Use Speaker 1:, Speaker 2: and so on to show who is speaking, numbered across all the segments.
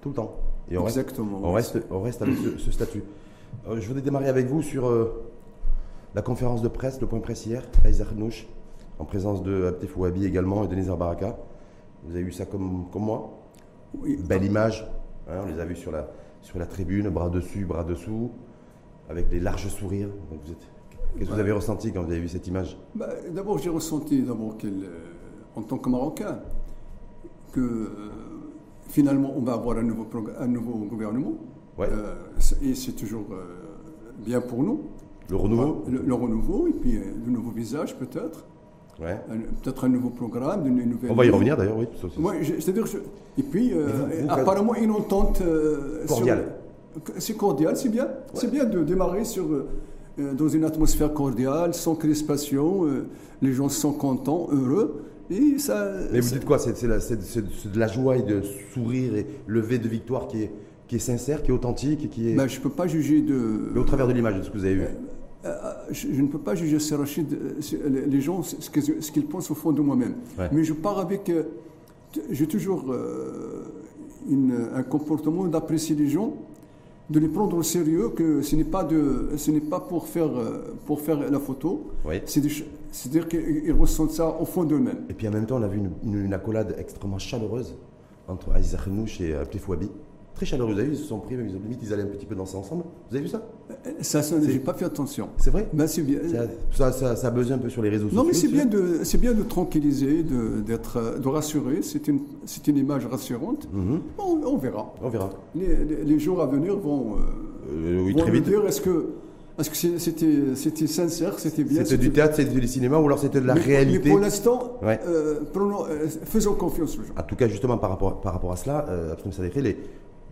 Speaker 1: tout le temps. Et on reste,
Speaker 2: Exactement.
Speaker 1: on
Speaker 2: ouais.
Speaker 1: reste, on reste avec ce, ce statut. Euh, je voulais démarrer avec vous sur euh, la conférence de presse, le point presse hier, Faiz Arnouch, en présence de Abdef Ouabi également et Denis Arbaraka. Vous avez eu ça comme, comme moi
Speaker 2: Oui.
Speaker 1: Belle image. hein, on les a vus sur la, sur la tribune, bras dessus, bras dessous, avec des larges sourires. Donc vous êtes- Qu'est-ce que vous avez ressenti quand vous avez vu cette image
Speaker 2: Bah, d'abord, j'ai ressenti, d'abord, qu'elle, euh, en tant que Marocain, que euh, finalement, on va avoir un nouveau, progr- un nouveau gouvernement.
Speaker 1: Ouais.
Speaker 2: Euh, c'est- et c'est toujours euh, bien pour nous.
Speaker 1: Le renouveau
Speaker 2: Euh, Le, le renouveau, et puis euh, de nouveaux visages, peut-être.
Speaker 1: Ouais.
Speaker 2: Un- Peut-être un nouveau programme, une nouvelle.
Speaker 1: On va y revenir d'ailleurs, oui. ça aussi.
Speaker 2: Ouais, je- c'est-à-dire, je- et puis, euh,
Speaker 1: Mais vous- vous-
Speaker 2: apparemment, une entente. euh, sur-
Speaker 1: Cordiale.
Speaker 2: C'est cordial, c'est bien. C'est bien de démarrer sur, euh, euh, dans une atmosphère cordiale, sans crispation. euh, les gens sont contents, heureux. Et ça.
Speaker 1: Mais vous
Speaker 2: ça-
Speaker 1: dites quoi C'est c'est la- c'est- c'est- c'est de la joie et de sourire et lever de victoire qui est, qui est sincère, qui est authentique, et qui est.
Speaker 2: ben, je ne peux pas juger de.
Speaker 1: Mais au travers de l'image, de ce que vous avez
Speaker 2: Euh,
Speaker 1: vu.
Speaker 2: je, je ne peux pas juger ces Rachid, euh, c'est- les les gens, c'est ce que- ce qu'ils pensent au fond de moi-même.
Speaker 1: Ouais.
Speaker 2: Mais je pars avec. euh, t- J'ai toujours euh, une- un comportement d'apprécier les gens, de les prendre au sérieux, que ce n'est pas, de, ce n'est pas pour, faire, euh, pour faire la photo.
Speaker 1: Oui.
Speaker 2: C'est des ch- C'est-à-dire qu'ils ils ressentent ça au fond d'eux-mêmes.
Speaker 1: Et puis en même temps, on a vu une, une- une accolade extrêmement chaleureuse entre Aziz Arnouch et euh, Ptif Wabi. Très chaleureuse. Vous avez vu, ils se sont pris, même ils ont- limite, ils allaient un petit peu danser ensemble. Vous avez vu ça
Speaker 2: Ça, ça j'ai pas fait attention.
Speaker 1: C'est vrai
Speaker 2: Ben, c'est bien.
Speaker 1: ça, ça, ça, ça a buzzé un peu sur les réseaux sociaux.
Speaker 2: Non, mais c'est
Speaker 1: tu
Speaker 2: bien
Speaker 1: sais.
Speaker 2: de c'est bien de tranquilliser, de d'être euh, de rassurer. C'est une c'est une image rassurante. on, on verra.
Speaker 1: On verra.
Speaker 2: Les, les- les jours à venir vont, euh,
Speaker 1: Euh, oui,
Speaker 2: vont
Speaker 1: très
Speaker 2: nous
Speaker 1: vite.
Speaker 2: dire est-ce que est-ce que c'est- c'était c'était sincère, c'était bien.
Speaker 1: C'était du théâtre, c'était du cinéma ou alors c'était de la
Speaker 2: mais,
Speaker 1: réalité
Speaker 2: Mais pour l'instant,
Speaker 1: Ouais.
Speaker 2: euh, prenons- euh, faisons confiance aux gens.
Speaker 1: En tout cas, justement, par rapport, par rapport à cela, euh, Abdel Sadeghi, les,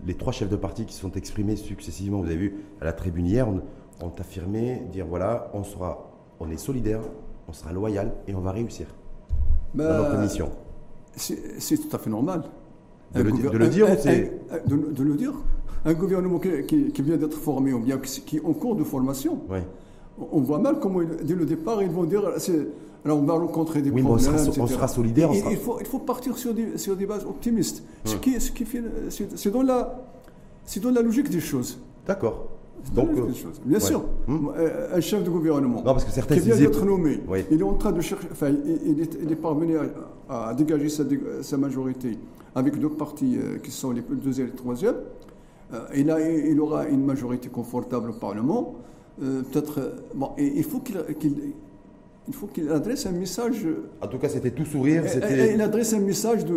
Speaker 1: les trois chefs de parti qui se sont exprimés successivement, vous avez vu, à la tribune hier, ont, ont affirmé, dire voilà, on, sera, on est solidaire, on sera loyal et on va réussir Ah, dans
Speaker 2: Bah,
Speaker 1: notre mission.
Speaker 2: C'est c'est tout à fait normal.
Speaker 1: De
Speaker 2: Un
Speaker 1: le di-
Speaker 2: gouver-
Speaker 1: de le dire
Speaker 2: un-
Speaker 1: ou
Speaker 2: un-
Speaker 1: c'est-
Speaker 2: un- de, de le dire. Un gouvernement qui, qui- qui vient d'être formé ou bien qui, qui est en cours de formation.
Speaker 1: Ouais.
Speaker 2: On voit mal comment, ils- dès le départ, ils vont dire c'est- alors on va rencontrer des
Speaker 1: Oui, mais on
Speaker 2: problèmes.
Speaker 1: sera- on
Speaker 2: etc.
Speaker 1: sera solidaire, on
Speaker 2: Et- et
Speaker 1: sera-
Speaker 2: Il, faut, il faut partir sur des, sur des bases optimistes. Ce qui, ce qui fait- c'est c'est dans, la- c'est dans la logique des choses.
Speaker 1: D'accord.
Speaker 2: C'est dans
Speaker 1: Donc,
Speaker 2: la logique
Speaker 1: euh,
Speaker 2: des choses. Bien
Speaker 1: ouais. Hmm?
Speaker 2: sûr, Euh, un chef de gouvernement
Speaker 1: Non, parce que certains
Speaker 2: qui vient
Speaker 1: disaient-
Speaker 2: d'être nommé,
Speaker 1: Oui.
Speaker 2: il est en train de chercher, enfin, il, il est, il est parvenu à, à dégager sa, dé- sa majorité avec deux partis euh, qui sont les le deuxième et le troisième. Euh, et là, il il aura une majorité confortable au Parlement. Euh, Peut-être. euh, Bon, et il faut qu'il qu'il- il faut qu'il adresse un message. euh,
Speaker 1: en tout cas, c'était tout sourire.
Speaker 2: et- et
Speaker 1: C'était.
Speaker 2: il adresse un message de,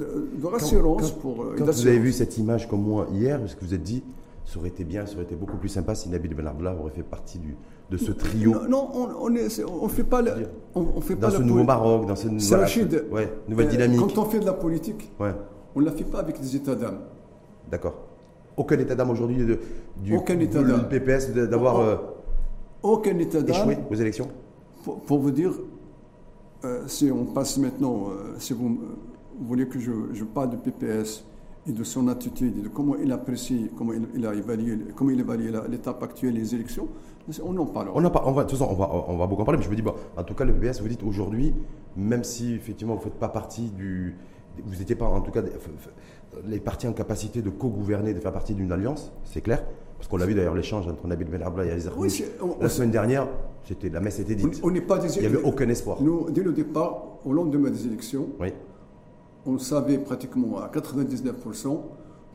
Speaker 2: de- de rassurance pour. euh,
Speaker 1: Quand vous
Speaker 2: d'assurance.
Speaker 1: avez vu cette image comme moi hier, est-ce que vous vous êtes dit, ça aurait été bien, ça aurait été beaucoup plus sympa si Nabil Ben Abdallah aurait fait partie du, de ce trio
Speaker 2: Non, non, on ne fait pas la, on, on fait
Speaker 1: dans
Speaker 2: pas
Speaker 1: ce
Speaker 2: la
Speaker 1: nouveau
Speaker 2: poli-
Speaker 1: Maroc, dans cette
Speaker 2: C'est
Speaker 1: voilà,
Speaker 2: Rachid.
Speaker 1: ce- ouais, nouvelle
Speaker 2: Euh,
Speaker 1: dynamique.
Speaker 2: Quand on fait de la politique,
Speaker 1: Ouais.
Speaker 2: on ne la fait pas avec des états d'âme.
Speaker 1: D'accord. Aucun état d'âme aujourd'hui de- du
Speaker 2: Aucun
Speaker 1: du-
Speaker 2: état
Speaker 1: du
Speaker 2: d'âme.
Speaker 1: PPS de- d'avoir
Speaker 2: Oh,
Speaker 1: euh,
Speaker 2: Aucun état
Speaker 1: échoué
Speaker 2: d'âme.
Speaker 1: aux élections
Speaker 2: Pour, pour vous dire, euh, si on passe maintenant, euh, si vous me- vous voulez que je, je parle de PPS et de son attitude et de comment il apprécie, comment il, il a évalué, comment il évalue la- l'étape actuelle, les élections, on en parlera.
Speaker 1: On n'a pas. On va, de toute façon, on va, on va beaucoup en parler, mais je me dis, bon, en tout cas, le PPS, vous dites aujourd'hui, même si effectivement vous ne faites pas partie du. Vous n'étiez pas, en tout cas, des- f- f- les partis en capacité de co-gouverner, de faire partie d'une alliance, c'est clair. Parce qu'on l'a vu d'ailleurs, l'échange entre Nabil Ben Abdallah et Aziz
Speaker 2: Oui,
Speaker 1: Arnouch.
Speaker 2: c'est- on-
Speaker 1: La semaine dernière, c'était, la messe était
Speaker 2: On-
Speaker 1: dite.
Speaker 2: on n'est pas des
Speaker 1: Il n'y avait aucun espoir.
Speaker 2: Nous, dès le départ, au lendemain des élections,
Speaker 1: Oui.
Speaker 2: on savait pratiquement à 99%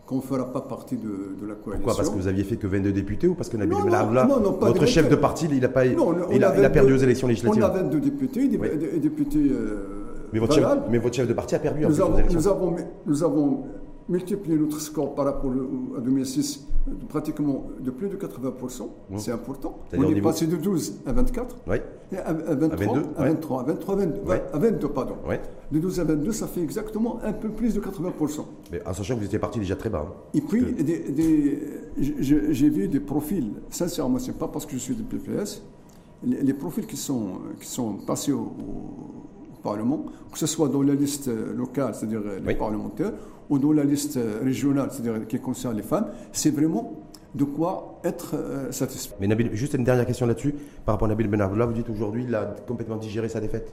Speaker 2: qu'on ne fera pas partie de, de la coalition.
Speaker 1: Pourquoi Parce que vous aviez fait que 22 députés ou parce que Nabil
Speaker 2: Non,
Speaker 1: Ben
Speaker 2: non,
Speaker 1: Abdallah,
Speaker 2: non, non, pas
Speaker 1: votre
Speaker 2: député.
Speaker 1: chef de parti, il a, pas,
Speaker 2: Non, on- on
Speaker 1: il a, il a
Speaker 2: avait
Speaker 1: perdu
Speaker 2: deux-
Speaker 1: aux élections législatives
Speaker 2: On avait deux députés, des,
Speaker 1: Oui.
Speaker 2: des- des députés. euh,
Speaker 1: Mais votre,
Speaker 2: valables.
Speaker 1: chef, mais votre chef de parti a perdu hein, en
Speaker 2: Nous
Speaker 1: plus aux
Speaker 2: avons,
Speaker 1: élections.
Speaker 2: nous, avons, nous avons multiplié notre score par rapport au- à 2006 de euh, pratiquement de plus de 80%. C'est important.
Speaker 1: Mmh. C'est-à-dire
Speaker 2: On
Speaker 1: au
Speaker 2: est
Speaker 1: niveau-
Speaker 2: passé de 12 à 24.
Speaker 1: Oui.
Speaker 2: et À, à 23,
Speaker 1: 22,
Speaker 2: à
Speaker 1: ouais.
Speaker 2: 23, à 23, 22,
Speaker 1: Ouais.
Speaker 2: à 22, pardon.
Speaker 1: Ouais.
Speaker 2: De 12 à 22, ça fait exactement un peu plus de 80%.
Speaker 1: Mais en sachant que vous étiez parti déjà très bas. hein.
Speaker 2: Et puis, des, des- j'ai- j'ai j'ai vu des profils, sincèrement, c'est pas parce que je suis du PPS, les, les profils qui sont, qui sont passés au, au- au Parlement, que ce soit dans la liste euh, locale, c'est-à-dire euh, les
Speaker 1: Oui.
Speaker 2: parlementaires, ou dans la liste euh, régionale, c'est-à-dire qui concerne les femmes, c'est vraiment de quoi être euh, satisfait.
Speaker 1: Mais Nabil, juste une dernière question là-dessus. Par rapport à Nabil Ben Abdallah, vous dites aujourd'hui, il a complètement digéré sa défaite.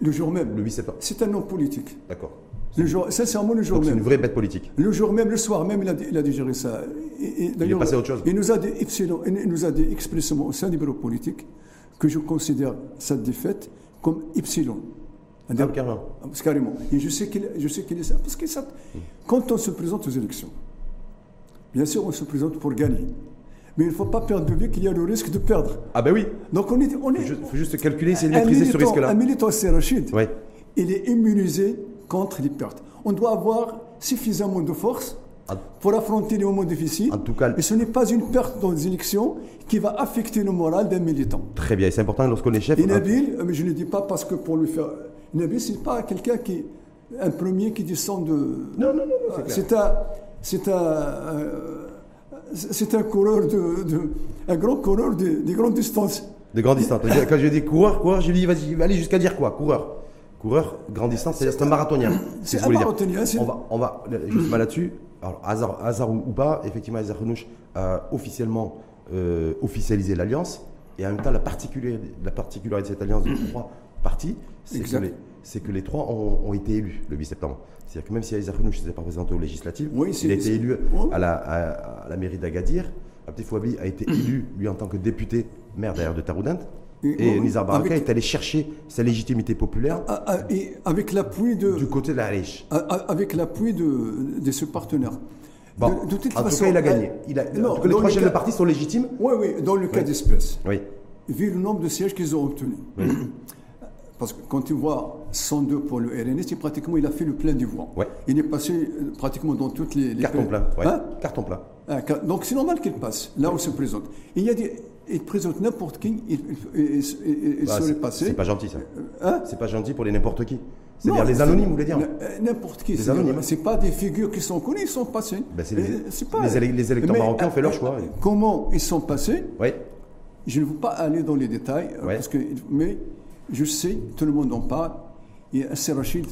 Speaker 2: Le jour même.
Speaker 1: Le 8 septembre.
Speaker 2: C'est un homme politique.
Speaker 1: D'accord.
Speaker 2: Le jour, sincèrement, le jour
Speaker 1: Donc c'est
Speaker 2: même.
Speaker 1: une vraie bête politique.
Speaker 2: Le jour même, le soir même, il a, il a digéré ça. Et- et d'ailleurs,
Speaker 1: passé à autre chose.
Speaker 2: Il nous a dit, ipsilon- il nous a dit expressément au sein des bureaux politiques que je considère sa défaite comme epsilon.
Speaker 1: Ah, carrément.
Speaker 2: Carrément. Et je sais qu'il je sais qu'il est ça. Parce que ça, quand on se présente aux élections, bien sûr, on se présente pour gagner. Mais il ne faut pas perdre de vue qu'il y a le risque de perdre.
Speaker 1: Ah ben oui.
Speaker 2: Donc on est. On est
Speaker 1: Il faut juste calculer, c'est de
Speaker 2: un
Speaker 1: maîtriser ce
Speaker 2: militant-
Speaker 1: risque-là.
Speaker 2: Un militant, c'est Rachid
Speaker 1: Ouais.
Speaker 2: il est immunisé contre les pertes. On doit avoir suffisamment de force
Speaker 1: En-
Speaker 2: pour affronter les moments difficiles.
Speaker 1: En tout cas-
Speaker 2: et ce n'est pas une perte dans les élections qui va affecter le moral d'un militant.
Speaker 1: Très bien. Et c'est important lorsqu'on est chef.
Speaker 2: Et
Speaker 1: hein.
Speaker 2: Nabil, euh, mais je ne le dis pas parce que pour lui faire. Nabil, ce n'est pas quelqu'un qui. un premier qui descend de. Ah,
Speaker 1: Non, non, non, non, c'est clair.
Speaker 2: C'est un. C'est un. euh, c'est un coureur de, de- un grand coureur de- des grandes distances.
Speaker 1: De grande distance. Quand je dis coureur, coureur, je dis vas-y, allez jusqu'à dire quoi Coureur. Coureur, grande distance, c'est-à-dire c'est un marathonien. si
Speaker 2: c'est
Speaker 1: vous
Speaker 2: un
Speaker 1: voulez dire.
Speaker 2: marathonien, c'est-
Speaker 1: On va, on va euh, juste mal là-dessus. Alors, hasard, hasard ou, ou pas, effectivement, Hazard Renouche a officiellement euh, officialisé l'alliance. Et en même temps, la, particulier- la particularité de cette alliance de trois partis, c'est que,
Speaker 2: Exact.
Speaker 1: les- c'est que les trois ont, ont été élus le 8 septembre. C'est-à-dire que même si Hazard Renouche n'était pas représenté aux législatives,
Speaker 2: Oui, c'est-
Speaker 1: il a été
Speaker 2: c'est-
Speaker 1: élu
Speaker 2: Ouais.
Speaker 1: à la, à- à la mairie d'Agadir. Abdel Fouabi a été élu, lui, en tant que député maire d'ailleurs de Taroudante.
Speaker 2: Et-
Speaker 1: Et
Speaker 2: oui,
Speaker 1: Nizar Baraka
Speaker 2: avec-
Speaker 1: est allé chercher sa légitimité populaire
Speaker 2: Ah, ah, Et avec l'appui de.
Speaker 1: du côté de la Reich.
Speaker 2: A- a- avec l'appui de, de ce partenaire.
Speaker 1: Bon,
Speaker 2: de, de toute
Speaker 1: en
Speaker 2: façon,
Speaker 1: tout cas, il a gagné.
Speaker 2: euh,
Speaker 1: Il a, en
Speaker 2: non,
Speaker 1: tout cas, les
Speaker 2: dans
Speaker 1: trois
Speaker 2: le
Speaker 1: chefs
Speaker 2: cas-
Speaker 1: de parti sont légitimes.
Speaker 2: Oui, oui, dans le cas
Speaker 1: Oui.
Speaker 2: d'espèce,
Speaker 1: Oui,
Speaker 2: vu le nombre de sièges qu'ils ont obtenus. Parce que quand tu vois 102 pour le RNS, il, pratiquement, il a fait le plein des voix.
Speaker 1: Ouais.
Speaker 2: Il est passé euh, pratiquement dans toutes les... les
Speaker 1: carton plein. ouais.
Speaker 2: Hein
Speaker 1: Carton plein.
Speaker 2: Ah, car- Donc c'est normal qu'il passe, là où il se présente. Il, y a des, il présente n'importe qui, il, il, il- il- il
Speaker 1: Bah,
Speaker 2: serait
Speaker 1: c'est-
Speaker 2: passé.
Speaker 1: c'est pas gentil, ça.
Speaker 2: Hein
Speaker 1: C'est pas gentil pour les n'importe qui. C'est-à-dire
Speaker 2: Non,
Speaker 1: les anonymes, vous voulez dire
Speaker 2: Euh, N'importe qui.
Speaker 1: Des
Speaker 2: c'est-
Speaker 1: anonymes.
Speaker 2: C'est pas des figures qui sont connues, ils sont passés.
Speaker 1: Ben, c'est les-
Speaker 2: Euh, c'est pas-
Speaker 1: les éle- les électeurs
Speaker 2: Mais,
Speaker 1: marocains ont fait leur
Speaker 2: euh,
Speaker 1: choix, oui.
Speaker 2: Comment ils sont passés
Speaker 1: Oui,
Speaker 2: Je ne veux pas aller dans les détails, euh,
Speaker 1: Ouais.
Speaker 2: parce que, mais je sais, tout le monde en parle. Et c'est Rachid,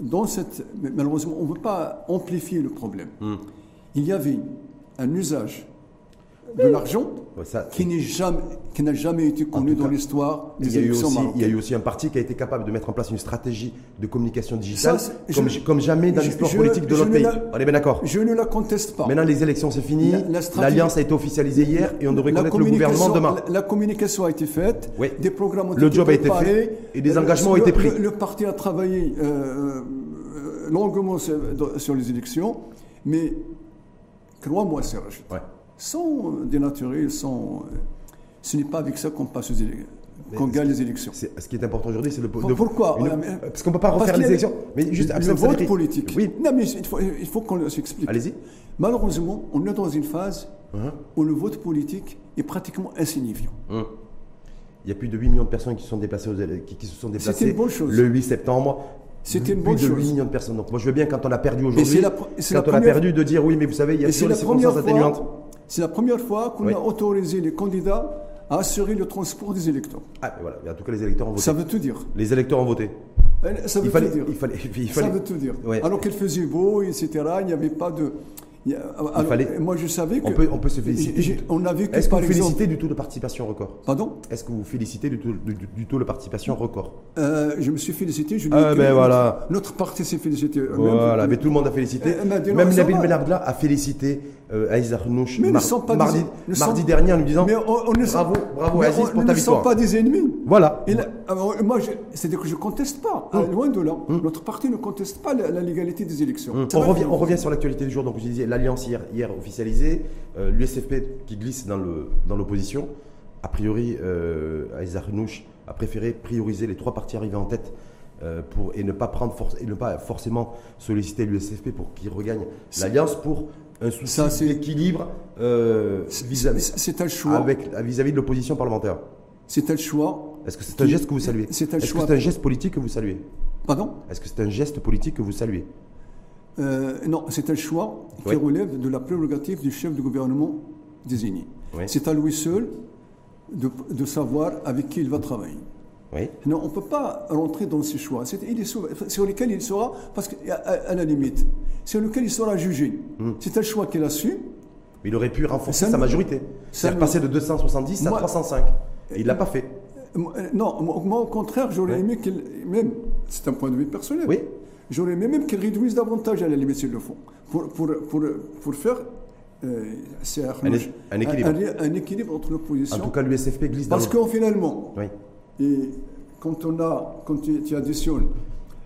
Speaker 2: dans cette, mais malheureusement, on ne veut pas amplifier le problème.
Speaker 1: Hmm.
Speaker 2: Il y avait un usage de l'argent
Speaker 1: Ouais, ça-
Speaker 2: qui n'est jamais, qui n'a jamais été connu
Speaker 1: tout
Speaker 2: dans
Speaker 1: cas,
Speaker 2: l'histoire
Speaker 1: il
Speaker 2: des
Speaker 1: y, a eu
Speaker 2: élections
Speaker 1: aussi, il y a
Speaker 2: marocaines.
Speaker 1: eu aussi un parti qui a été capable de mettre en place une stratégie de communication digitale
Speaker 2: Ça, c'est-
Speaker 1: comme,
Speaker 2: je-
Speaker 1: comme jamais dans
Speaker 2: je-
Speaker 1: l'histoire
Speaker 2: je-
Speaker 1: politique de
Speaker 2: je
Speaker 1: notre
Speaker 2: ne
Speaker 1: pays.
Speaker 2: la-
Speaker 1: On est bien d'accord
Speaker 2: Je ne la conteste pas.
Speaker 1: Maintenant, les élections, c'est fini.
Speaker 2: La- la stratégie-
Speaker 1: L'alliance a été officialisée hier et on devrait connaître le
Speaker 2: communication-
Speaker 1: gouvernement demain.
Speaker 2: La, la communication a été faite,
Speaker 1: Oui.
Speaker 2: des programmes ont
Speaker 1: Le
Speaker 2: été
Speaker 1: job a été
Speaker 2: préparés,
Speaker 1: fait et des
Speaker 2: euh,
Speaker 1: engagements ont
Speaker 2: le-
Speaker 1: été pris.
Speaker 2: Le, le parti a travaillé euh, euh, longuement sur, dans- sur les élections, mais crois-moi, Serge,
Speaker 1: Ouais.
Speaker 2: sans euh, dénaturer, sans, euh, ce n'est pas avec ça qu'on passe aux élec- qu'on
Speaker 1: Mais
Speaker 2: gagne les élections.
Speaker 1: C'est- ce qui est important aujourd'hui, c'est le.
Speaker 2: Pour-
Speaker 1: de-
Speaker 2: pourquoi
Speaker 1: une-
Speaker 2: Voilà, mais-
Speaker 1: Parce qu'on ne peut pas
Speaker 2: parce
Speaker 1: refaire
Speaker 2: qu'il y
Speaker 1: les
Speaker 2: a
Speaker 1: élections.
Speaker 2: le-
Speaker 1: Mais juste
Speaker 2: le
Speaker 1: Abdel
Speaker 2: vote
Speaker 1: Fattah-
Speaker 2: politique.
Speaker 1: Oui.
Speaker 2: Non, mais il faut, il faut qu'on s'explique.
Speaker 1: Allez-y.
Speaker 2: Malheureusement, on est dans une phase
Speaker 1: Hein
Speaker 2: où le vote politique est pratiquement insignifiant.
Speaker 1: Il y a plus de 8 millions de personnes qui, sont déplacées aux éle- qui, qui se sont déplacées
Speaker 2: une bonne chose.
Speaker 1: le 8 septembre.
Speaker 2: C'est
Speaker 1: Plus
Speaker 2: une bonne
Speaker 1: de 8
Speaker 2: chose.
Speaker 1: millions de personnes. Donc, moi, je veux bien, quand on a perdu aujourd'hui,
Speaker 2: c'est la
Speaker 1: quand
Speaker 2: pr-
Speaker 1: on
Speaker 2: c'est la
Speaker 1: a
Speaker 2: première-
Speaker 1: perdu, de dire oui, mais vous savez, il y a
Speaker 2: Et c'est
Speaker 1: toujours les
Speaker 2: la première
Speaker 1: circonstances atténuantes.
Speaker 2: fois, c'est la première fois qu'on
Speaker 1: Oui.
Speaker 2: a autorisé les candidats à assurer le transport des électeurs.
Speaker 1: Ah, mais voilà. Mais En tout cas, les électeurs ont voté.
Speaker 2: Ça veut tout dire.
Speaker 1: Les électeurs ont voté.
Speaker 2: Euh, Ça veut
Speaker 1: Il fallait,
Speaker 2: tout dire.
Speaker 1: il fallait, il
Speaker 2: Ça
Speaker 1: fallait-
Speaker 2: veut tout dire.
Speaker 1: Ouais.
Speaker 2: Alors qu'il faisait beau, etc. Il n'y avait pas de. il y a- alors,
Speaker 1: fallait-
Speaker 2: Moi, je savais que.
Speaker 1: on, peut, on peut se féliciter.
Speaker 2: j'ai- j'ai- On a vu que
Speaker 1: Est-ce que
Speaker 2: par
Speaker 1: vous
Speaker 2: exemple.
Speaker 1: félicitez du taux de participation record
Speaker 2: Pardon
Speaker 1: Est-ce que vous félicitez du taux, du- du- du taux de participation record
Speaker 2: Euh, Je me suis félicité. Je lui ai
Speaker 1: Ah,
Speaker 2: dit
Speaker 1: ben
Speaker 2: que
Speaker 1: voilà.
Speaker 2: notre- Notre parti s'est félicité.
Speaker 1: Voilà,
Speaker 2: Même-
Speaker 1: mais tout le monde a félicité.
Speaker 2: Eh, mais dis-leur,
Speaker 1: Même
Speaker 2: ça
Speaker 1: Nabil
Speaker 2: va.
Speaker 1: Benabda a félicité euh, Aïs Arnouch
Speaker 2: Mais ne
Speaker 1: mar-
Speaker 2: sont pas des-
Speaker 1: mardi,
Speaker 2: ne
Speaker 1: mardi
Speaker 2: sont-
Speaker 1: dernier en lui disant
Speaker 2: Mais on, on ne sent-
Speaker 1: Bravo, bravo
Speaker 2: mais
Speaker 1: Aziz
Speaker 2: on-
Speaker 1: pour
Speaker 2: nous
Speaker 1: ta
Speaker 2: ne sommes
Speaker 1: victoire.
Speaker 2: pas des ennemis.
Speaker 1: Voilà.
Speaker 2: Et là, alors, moi, je- c'est-à-dire que je ne conteste pas,
Speaker 1: Hum.
Speaker 2: Ah, loin de là. Notre parti ne conteste pas la, la légalité des élections. C'est
Speaker 1: Hum. On
Speaker 2: vrai
Speaker 1: revient,
Speaker 2: que-
Speaker 1: on revient sur l'actualité du jour. Donc, vous disiez l'alliance hier, hier officialisée, euh, l'USFP qui glisse dans le dans l'opposition. A priori, euh, Aïs Arnouch a préféré prioriser les trois partis arrivés en tête euh, pour et ne pas prendre force et ne pas forcément solliciter l'USFP pour qu'il regagne l'alliance pour un souci
Speaker 2: Ça, c'est-
Speaker 1: d'équilibre euh,
Speaker 2: C'est-
Speaker 1: vis-à-vis
Speaker 2: C'est un choix.
Speaker 1: avec- vis-à-vis de l'opposition parlementaire.
Speaker 2: C'est un choix.
Speaker 1: Est-ce que c'est un geste que vous saluez
Speaker 2: C'est un
Speaker 1: Est-ce que
Speaker 2: choix.
Speaker 1: c'est un geste politique que vous saluez
Speaker 2: Pardon
Speaker 1: Est-ce que c'est un geste politique que vous saluez
Speaker 2: Euh, Non, c'est un choix
Speaker 1: Oui.
Speaker 2: qui relève de la prérogative du chef du gouvernement désigné.
Speaker 1: Oui.
Speaker 2: C'est à lui seul de, de savoir avec qui il va travailler.
Speaker 1: Oui.
Speaker 2: Non, on ne peut pas rentrer dans ces choix. C'est- il est sur, sur lesquels il sera, parce que, à, à- à la limite, sur lequel il sera jugé.
Speaker 1: Hum.
Speaker 2: C'est un choix qu'il assume.
Speaker 1: Mais il aurait pu renforcer
Speaker 2: Ça
Speaker 1: sa
Speaker 2: nous-
Speaker 1: majorité.
Speaker 2: ça
Speaker 1: C'est-à-dire
Speaker 2: nous-
Speaker 1: passer de 270 à
Speaker 2: Moi-
Speaker 1: 305. Et il ne l'a pas fait.
Speaker 2: Moi, euh, Non, moi, moi, au contraire, j'aurais
Speaker 1: Ouais.
Speaker 2: aimé qu'il. Même, c'est un point de vue personnel.
Speaker 1: Oui.
Speaker 2: J'aurais aimé même qu'ils réduisent davantage à la limite, s'ils le font, pour, pour, pour, pour faire. euh, c'est Ahmed,
Speaker 1: un équilibre.
Speaker 2: Un, un équilibre
Speaker 1: En
Speaker 2: entre
Speaker 1: tout
Speaker 2: l'opposition.
Speaker 1: cas, l'USFP glisse dans
Speaker 2: Parce
Speaker 1: le-
Speaker 2: que finalement,
Speaker 1: Oui.
Speaker 2: et quand, on a, quand tu, tu additionnes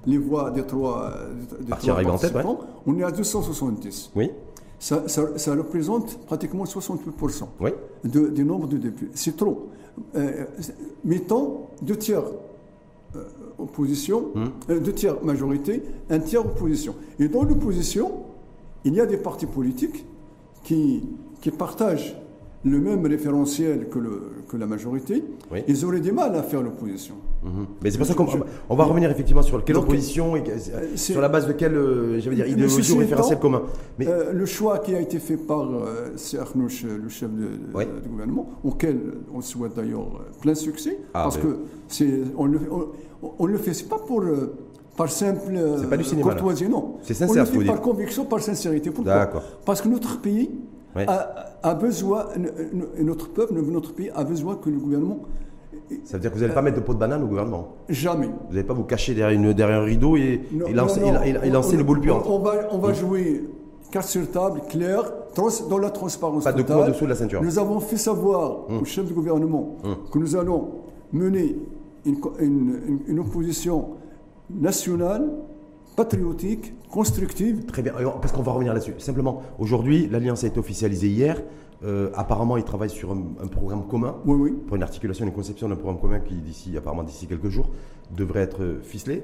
Speaker 2: les voix des trois, euh, des
Speaker 1: Parti
Speaker 2: trois
Speaker 1: arrivé en tête, ouais.
Speaker 2: participants, on est à 270.
Speaker 1: Oui.
Speaker 2: Ça, ça- ça représente pratiquement 68%
Speaker 1: Oui.
Speaker 2: de- du nombre de députés. C'est trop. Euh, c'est- mettons deux tiers euh, opposition, euh, deux tiers majorité, un tiers opposition. Et dans l'opposition, il y a des partis politiques qui, qui partagent le même référentiel que, le- que la majorité.
Speaker 1: Oui.
Speaker 2: Ils auraient du mal à faire l'opposition.
Speaker 1: Mhm. Mais c'est pour ça qu'on on va revenir effectivement sur quelle
Speaker 2: Donc,
Speaker 1: opposition et que- euh,
Speaker 2: c'est-
Speaker 1: sur la base de quelle euh, j'allais dire
Speaker 2: Mais
Speaker 1: idéologie
Speaker 2: ceci
Speaker 1: ou référentiel
Speaker 2: étant,
Speaker 1: commun. Mais
Speaker 2: Euh, le choix qui a été fait par euh, Sy Arnouch, euh, le chef de- de-
Speaker 1: Oui.
Speaker 2: du gouvernement, auquel on souhaite d'ailleurs euh, plein succès,
Speaker 1: Ah,
Speaker 2: parce
Speaker 1: oui.
Speaker 2: que c'est on le on, on le fait c'est pas pour euh, par simple euh,
Speaker 1: C'est pas du cinéma, là.
Speaker 2: courtoisie non.
Speaker 1: C'est sincère,
Speaker 2: On le
Speaker 1: ce que
Speaker 2: fait
Speaker 1: vous
Speaker 2: par
Speaker 1: dites.
Speaker 2: conviction, par sincérité. Pourquoi
Speaker 1: D'accord.
Speaker 2: Parce que notre pays
Speaker 1: Oui.
Speaker 2: a, a besoin, n- n- notre peuple, notre pays a besoin que le gouvernement
Speaker 1: ça veut dire que vous n'allez pas mettre de peau de banane au gouvernement.
Speaker 2: jamais.
Speaker 1: Vous n'allez pas vous cacher derrière, une, derrière un rideau et,
Speaker 2: Non,
Speaker 1: et lancer,
Speaker 2: non, non.
Speaker 1: et- et- et
Speaker 2: On-
Speaker 1: lancer
Speaker 2: on-
Speaker 1: le boule
Speaker 2: On,
Speaker 1: puante. Mmh.
Speaker 2: on va, on va jouer carte sur table, claire, trans- dans la transparence.
Speaker 1: Pas de
Speaker 2: totale.
Speaker 1: coup en dessous de la ceinture. Mmh.
Speaker 2: Nous avons fait savoir au chef du gouvernement que nous allons mener une, co- une- une- une opposition nationale, patriotique, constructive.
Speaker 1: Très bien, Et on- parce qu'on va revenir là-dessus. Simplement, aujourd'hui, l'alliance a été officialisée hier. Euh, apparemment, ils travaillent sur un, un programme commun.
Speaker 2: Oui, oui.
Speaker 1: Pour une articulation, une conception d'un programme commun qui, d'ici, apparemment, d'ici quelques jours, devrait être euh, ficelé.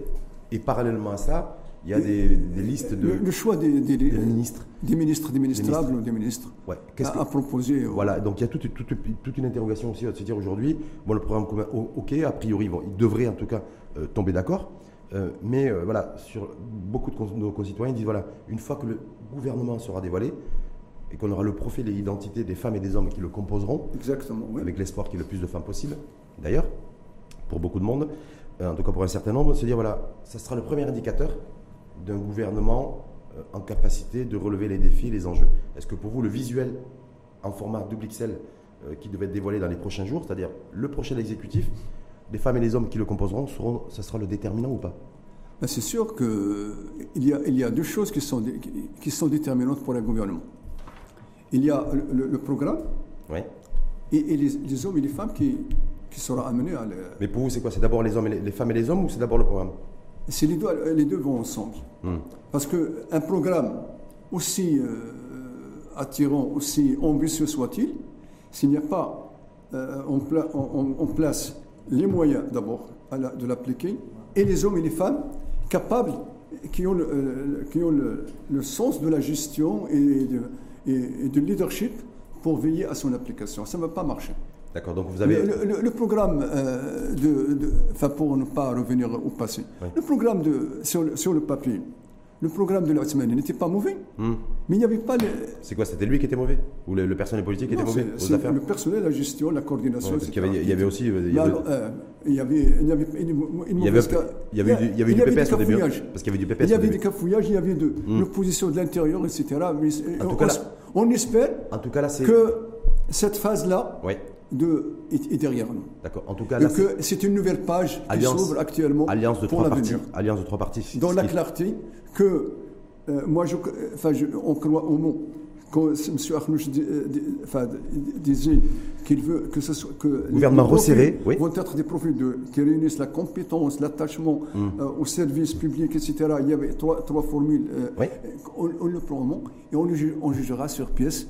Speaker 1: Et parallèlement à ça, il y a des, des listes de
Speaker 2: Le, le choix des, des-
Speaker 1: des ministres.
Speaker 2: des ministres, des ministrables ou des ministres
Speaker 1: Ouais. Qu'est-ce que-
Speaker 2: à, à proposer. euh, au-
Speaker 1: Voilà, donc il y a toute, toute- toute une interrogation aussi à se dire aujourd'hui. Bon, le programme commun, o- ok, a priori, bon, ils devraient en tout cas euh, tomber d'accord. Euh, mais euh, voilà, sur beaucoup de, cons- nos concitoyens disent voilà, une fois que le gouvernement sera dévoilé et qu'on aura le profil et l'identité des femmes et des hommes qui le composeront,
Speaker 2: Exactement. oui.
Speaker 1: avec l'espoir qu'il y ait le plus de femmes possible, d'ailleurs, pour beaucoup de monde, euh, en tout cas pour un certain nombre, se dire voilà, ça sera le premier indicateur d'un gouvernement euh, en capacité de relever les défis, les enjeux. Est-ce que pour vous, le visuel en format double XL euh, qui devait être dévoilé dans les prochains jours, c'est-à-dire le prochain exécutif, les femmes et les hommes qui le composeront, seront, ça sera le déterminant ou pas
Speaker 2: Ben, C'est sûr qu'il y, a- il y a deux choses qui sont, dé- qui- qui sont déterminantes pour un gouvernement. Il y a le, le- le programme
Speaker 1: Oui.
Speaker 2: et, et les, les hommes et les femmes qui, qui seront amenés à le-
Speaker 1: Mais pour vous, c'est quoi C'est d'abord les, hommes et les, les femmes et les hommes ou c'est d'abord le programme
Speaker 2: C'est les deux, les deux vont ensemble. Parce qu'un programme, aussi euh, attirant, aussi ambitieux soit-il, s'il n'y a pas euh, en, pla- en- en- en place les moyens d'abord à la- de l'appliquer, et les hommes et les femmes capables, qui ont le, euh, qui ont le, le sens de la gestion et de, et- et du leadership pour veiller à son application. Ça ne va pas marcher.
Speaker 1: D'accord, donc vous avez...
Speaker 2: Le, le- le programme, euh, de, de- enfin, pour ne pas revenir au passé, le programme de, sur, le- sur le papier, le programme de la semaine n'était pas mauvais,
Speaker 1: Hmm.
Speaker 2: mais il n'y avait pas les.
Speaker 1: C'est quoi C'était lui qui était mauvais Ou le, le personnel politique qui
Speaker 2: Non,
Speaker 1: était mauvais
Speaker 2: c'est-
Speaker 1: aux
Speaker 2: c'est
Speaker 1: affaires
Speaker 2: le personnel, la gestion, la coordination.
Speaker 1: Ouais, parce qu'il y
Speaker 2: etc.
Speaker 1: avait- il y avait aussi, euh, il y
Speaker 2: Mais
Speaker 1: avait-
Speaker 2: alors, euh, il y avait- il y avait une- une
Speaker 1: Il y avait,
Speaker 2: mauvaise ca-
Speaker 1: il y avait, du, il y avait
Speaker 2: il
Speaker 1: du
Speaker 2: y avait
Speaker 1: PPS au
Speaker 2: des
Speaker 1: début. hein,
Speaker 2: cafouillages.
Speaker 1: Parce qu'il y avait du
Speaker 2: Il
Speaker 1: PPS
Speaker 2: y
Speaker 1: au
Speaker 2: avait
Speaker 1: début. Hmm.
Speaker 2: des cafouillages, il y avait de l'opposition de l'intérieur, etc. Mais c'est-
Speaker 1: En tout
Speaker 2: on,
Speaker 1: cas, là-
Speaker 2: on espère
Speaker 1: En tout cas, là, c'est.
Speaker 2: que cette phase-là
Speaker 1: Ouais,
Speaker 2: de, est- est derrière nous.
Speaker 1: d'accord. En tout cas,
Speaker 2: Et
Speaker 1: là, c'est
Speaker 2: que c'est une nouvelle page qui
Speaker 1: Alliance-
Speaker 2: s'ouvre actuellement
Speaker 1: alliance de
Speaker 2: pour
Speaker 1: trois partis.
Speaker 2: l'avenir.
Speaker 1: Alliance de trois partis.
Speaker 2: Dans
Speaker 1: Ce
Speaker 2: la
Speaker 1: qui-
Speaker 2: clarté que, euh, moi, je, enfin, je- on croit au mot. Quand M. Arnouch di- euh, di- enfin, di- disait qu'il veut que ce soit. Que les-
Speaker 1: Gouvernement
Speaker 2: les profils
Speaker 1: resserré, oui.
Speaker 2: Vont être des profils de, qui réunissent la compétence, l'attachement
Speaker 1: Mm.
Speaker 2: euh, au service public, etc. Il y avait trois, trois formules. euh,
Speaker 1: Oui.
Speaker 2: On, on le prend au mot et on, le ju- on jugera sur pièce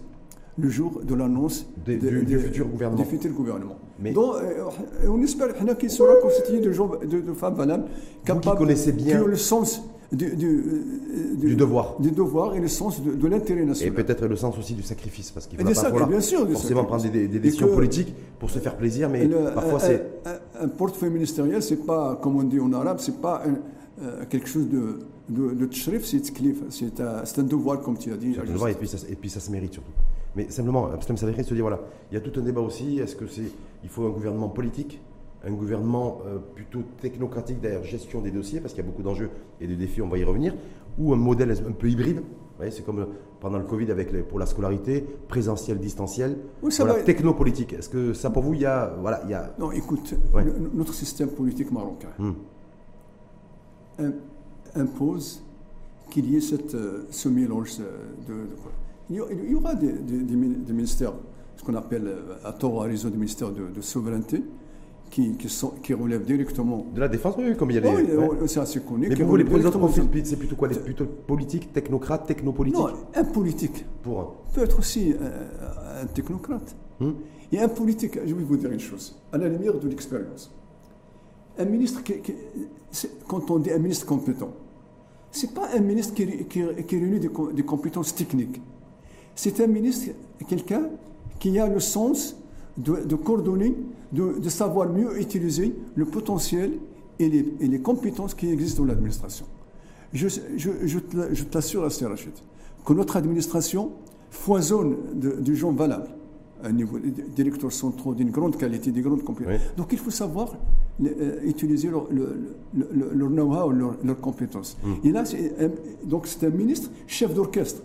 Speaker 2: le jour de l'annonce
Speaker 1: Des-
Speaker 2: de-
Speaker 1: du- du
Speaker 2: de-
Speaker 1: futur gouvernement.
Speaker 2: du futur gouvernement.
Speaker 1: Mais-
Speaker 2: Donc, euh, on espère حنا qu'il sera constitué de, gens, de, de femmes valables, capables,
Speaker 1: connaissez bien-
Speaker 2: qui ont le sens du, du, euh,
Speaker 1: Du devoir.
Speaker 2: du devoir et le sens de, de l'intérêt
Speaker 1: Et
Speaker 2: national.
Speaker 1: peut-être le sens aussi du sacrifice. Parce qu'il
Speaker 2: Et
Speaker 1: va
Speaker 2: des
Speaker 1: pas
Speaker 2: sac-
Speaker 1: falloir
Speaker 2: et bien sûr, des
Speaker 1: forcément prendre
Speaker 2: sacrifices.
Speaker 1: des, des- des
Speaker 2: Et
Speaker 1: décisions
Speaker 2: que-
Speaker 1: politiques pour se faire plaisir, mais
Speaker 2: Le- euh,
Speaker 1: parfois
Speaker 2: un,
Speaker 1: c'est.
Speaker 2: un- un portefeuille ministériel, c'est pas, comme on dit en arabe, c'est pas un- euh, quelque chose de, de, de tchrif, c'est tklif, c'est un, c'est un devoir, comme tu as dit.
Speaker 1: Je le vois, et puis, ça, et puis ça se mérite surtout. Mais simplement, euh, Abdeslam Salahri se dit voilà, il y a tout un débat aussi. Est-ce que c'est, il faut un gouvernement politique, un gouvernement euh, plutôt technocratique derrière gestion des dossiers, parce qu'il y a beaucoup d'enjeux et de défis, on va y revenir, ou un modèle un peu hybride Vous voyez, c'est comme euh, pendant le Covid avec les- pour la scolarité, présentiel, distanciel.
Speaker 2: Oui, ça
Speaker 1: Voilà,
Speaker 2: va.
Speaker 1: technopolitique. Est-ce que ça pour vous, il y a. Voilà, il y a.
Speaker 2: Non, écoute,
Speaker 1: Ouais.
Speaker 2: le- notre système politique marocain
Speaker 1: Hmm.
Speaker 2: im- impose qu'il y ait cette, euh, ce mélange euh, de. de quoi. Il y a- il y aura des, des- des min- des ministères, ce qu'on appelle euh, à tort ou à raison des ministères de, de souveraineté, qui, qui, sont, qui relèvent directement.
Speaker 1: De la défense, oui, oui, comme il y a les.
Speaker 2: Oh, oui,
Speaker 1: ouais.
Speaker 2: oh, c'est assez connu.
Speaker 1: Mais
Speaker 2: qui
Speaker 1: pour vous, les
Speaker 2: relèvent
Speaker 1: présidents de
Speaker 2: directement
Speaker 1: profil,
Speaker 2: de-
Speaker 1: c'est plutôt quoi les- Plutôt politique, technocrate, technopolitique
Speaker 2: Non, un politique
Speaker 1: Pour un.
Speaker 2: peut être aussi euh, un, un technocrate.
Speaker 1: Hmm.
Speaker 2: Et un politique, je vais vous dire une chose, à la lumière de l'expérience. Un ministre, qui, qui- c'est- quand on dit un ministre compétent, ce n'est pas un ministre qui, qui, qui réunit des, com- des compétences techniques. C'est un ministre, quelqu'un qui a le sens de, de coordonner, de, de savoir mieux utiliser le potentiel et les, et les compétences qui existent dans l'administration. Je, je, je te la- je t'assure, Aster Rachid, que notre administration foisonne de, de gens valables, à un niveau d'électeurs centraux d'une grande qualité, des grandes compétences.
Speaker 1: Oui.
Speaker 2: Donc il faut savoir euh, utiliser leur, le- le- le- leur know-how, leur- leurs compétences. Et là, c'est un- donc c'est un ministre chef d'orchestre.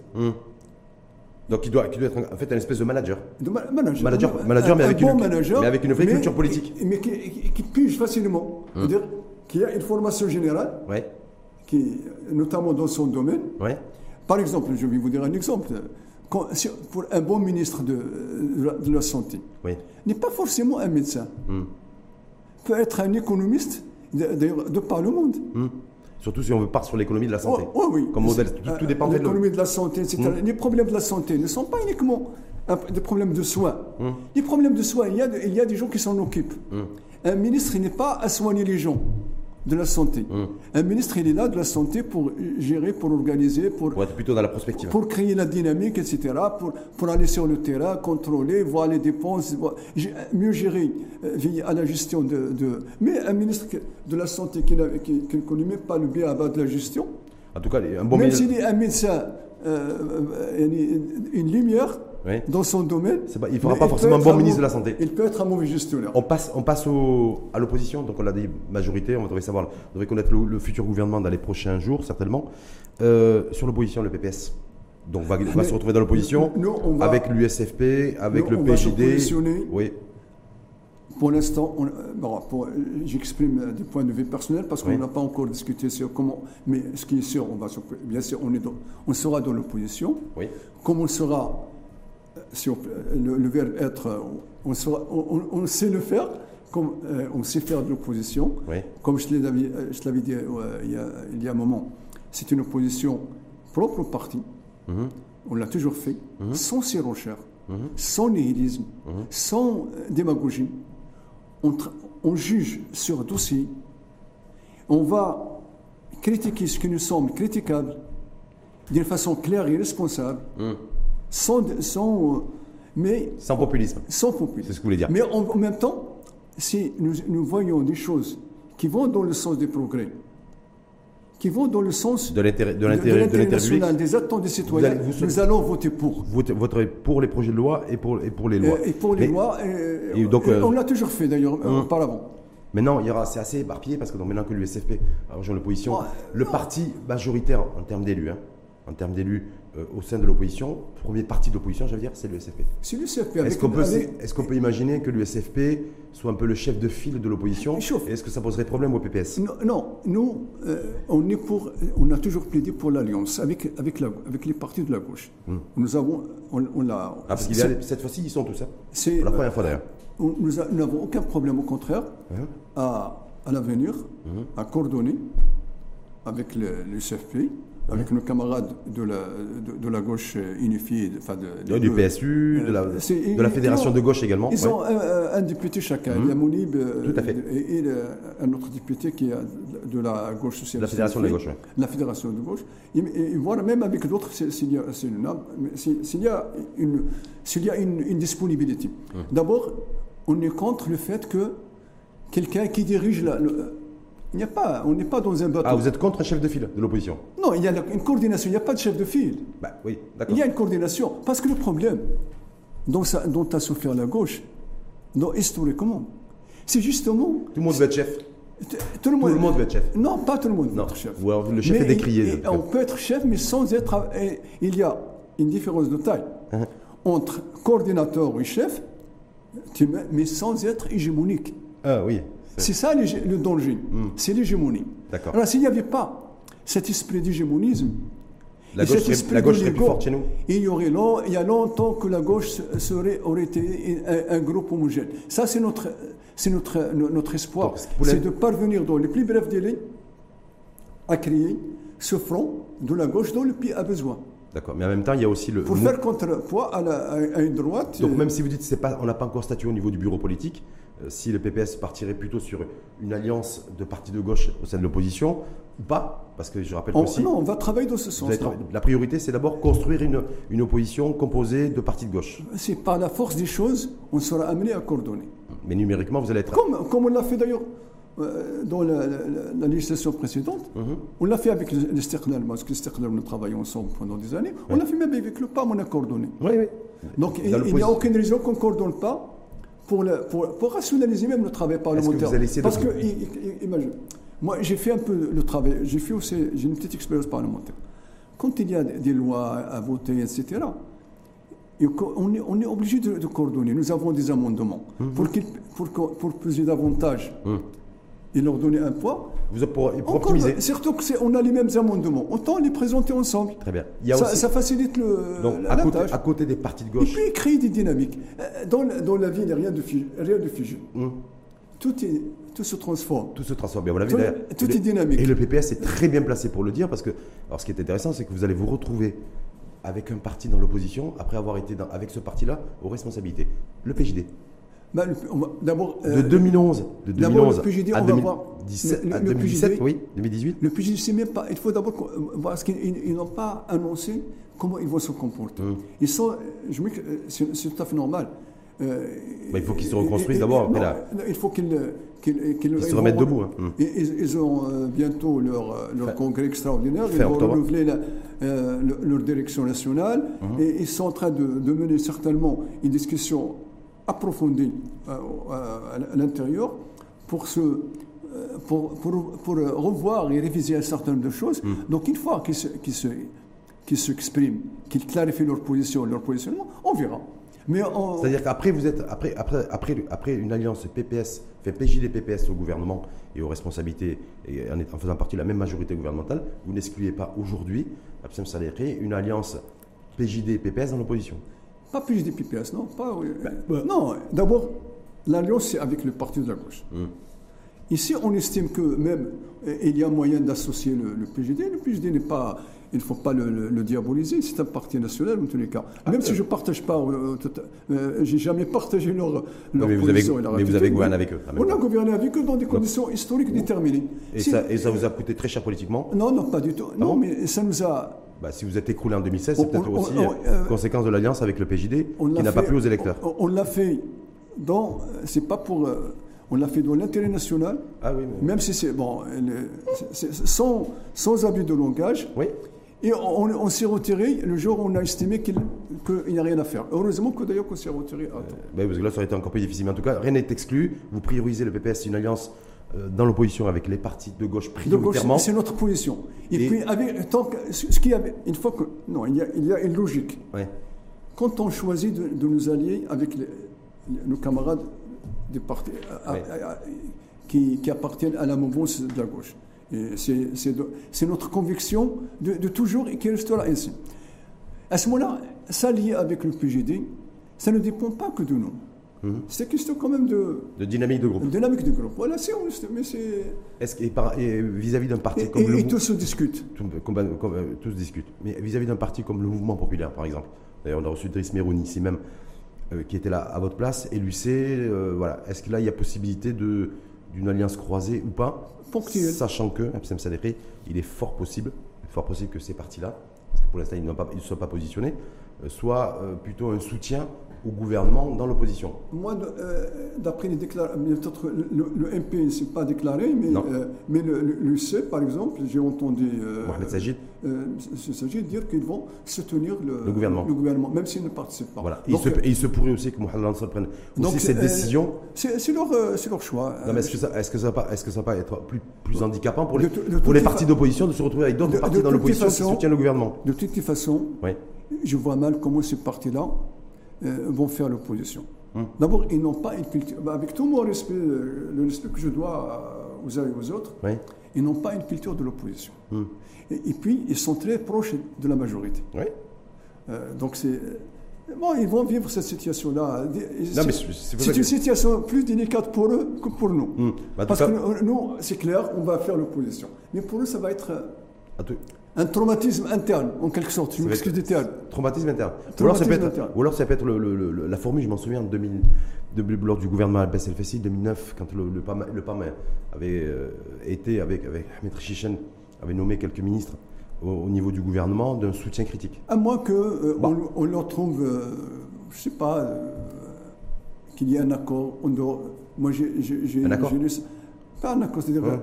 Speaker 1: Donc, il doit, qui doit être un- en fait un espèce de manager.
Speaker 2: De ma- manager,
Speaker 1: Manager-
Speaker 2: Un-
Speaker 1: manager, mais
Speaker 2: un
Speaker 1: avec
Speaker 2: bon
Speaker 1: une-
Speaker 2: manager,
Speaker 1: mais avec une vraie culture politique. Hum.
Speaker 2: Mais qui, qui- qui pige facilement. C'est-à-dire qu'il a une formation générale,
Speaker 1: Ouais,
Speaker 2: qui, notamment dans son domaine.
Speaker 1: ouais.
Speaker 2: Par exemple, je vais vous dire un exemple. Quand- si- pour un bon ministre de, de la, de la Santé,
Speaker 1: Oui.
Speaker 2: n'est pas forcément un médecin.
Speaker 1: Hum.
Speaker 2: Peut être un économiste, d'a- d'ailleurs, de par le monde.
Speaker 1: Surtout si on veut part sur l'économie de la santé.
Speaker 2: Oh, oh oui.
Speaker 1: Comme modèle. Tout,
Speaker 2: Euh,
Speaker 1: tout dépend Hmm. en fait, de-
Speaker 2: L'économie de la santé, etc. Les problèmes de la santé ne sont pas uniquement un- des problèmes de soins.
Speaker 1: Hmm.
Speaker 2: Les problèmes de soins, il y a, de- il y a des gens qui s'en occupent. Un ministre, il n'est pas à soigner les gens de la santé.
Speaker 1: Hmm.
Speaker 2: Un ministre, il est là de la santé pour gérer, pour organiser, pour,
Speaker 1: On va être plutôt dans la prospective.
Speaker 2: pour créer la dynamique, etc., pour, pour aller sur le terrain, contrôler, voir les dépenses, voir- gé- mieux gérer, euh, veiller à la gestion de, de- Mais un ministre que- de la Santé qui, n'a- qui- qui ne connaît même pas le bien à bas de la gestion,
Speaker 1: En tout cas, un bon
Speaker 2: même
Speaker 1: manager.
Speaker 2: s'il est un médecin, euh, euh, une, une lumière
Speaker 1: Oui.
Speaker 2: dans son domaine...
Speaker 1: C'est pas- il fera
Speaker 2: mais
Speaker 1: pas
Speaker 2: peut
Speaker 1: forcément
Speaker 2: être
Speaker 1: un bon
Speaker 2: mau-
Speaker 1: ministre de la Santé. Oh.
Speaker 2: Il peut être un mauvais gestionnaire.
Speaker 1: On passe, on passe au- à l'opposition, donc on l'a dit, majorité, on devrait savoir, on devrait connaître le, le futur gouvernement dans les prochains jours, certainement. Euh, sur l'opposition, le PPS, donc va, va
Speaker 2: Mais-
Speaker 1: se retrouver dans l'opposition,
Speaker 2: Nous, on va-
Speaker 1: avec l'USFP, avec
Speaker 2: Nous,
Speaker 1: le
Speaker 2: on va se
Speaker 1: PJD.
Speaker 2: positionner.
Speaker 1: Oui,
Speaker 2: Pour l'instant, on- euh, bon, pour- euh, j'exprime euh, des points de vue personnels parce qu'on
Speaker 1: Oui.
Speaker 2: n'a pas encore discuté sur comment. Mais ce qui est sûr, on va se- bien sûr, on, est dans- on sera dans l'opposition.
Speaker 1: oui.
Speaker 2: Comme on sera, euh, si on- euh, le, le verbe être, euh, on, sera- on- on- on sait le faire, comme euh, on sait faire de l'opposition.
Speaker 1: Oui.
Speaker 2: Comme je te l'avais euh, je te l'avais dit euh, il, y a, il y a un moment, c'est une opposition propre au parti. On l'a toujours fait, sans surenchère, sans nihilisme, sans euh, démagogie. On, tra- on juge sur dossier. On va critiquer ce qui nous semble critiquable d'une façon claire et responsable, sans, sans, euh, mais
Speaker 1: Sans populisme.
Speaker 2: sans populisme.
Speaker 1: C'est ce que vous voulez dire.
Speaker 2: Mais en, en même temps, si nous, nous voyons des choses qui vont dans le sens des progrès, qui vont dans le sens
Speaker 1: De l'intérêt de
Speaker 2: de- de
Speaker 1: l'intérêt de
Speaker 2: l'intérêt
Speaker 1: l'intérêt public,
Speaker 2: national, des attentes des citoyens,
Speaker 1: allez- vous-
Speaker 2: nous allons voter pour.
Speaker 1: vous voterez pour les projets de loi et pour, et pour les lois.
Speaker 2: Euh, Et pour les
Speaker 1: Mais-
Speaker 2: lois, euh,
Speaker 1: et donc, euh, Hum.
Speaker 2: on l'a toujours fait d'ailleurs euh, auparavant.
Speaker 1: Maintenant, il y aura, c'est assez éparpillé parce que donc, maintenant que l'USFP a rejoint l'opposition,
Speaker 2: Ouais,
Speaker 1: le parti majoritaire en termes d'élus, hein, en termes d'élus euh, au sein de l'opposition, premier parti d'opposition, j'allais dire, c'est l'USFP.
Speaker 2: C'est le CFP
Speaker 1: Est-ce
Speaker 2: avec-
Speaker 1: qu'on peut,
Speaker 2: avec-
Speaker 1: est-ce qu'on peut imaginer que l'USFP soit un peu le chef de file de l'opposition
Speaker 2: Il chauffe.
Speaker 1: Et Est-ce que ça poserait problème au PPS
Speaker 2: Non, non, nous, euh, on, est pour, on a toujours plaidé pour l'alliance avec, avec, la- avec les partis de la gauche. Nous avons, on, on l'a.
Speaker 1: Hum. Ah, parce qu'il y a- cette fois-ci, ils sont tous. hein.
Speaker 2: c'est-
Speaker 1: Pour la première fois d'ailleurs. hein.
Speaker 2: On- nous a- nous n'avons aucun problème, au contraire, à, à l'avenir, à coordonner avec le, le CFP, avec nos camarades de la, de, de la gauche euh, unifiée, de- enfin de, les
Speaker 1: Du
Speaker 2: deux.
Speaker 1: PSU, de la,
Speaker 2: euh, C'est-
Speaker 1: de la
Speaker 2: ils-
Speaker 1: fédération
Speaker 2: ils ont-
Speaker 1: de gauche également.
Speaker 2: Ils
Speaker 1: ouais. Mhm.
Speaker 2: ont un, un député chacun, il y a Mounib euh,
Speaker 1: Tout à fait.
Speaker 2: et, et le- un autre député qui est de la gauche sociale.
Speaker 1: De la Fédération de la gauche, ouais.
Speaker 2: La fédération de gauche. Et, et- et voilà, même avec d'autres, c'est- s'il y, a- c'est une- mais s'il- s'il y a une, s'il y a une, une disponibilité.
Speaker 1: Mhm.
Speaker 2: D'abord, on est contre le fait que quelqu'un qui dirige la. le- il n'y a pas, on n'est pas dans un bateau.
Speaker 1: Ah, vous êtes contre un chef de file de l'opposition
Speaker 2: Non, il y a la- une coordination, il n'y a pas de chef de file.
Speaker 1: Bah oui,
Speaker 2: Il
Speaker 1: d'accord.
Speaker 2: y a une coordination. Parce que le problème dont, ça- dont a souffert la gauche, dont historiquement, c'est justement
Speaker 1: Tout le monde veut être chef.
Speaker 2: T- Tout le
Speaker 1: Tout
Speaker 2: monde.
Speaker 1: le monde veut être chef.
Speaker 2: Non, pas tout le monde veut
Speaker 1: Non.
Speaker 2: être chef.
Speaker 1: Ou alors le chef
Speaker 2: Mais
Speaker 1: est décrié, en
Speaker 2: il-
Speaker 1: tout
Speaker 2: il-
Speaker 1: cas.
Speaker 2: on peut être chef, mais sans être. et Il y a une différence de taille
Speaker 1: Uh-huh.
Speaker 2: entre coordinateur et chef, tu mets- mais sans être hégémonique.
Speaker 1: Ah oui.
Speaker 2: C'est ça l'hég- le danger. C'est l'hégémonie.
Speaker 1: Hmm. D'accord.
Speaker 2: Alors s'il n'y avait pas cet esprit d'hégémonisme,
Speaker 1: La
Speaker 2: et
Speaker 1: gauche
Speaker 2: cet
Speaker 1: serait-
Speaker 2: esprit
Speaker 1: la gauche
Speaker 2: de
Speaker 1: serait plus
Speaker 2: l'ego,
Speaker 1: forte chez nous.
Speaker 2: Il y aurait long- il y a longtemps que la gauche se- serait, aurait été un, un groupe homogène. Ça, c'est notre, c'est notre, no- notre espoir.
Speaker 1: Donc, vous
Speaker 2: c'est
Speaker 1: l'avez-
Speaker 2: de parvenir dans les plus brefs délais à créer ce front de la gauche dont le pays a besoin.
Speaker 1: D'accord. Mais en même temps, il y a aussi le.
Speaker 2: Pour
Speaker 1: mou-
Speaker 2: faire contrepoids à, la- à- à une droite.
Speaker 1: Donc
Speaker 2: euh,
Speaker 1: même si vous dites c'est pas, on n'a pas encore statué au niveau du bureau politique, euh, si le PPS partirait plutôt sur une alliance de partis de gauche au sein de l'opposition ou pas, parce que je rappelle
Speaker 2: on,
Speaker 1: que si-
Speaker 2: Oh, non, on va travailler dans ce
Speaker 1: vous
Speaker 2: sens.
Speaker 1: avez tra- la priorité c'est d'abord construire une, une opposition composée de partis de gauche.
Speaker 2: C'est par la force des choses, on sera amené à coordonner.
Speaker 1: Mais numériquement vous allez être.
Speaker 2: Comme, comme on l'a fait d'ailleurs euh, dans la, la- la- la législation précédente, on l'a fait avec l'Istiqlal, parce que l'Istiqlal, nous travaillons ensemble pendant des années, on l'a fait même avec le PAM, on a coordonné.
Speaker 1: Oui, oui.
Speaker 2: Donc il
Speaker 1: Dans
Speaker 2: il n'y a
Speaker 1: l'opposi-
Speaker 2: aucune raison qu'on ne coordonne pas pour, la- pour, pour rationaliser même le travail parlementaire.
Speaker 1: vous allez essayer de-
Speaker 2: parce que, i- i- i- imagine, moi j'ai fait un peu le travail, j'ai fait aussi, j'ai une petite expérience parlementaire. Quand il y a des des lois à voter, etc., et qu'on- on est, on est obligé de, de coordonner. Nous avons des amendements
Speaker 1: Hum,
Speaker 2: pour, qu'ils- pour, qu'on- pour peser davantage et leur donner un poids.
Speaker 1: Vous pour, Hum. pour
Speaker 2: Encore,
Speaker 1: optimiser.
Speaker 2: surtout qu'on a les mêmes amendements. Autant les présenter ensemble.
Speaker 1: Très bien. Il y a
Speaker 2: ça,
Speaker 1: aussi
Speaker 2: ça facilite le,
Speaker 1: donc
Speaker 2: la,
Speaker 1: à
Speaker 2: la
Speaker 1: côté,
Speaker 2: tâche.
Speaker 1: à côté des partis de
Speaker 2: Et
Speaker 1: gauche.
Speaker 2: puis créer des dynamiques. Euh, Dans, la- dans la vie, il n'y a rien de figé. Rien de figé.
Speaker 1: hmm.
Speaker 2: Tout, est, tout se transforme.
Speaker 1: Tout se transforme bien, vous l'avez
Speaker 2: Tout-
Speaker 1: d'ailleurs.
Speaker 2: tout
Speaker 1: Et le-
Speaker 2: est dynamique.
Speaker 1: Et le PPS est très bien placé pour le dire parce que, alors ce qui est intéressant, c'est que vous allez vous retrouver avec un parti dans l'opposition après avoir été dans- avec ce parti-là aux responsabilités. Le PJD.
Speaker 2: Bah, le- on va- D'abord,
Speaker 1: De
Speaker 2: euh,
Speaker 1: 2011, de
Speaker 2: d'abord, le
Speaker 1: 2011
Speaker 2: PJD,
Speaker 1: à
Speaker 2: on va voir.
Speaker 1: 2017,
Speaker 2: Le- le-
Speaker 1: à
Speaker 2: le
Speaker 1: 2017,
Speaker 2: PJD
Speaker 1: oui, 2018.
Speaker 2: le PJ ne sait même pas. Il faut d'abord. qu'on- Parce qu'ils ils- ils n'ont pas annoncé comment ils vont se comporter. Ils sont. Je me dis que, euh, c'est c'est tout à fait normal. Euh,
Speaker 1: Bah, il faut qu'ils se
Speaker 2: et-
Speaker 1: reconstruisent
Speaker 2: et-
Speaker 1: d'abord,
Speaker 2: et-
Speaker 1: après,
Speaker 2: non,
Speaker 1: là.
Speaker 2: Il faut qu'ils euh, qu'ils- qu'ils-
Speaker 1: Qu'ils se
Speaker 2: vont-
Speaker 1: remettent debout, hein. Mm.
Speaker 2: Et- Ils, ils ont euh, bientôt leur, euh, leur congrès extraordinaire. Ils
Speaker 1: fin
Speaker 2: vont
Speaker 1: octobre.
Speaker 2: renouveler la- euh, le- leur direction nationale.
Speaker 1: Hum.
Speaker 2: Et ils sont en train de, de mener certainement une discussion approfondie euh, euh, à l'intérieur pour se. euh, Pour, pour- pour, euh, revoir et réviser un certain nombre de choses.
Speaker 1: Hum.
Speaker 2: Donc, une fois qu'ils se- qu'ils se- qu'ils s'expriment, qu'ils clarifient leur position, leur positionnement, on verra. Mais on-
Speaker 1: C'est-à-dire qu'après, vous êtes après, après, après, après une alliance PPS, fait PJD PPS au gouvernement et aux responsabilités, et en, est- en faisant partie de la même majorité gouvernementale, vous n'excluez pas aujourd'hui, Absem Saléré, une alliance PJD PPS dans l'opposition.
Speaker 2: Pas plus des PPS, non pas, euh, Non, d'abord, l'alliance, c'est avec le parti de la gauche.
Speaker 1: Hmm.
Speaker 2: Ici, on estime que même euh, il y a moyen d'associer le, le PGD. Le PGD n'est pas. Il ne faut pas le, le- le diaboliser, c'est un parti national en tous les cas.
Speaker 1: Ah,
Speaker 2: Même si je ne partage pas, euh, tout- euh, j'ai jamais partagé leur, leur
Speaker 1: mais vous avez-
Speaker 2: position et leur
Speaker 1: mais vous
Speaker 2: attitude,
Speaker 1: avez gouverné avec eux, quand même.
Speaker 2: On a gouverné avec eux dans des conditions historiques déterminées.
Speaker 1: Et,
Speaker 2: Si-
Speaker 1: ça, et ça vous a coûté très cher politiquement
Speaker 2: Non, non, pas du tout. non,
Speaker 1: bon
Speaker 2: mais ça nous a
Speaker 1: Bah, si vous êtes écroulé en 2016,
Speaker 2: On-
Speaker 1: c'est peut-être
Speaker 2: on-
Speaker 1: aussi
Speaker 2: on-
Speaker 1: euh,
Speaker 2: euh,
Speaker 1: conséquence de l'alliance avec le PJD
Speaker 2: On
Speaker 1: qui
Speaker 2: l'a
Speaker 1: n'a pas
Speaker 2: fait-
Speaker 1: plu aux électeurs.
Speaker 2: On, on l'a fait dans, c'est pas pour, euh, on l'a fait dans l'intérêt national.
Speaker 1: Ah oui, mais-
Speaker 2: Même si c'est bon, le- c'est- c'est- sans sans abus de langage.
Speaker 1: Oui.
Speaker 2: Et on, on- on s'est retiré le jour où on a estimé qu'il qu'il n'y a rien à faire. Heureusement que d'ailleurs qu'on s'est retiré. à temps.
Speaker 1: Bah, parce que là, ça aurait été encore plus difficile. Mais en tout cas, rien n'est exclu. Vous priorisez le PPS, une alliance euh, dans l'opposition avec les partis de gauche
Speaker 2: Donc on-
Speaker 1: prioritairement.
Speaker 2: c'est notre position. Et,
Speaker 1: Et-
Speaker 2: puis avec tant que ce ce qu'il y avait, une fois que non, il y a, il y a une logique.
Speaker 1: Ouais.
Speaker 2: Quand on choisit de, de nous allier avec les- les- nos camarades des partis à- à-
Speaker 1: Oui.
Speaker 2: à- euh, qui, qui appartiennent à la mouvance de la gauche, Et c'est- c'est de- c'est notre conviction de, de toujours et qui restera ainsi. À ce moment-là, s'allier avec le PGD, ça ne dépend pas que de nous.
Speaker 1: Mhm.
Speaker 2: C'est question quand même de,
Speaker 1: De dynamique de groupe.
Speaker 2: de dynamique du groupe. Voilà, c'est honeste, mais c'est.
Speaker 1: Est-ce que- et par- et vis-à-vis d'un
Speaker 2: Et,
Speaker 1: parti comme le
Speaker 2: et- et
Speaker 1: mou-
Speaker 2: tout se discute.
Speaker 1: tout- comme- comme, euh, tous discutent, mais vis-à-vis d'un parti comme le Mouvement populaire, par exemple. D'ailleurs, on a reçu Driss Meroun ici même, euh, qui était là à votre place, et l'UC, euh, voilà. Est-ce que là, il y a possibilité de d'une alliance croisée ou pas
Speaker 2: Ponctuelle.
Speaker 1: Sachant que Absem Sadeghi, il est fort possible, fort possible que ces partis-là, parce que pour l'instant ils n'ont pas- ils ne sont pas positionnés, euh, soient euh, plutôt un soutien au gouvernement dans l'opposition.
Speaker 2: Moi, de- euh, d'après les déclarations, peut-être le, le- le MP ne s'est pas déclaré, mais,
Speaker 1: Non.
Speaker 2: euh, mais le, le- le C, par exemple, j'ai entendu euh,
Speaker 1: Mohamed Sajid,
Speaker 2: euh, S- Sajid dire qu'ils vont soutenir le,
Speaker 1: Le gouvernement.
Speaker 2: gouvernement, même s'ils ne participent pas.
Speaker 1: voilà. il,
Speaker 2: Donc, euh,
Speaker 1: se, et il se pourrait aussi que Mohamed Al-Ansar prenne aussi
Speaker 2: Donc,
Speaker 1: cette
Speaker 2: euh,
Speaker 1: décision.
Speaker 2: c'est c'est leur, euh, c'est leur choix.
Speaker 1: Non, mais est-ce que ça, est-ce que ça va pas, est-ce que ça va pas être plus, plus handicapant pour les,
Speaker 2: De tout- de
Speaker 1: pour les
Speaker 2: toute
Speaker 1: partis
Speaker 2: fa-
Speaker 1: d'opposition de se retrouver avec d'autres
Speaker 2: de-
Speaker 1: partis
Speaker 2: de
Speaker 1: dans
Speaker 2: toute
Speaker 1: l'opposition qui
Speaker 2: façon-
Speaker 1: soutiennent le gouvernement
Speaker 2: Euh, De toute façon,
Speaker 1: Oui.
Speaker 2: je vois mal comment ces partis-là euh, vont faire l'opposition.
Speaker 1: Hum.
Speaker 2: D'abord, ils n'ont pas une culture. bah, avec tout mon respect, euh, le respect que je dois euh, aux uns et aux autres,
Speaker 1: Oui.
Speaker 2: ils n'ont pas une culture de l'opposition.
Speaker 1: Hmm.
Speaker 2: Et, et puis, ils sont très proches de la majorité.
Speaker 1: Oui.
Speaker 2: Euh, donc, c'est. euh, Bon, ils vont vivre cette situation-là. Des-
Speaker 1: Non, mais
Speaker 2: c'est-
Speaker 1: c'est- c'est pour ça
Speaker 2: c'est
Speaker 1: que-
Speaker 2: une situation plus délicate pour eux que pour nous.
Speaker 1: Hmm. Bah, en tout
Speaker 2: Parce
Speaker 1: cas-
Speaker 2: que nous- nous, c'est clair, on va faire l'opposition. Mais pour eux, ça va être euh,
Speaker 1: Ah, tout-
Speaker 2: un traumatisme interne, en quelque sorte. Je
Speaker 1: va
Speaker 2: m'excuse
Speaker 1: être-
Speaker 2: des termes.
Speaker 1: Traumatisme interne. ou, alors ça peut
Speaker 2: Traumatisme
Speaker 1: être,
Speaker 2: interne.
Speaker 1: ou alors ça peut être le- le- le- la formule, je m'en souviens, en 2000, de- lors du gouvernement Abbas El-Fassi, 2009, quand le, le PAM, le PAM avait euh, été, avec, avec Ahmed Chichen, avait nommé quelques ministres au, au niveau du gouvernement d'un soutien critique.
Speaker 2: À moins que euh,
Speaker 1: Bah.
Speaker 2: on, on leur trouve, euh, je sais pas, euh, qu'il y ait un accord en dehors. Moi, j'ai, j'ai, j'ai-
Speaker 1: Un accord
Speaker 2: j'ai lu ça. Pas un accord, c'est-à-dire
Speaker 1: Ouais.
Speaker 2: euh,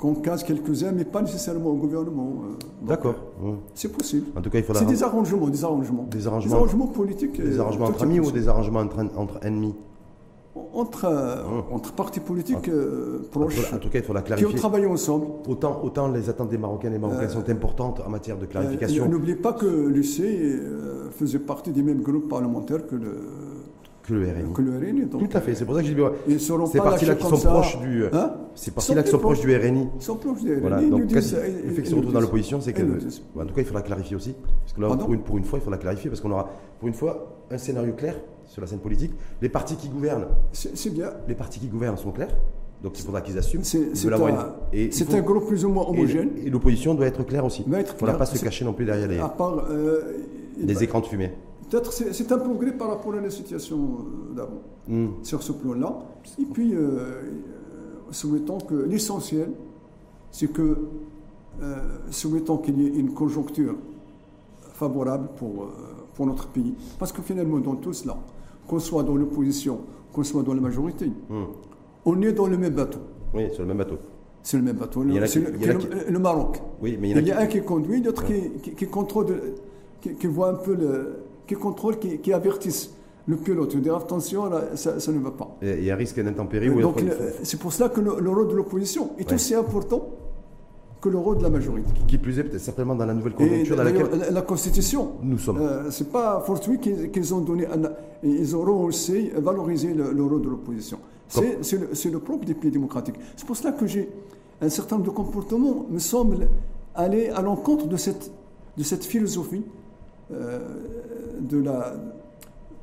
Speaker 2: qu'on casse quelques-uns, mais pas nécessairement au gouvernement. euh. Donc,
Speaker 1: D'accord. Ouais.
Speaker 2: C'est possible.
Speaker 1: En tout cas, il faudra
Speaker 2: C'est des arrangements, des arrangements.
Speaker 1: Des arrangements-
Speaker 2: politiques.
Speaker 1: des
Speaker 2: euh,
Speaker 1: arrangements
Speaker 2: tout
Speaker 1: entre
Speaker 2: est
Speaker 1: amis ou
Speaker 2: possible.
Speaker 1: des arrangements entre, entre ennemis
Speaker 2: entre, euh,
Speaker 1: Ah.
Speaker 2: entre partis politiques euh, proches
Speaker 1: En tout cas, il faudra
Speaker 2: qui ont
Speaker 1: clarifier.
Speaker 2: travaillé ensemble.
Speaker 1: Autant, autant les attentes des Marocaines et Marocains sont importantes en matière de
Speaker 2: Euh,
Speaker 1: clarification
Speaker 2: N'oubliez pas que l'UC euh, faisait partie des mêmes groupes parlementaires que le,
Speaker 1: que le RN.
Speaker 2: que le RN. donc,
Speaker 1: Tout à fait, c'est pour ça que j'ai dit. ouais,
Speaker 2: Ils seront
Speaker 1: Ces
Speaker 2: pas
Speaker 1: partis-là
Speaker 2: lâchés
Speaker 1: qui
Speaker 2: comme
Speaker 1: sont
Speaker 2: ça.
Speaker 1: proches du.
Speaker 2: Hein
Speaker 1: Ces
Speaker 2: Ils
Speaker 1: partis-là
Speaker 2: sont
Speaker 1: qui sont proches du RNI.
Speaker 2: Ils sont proches des
Speaker 1: Voilà,
Speaker 2: ils nous
Speaker 1: donc
Speaker 2: disent
Speaker 1: quasi,
Speaker 2: ça, ils-
Speaker 1: le
Speaker 2: ils
Speaker 1: fait qu'ils se
Speaker 2: nous
Speaker 1: retrouvent dans
Speaker 2: disent.
Speaker 1: l'opposition, c'est que.
Speaker 2: Ils nous disent.
Speaker 1: Bon, en tout cas, il faudra clarifier aussi. Parce que là,
Speaker 2: Pardon
Speaker 1: pour une, pour une fois, il faudra clarifier, parce qu'on aura, pour une fois, un scénario clair sur la scène politique. Les partis qui gouvernent,
Speaker 2: C'est c'est bien.
Speaker 1: les partis qui gouvernent sont clairs, donc il faudra qu'ils assument. Ils
Speaker 2: C'est
Speaker 1: veulent
Speaker 2: c'est
Speaker 1: avoir
Speaker 2: un,
Speaker 1: une- et il
Speaker 2: c'est
Speaker 1: faut-
Speaker 2: un groupe plus ou moins
Speaker 1: et-
Speaker 2: homogène,
Speaker 1: Et, l'opposition doit être claire aussi. Il
Speaker 2: Doit être
Speaker 1: ne faudra
Speaker 2: claire.
Speaker 1: pas se
Speaker 2: C'est-
Speaker 1: cacher non plus derrière les,
Speaker 2: à part. euh, il-
Speaker 1: les écrans de fumée.
Speaker 2: Peut-être c'est c'est un progrès par rapport à la situation euh, d'avant,
Speaker 1: Hmm.
Speaker 2: sur ce plan-là. Et puis, euh, euh, souhaitons que l'essentiel, c'est que, euh, souhaitons qu'il y ait une conjoncture favorable pour, euh, pour notre pays. Parce que finalement, dans tout cela, qu'on soit dans l'opposition, qu'on soit dans la majorité,
Speaker 1: Hmm.
Speaker 2: on est dans le même bateau.
Speaker 1: Oui, sur le même bateau.
Speaker 2: C'est le même bateau.
Speaker 1: Il y en a
Speaker 2: C'est
Speaker 1: qui-
Speaker 2: le,
Speaker 1: il y en a
Speaker 2: le- le Maroc.
Speaker 1: Oui, mais il
Speaker 2: Il
Speaker 1: y en a qui-
Speaker 2: un qui conduit, l'autre qui, qui, qui contrôle, qui, qui voit un peu le, qui contrôle, qui, qui avertisse le pilote. Il dit attention, là, ça, ça ne va pas.
Speaker 1: Et Il y a risque d'intempéries. ou
Speaker 2: Euh, Donc
Speaker 1: il
Speaker 2: le-
Speaker 1: faut-
Speaker 2: c'est pour cela que le, le rôle de l'opposition est
Speaker 1: Ouais.
Speaker 2: aussi important que le rôle de la majorité.
Speaker 1: Qui plus est, peut-être certainement dans la nouvelle
Speaker 2: Et
Speaker 1: conjoncture dans
Speaker 2: d'ailleurs,
Speaker 1: laquelle
Speaker 2: la, la Constitution,
Speaker 1: nous sommes.
Speaker 2: euh, c'est pas fortuit qu'ils qu'ils ont donné, un- ils auront aussi valorisé le, le rôle de l'opposition. C'est c'est le, c'est le propre des pays démocratiques. C'est pour cela que j'ai un certain nombre de comportements me semble aller à l'encontre de cette de cette philosophie euh, de la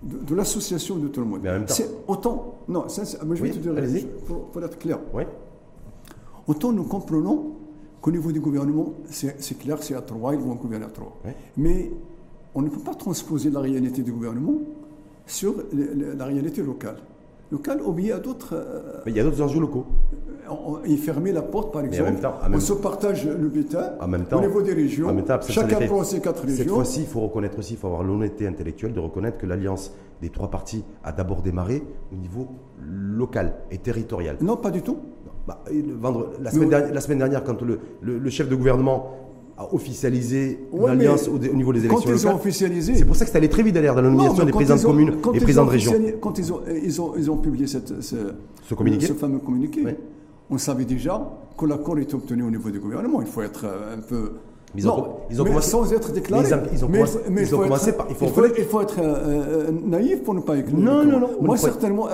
Speaker 2: de, de l'association de tout le monde.
Speaker 1: Mais en même temps-
Speaker 2: C'est autant non, ça, c'est- moi je vais
Speaker 1: Oui,
Speaker 2: te dire
Speaker 1: allez-y.
Speaker 2: pour, pour être clair.
Speaker 1: Oui,
Speaker 2: Autant nous comprenons qu'au niveau du gouvernement, c'est c'est clair, c'est à trois, ils vont gouverner à trois.
Speaker 1: Ouais.
Speaker 2: Mais on ne peut pas transposer la réalité du gouvernement sur le- le- la réalité locale. Locale obéit à d'autres. euh,
Speaker 1: mais il y a d'autres enjeux locaux.
Speaker 2: on- on- et fermer la porte, par exemple.
Speaker 1: en même temps- en même-
Speaker 2: on se partage le butin
Speaker 1: En même temps,
Speaker 2: au niveau des régions.
Speaker 1: en même temps, ça, ça
Speaker 2: chacun
Speaker 1: l'est fait.
Speaker 2: prend ses quatre
Speaker 1: Cette
Speaker 2: régions.
Speaker 1: fois-ci, il faut reconnaître aussi, il faut avoir l'honnêteté intellectuelle de reconnaître que l'alliance des trois partis a d'abord démarré au niveau local et territorial.
Speaker 2: Non, pas du tout.
Speaker 1: Bah, et le vendre- la, semaine
Speaker 2: Mm. oui.
Speaker 1: dernière, la semaine dernière, quand le, le- le chef de gouvernement a officialisé une
Speaker 2: Ouais, mais
Speaker 1: alliance au, dé- au niveau des
Speaker 2: Quand
Speaker 1: élections
Speaker 2: ils ont
Speaker 1: locales,
Speaker 2: officialisé.
Speaker 1: c'est pour ça que c'est allé très vite d'ailleurs dans la
Speaker 2: Non,
Speaker 1: nomination
Speaker 2: mais
Speaker 1: des
Speaker 2: quand
Speaker 1: présidents
Speaker 2: ils
Speaker 1: de
Speaker 2: ont-
Speaker 1: communes
Speaker 2: quand
Speaker 1: et
Speaker 2: ils
Speaker 1: présidents
Speaker 2: ont
Speaker 1: de région.
Speaker 2: officialisé- Quand ils ont, ils ont, ils ont publié cette- ce,
Speaker 1: Ce communiqué.
Speaker 2: ce fameux communiqué,
Speaker 1: Oui.
Speaker 2: on savait déjà que l'accord est obtenu au niveau du gouvernement. Il faut être euh, un peu.
Speaker 1: Mais ils ont
Speaker 2: Non,
Speaker 1: com- ils ont
Speaker 2: mais
Speaker 1: commencé-
Speaker 2: sans être déclaré.
Speaker 1: mais ils ont- ils ont
Speaker 2: Mais-
Speaker 1: commencé-
Speaker 2: mais
Speaker 1: ils
Speaker 2: il faut
Speaker 1: ont commencé
Speaker 2: être-
Speaker 1: par- il faut
Speaker 2: il faut,
Speaker 1: reconnaître-
Speaker 2: il faut être euh, euh, naïf pour ne pas écrire.
Speaker 1: Non, non, non, on
Speaker 2: Moi,
Speaker 1: ne croit-
Speaker 2: certainement, euh,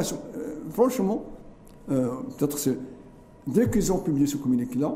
Speaker 2: franchement, euh, peut-être c'est. Dès qu'ils ont publié ce communiqué-là,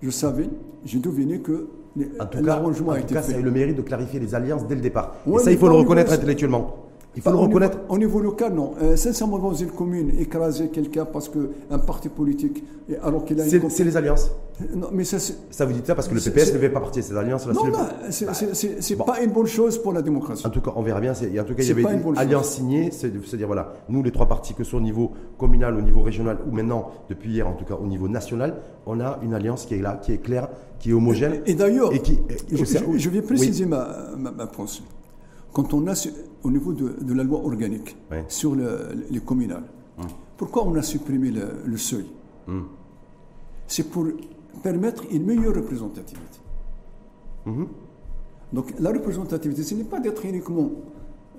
Speaker 2: je savais, j'ai deviné que les-
Speaker 1: En tout cas,
Speaker 2: l'arrangement
Speaker 1: en
Speaker 2: a
Speaker 1: tout
Speaker 2: été
Speaker 1: cas,
Speaker 2: fait.
Speaker 1: ça a eu le mérite de clarifier les alliances dès le départ.
Speaker 2: Ouais,
Speaker 1: et ça,
Speaker 2: mais
Speaker 1: il faut le
Speaker 2: pas au
Speaker 1: reconnaître
Speaker 2: niveau-
Speaker 1: intellectuellement. Il faut le
Speaker 2: Au niveau-
Speaker 1: reconnaître.
Speaker 2: Au niveau, local, non. Euh, sincèrement, dans une commune, écraser quelqu'un parce qu'un parti politique, et alors qu'il a une.
Speaker 1: C'est
Speaker 2: comp-
Speaker 1: c'est les alliances.
Speaker 2: Non, mais ça, c'est.
Speaker 1: Ça, vous dites ça parce que le
Speaker 2: C'est-
Speaker 1: PPS
Speaker 2: c'est-
Speaker 1: ne fait pas partie de ces alliances. là,
Speaker 2: Non,
Speaker 1: c'est le- Bah,
Speaker 2: non, c'est- c'est- c'est c'est pas une bonne chose pour la démocratie.
Speaker 1: En tout cas, on verra bien. c'est- En tout cas, il y
Speaker 2: C'est
Speaker 1: avait
Speaker 2: pas une
Speaker 1: une
Speaker 2: bonne
Speaker 1: alliance signée. c'est- C'est-à-dire, voilà, nous, les trois partis, que ce soit au niveau communal, au niveau régional ou maintenant, depuis hier, en tout cas, au niveau national, on a une alliance qui est là, qui est claire, qui est homogène.
Speaker 2: Et d'ailleurs,
Speaker 1: et qui- et-
Speaker 2: je,
Speaker 1: je sais-
Speaker 2: je- je vais
Speaker 1: oui.
Speaker 2: préciser ma, ma, ma pensée. Quand on a su- au niveau de, de la loi organique
Speaker 1: Ouais.
Speaker 2: sur le- les communales,
Speaker 1: Hum.
Speaker 2: pourquoi on a supprimé le, le seuil C'est pour permettre une meilleure représentativité.
Speaker 1: Mhm.
Speaker 2: Donc la représentativité, ce n'est pas d'être uniquement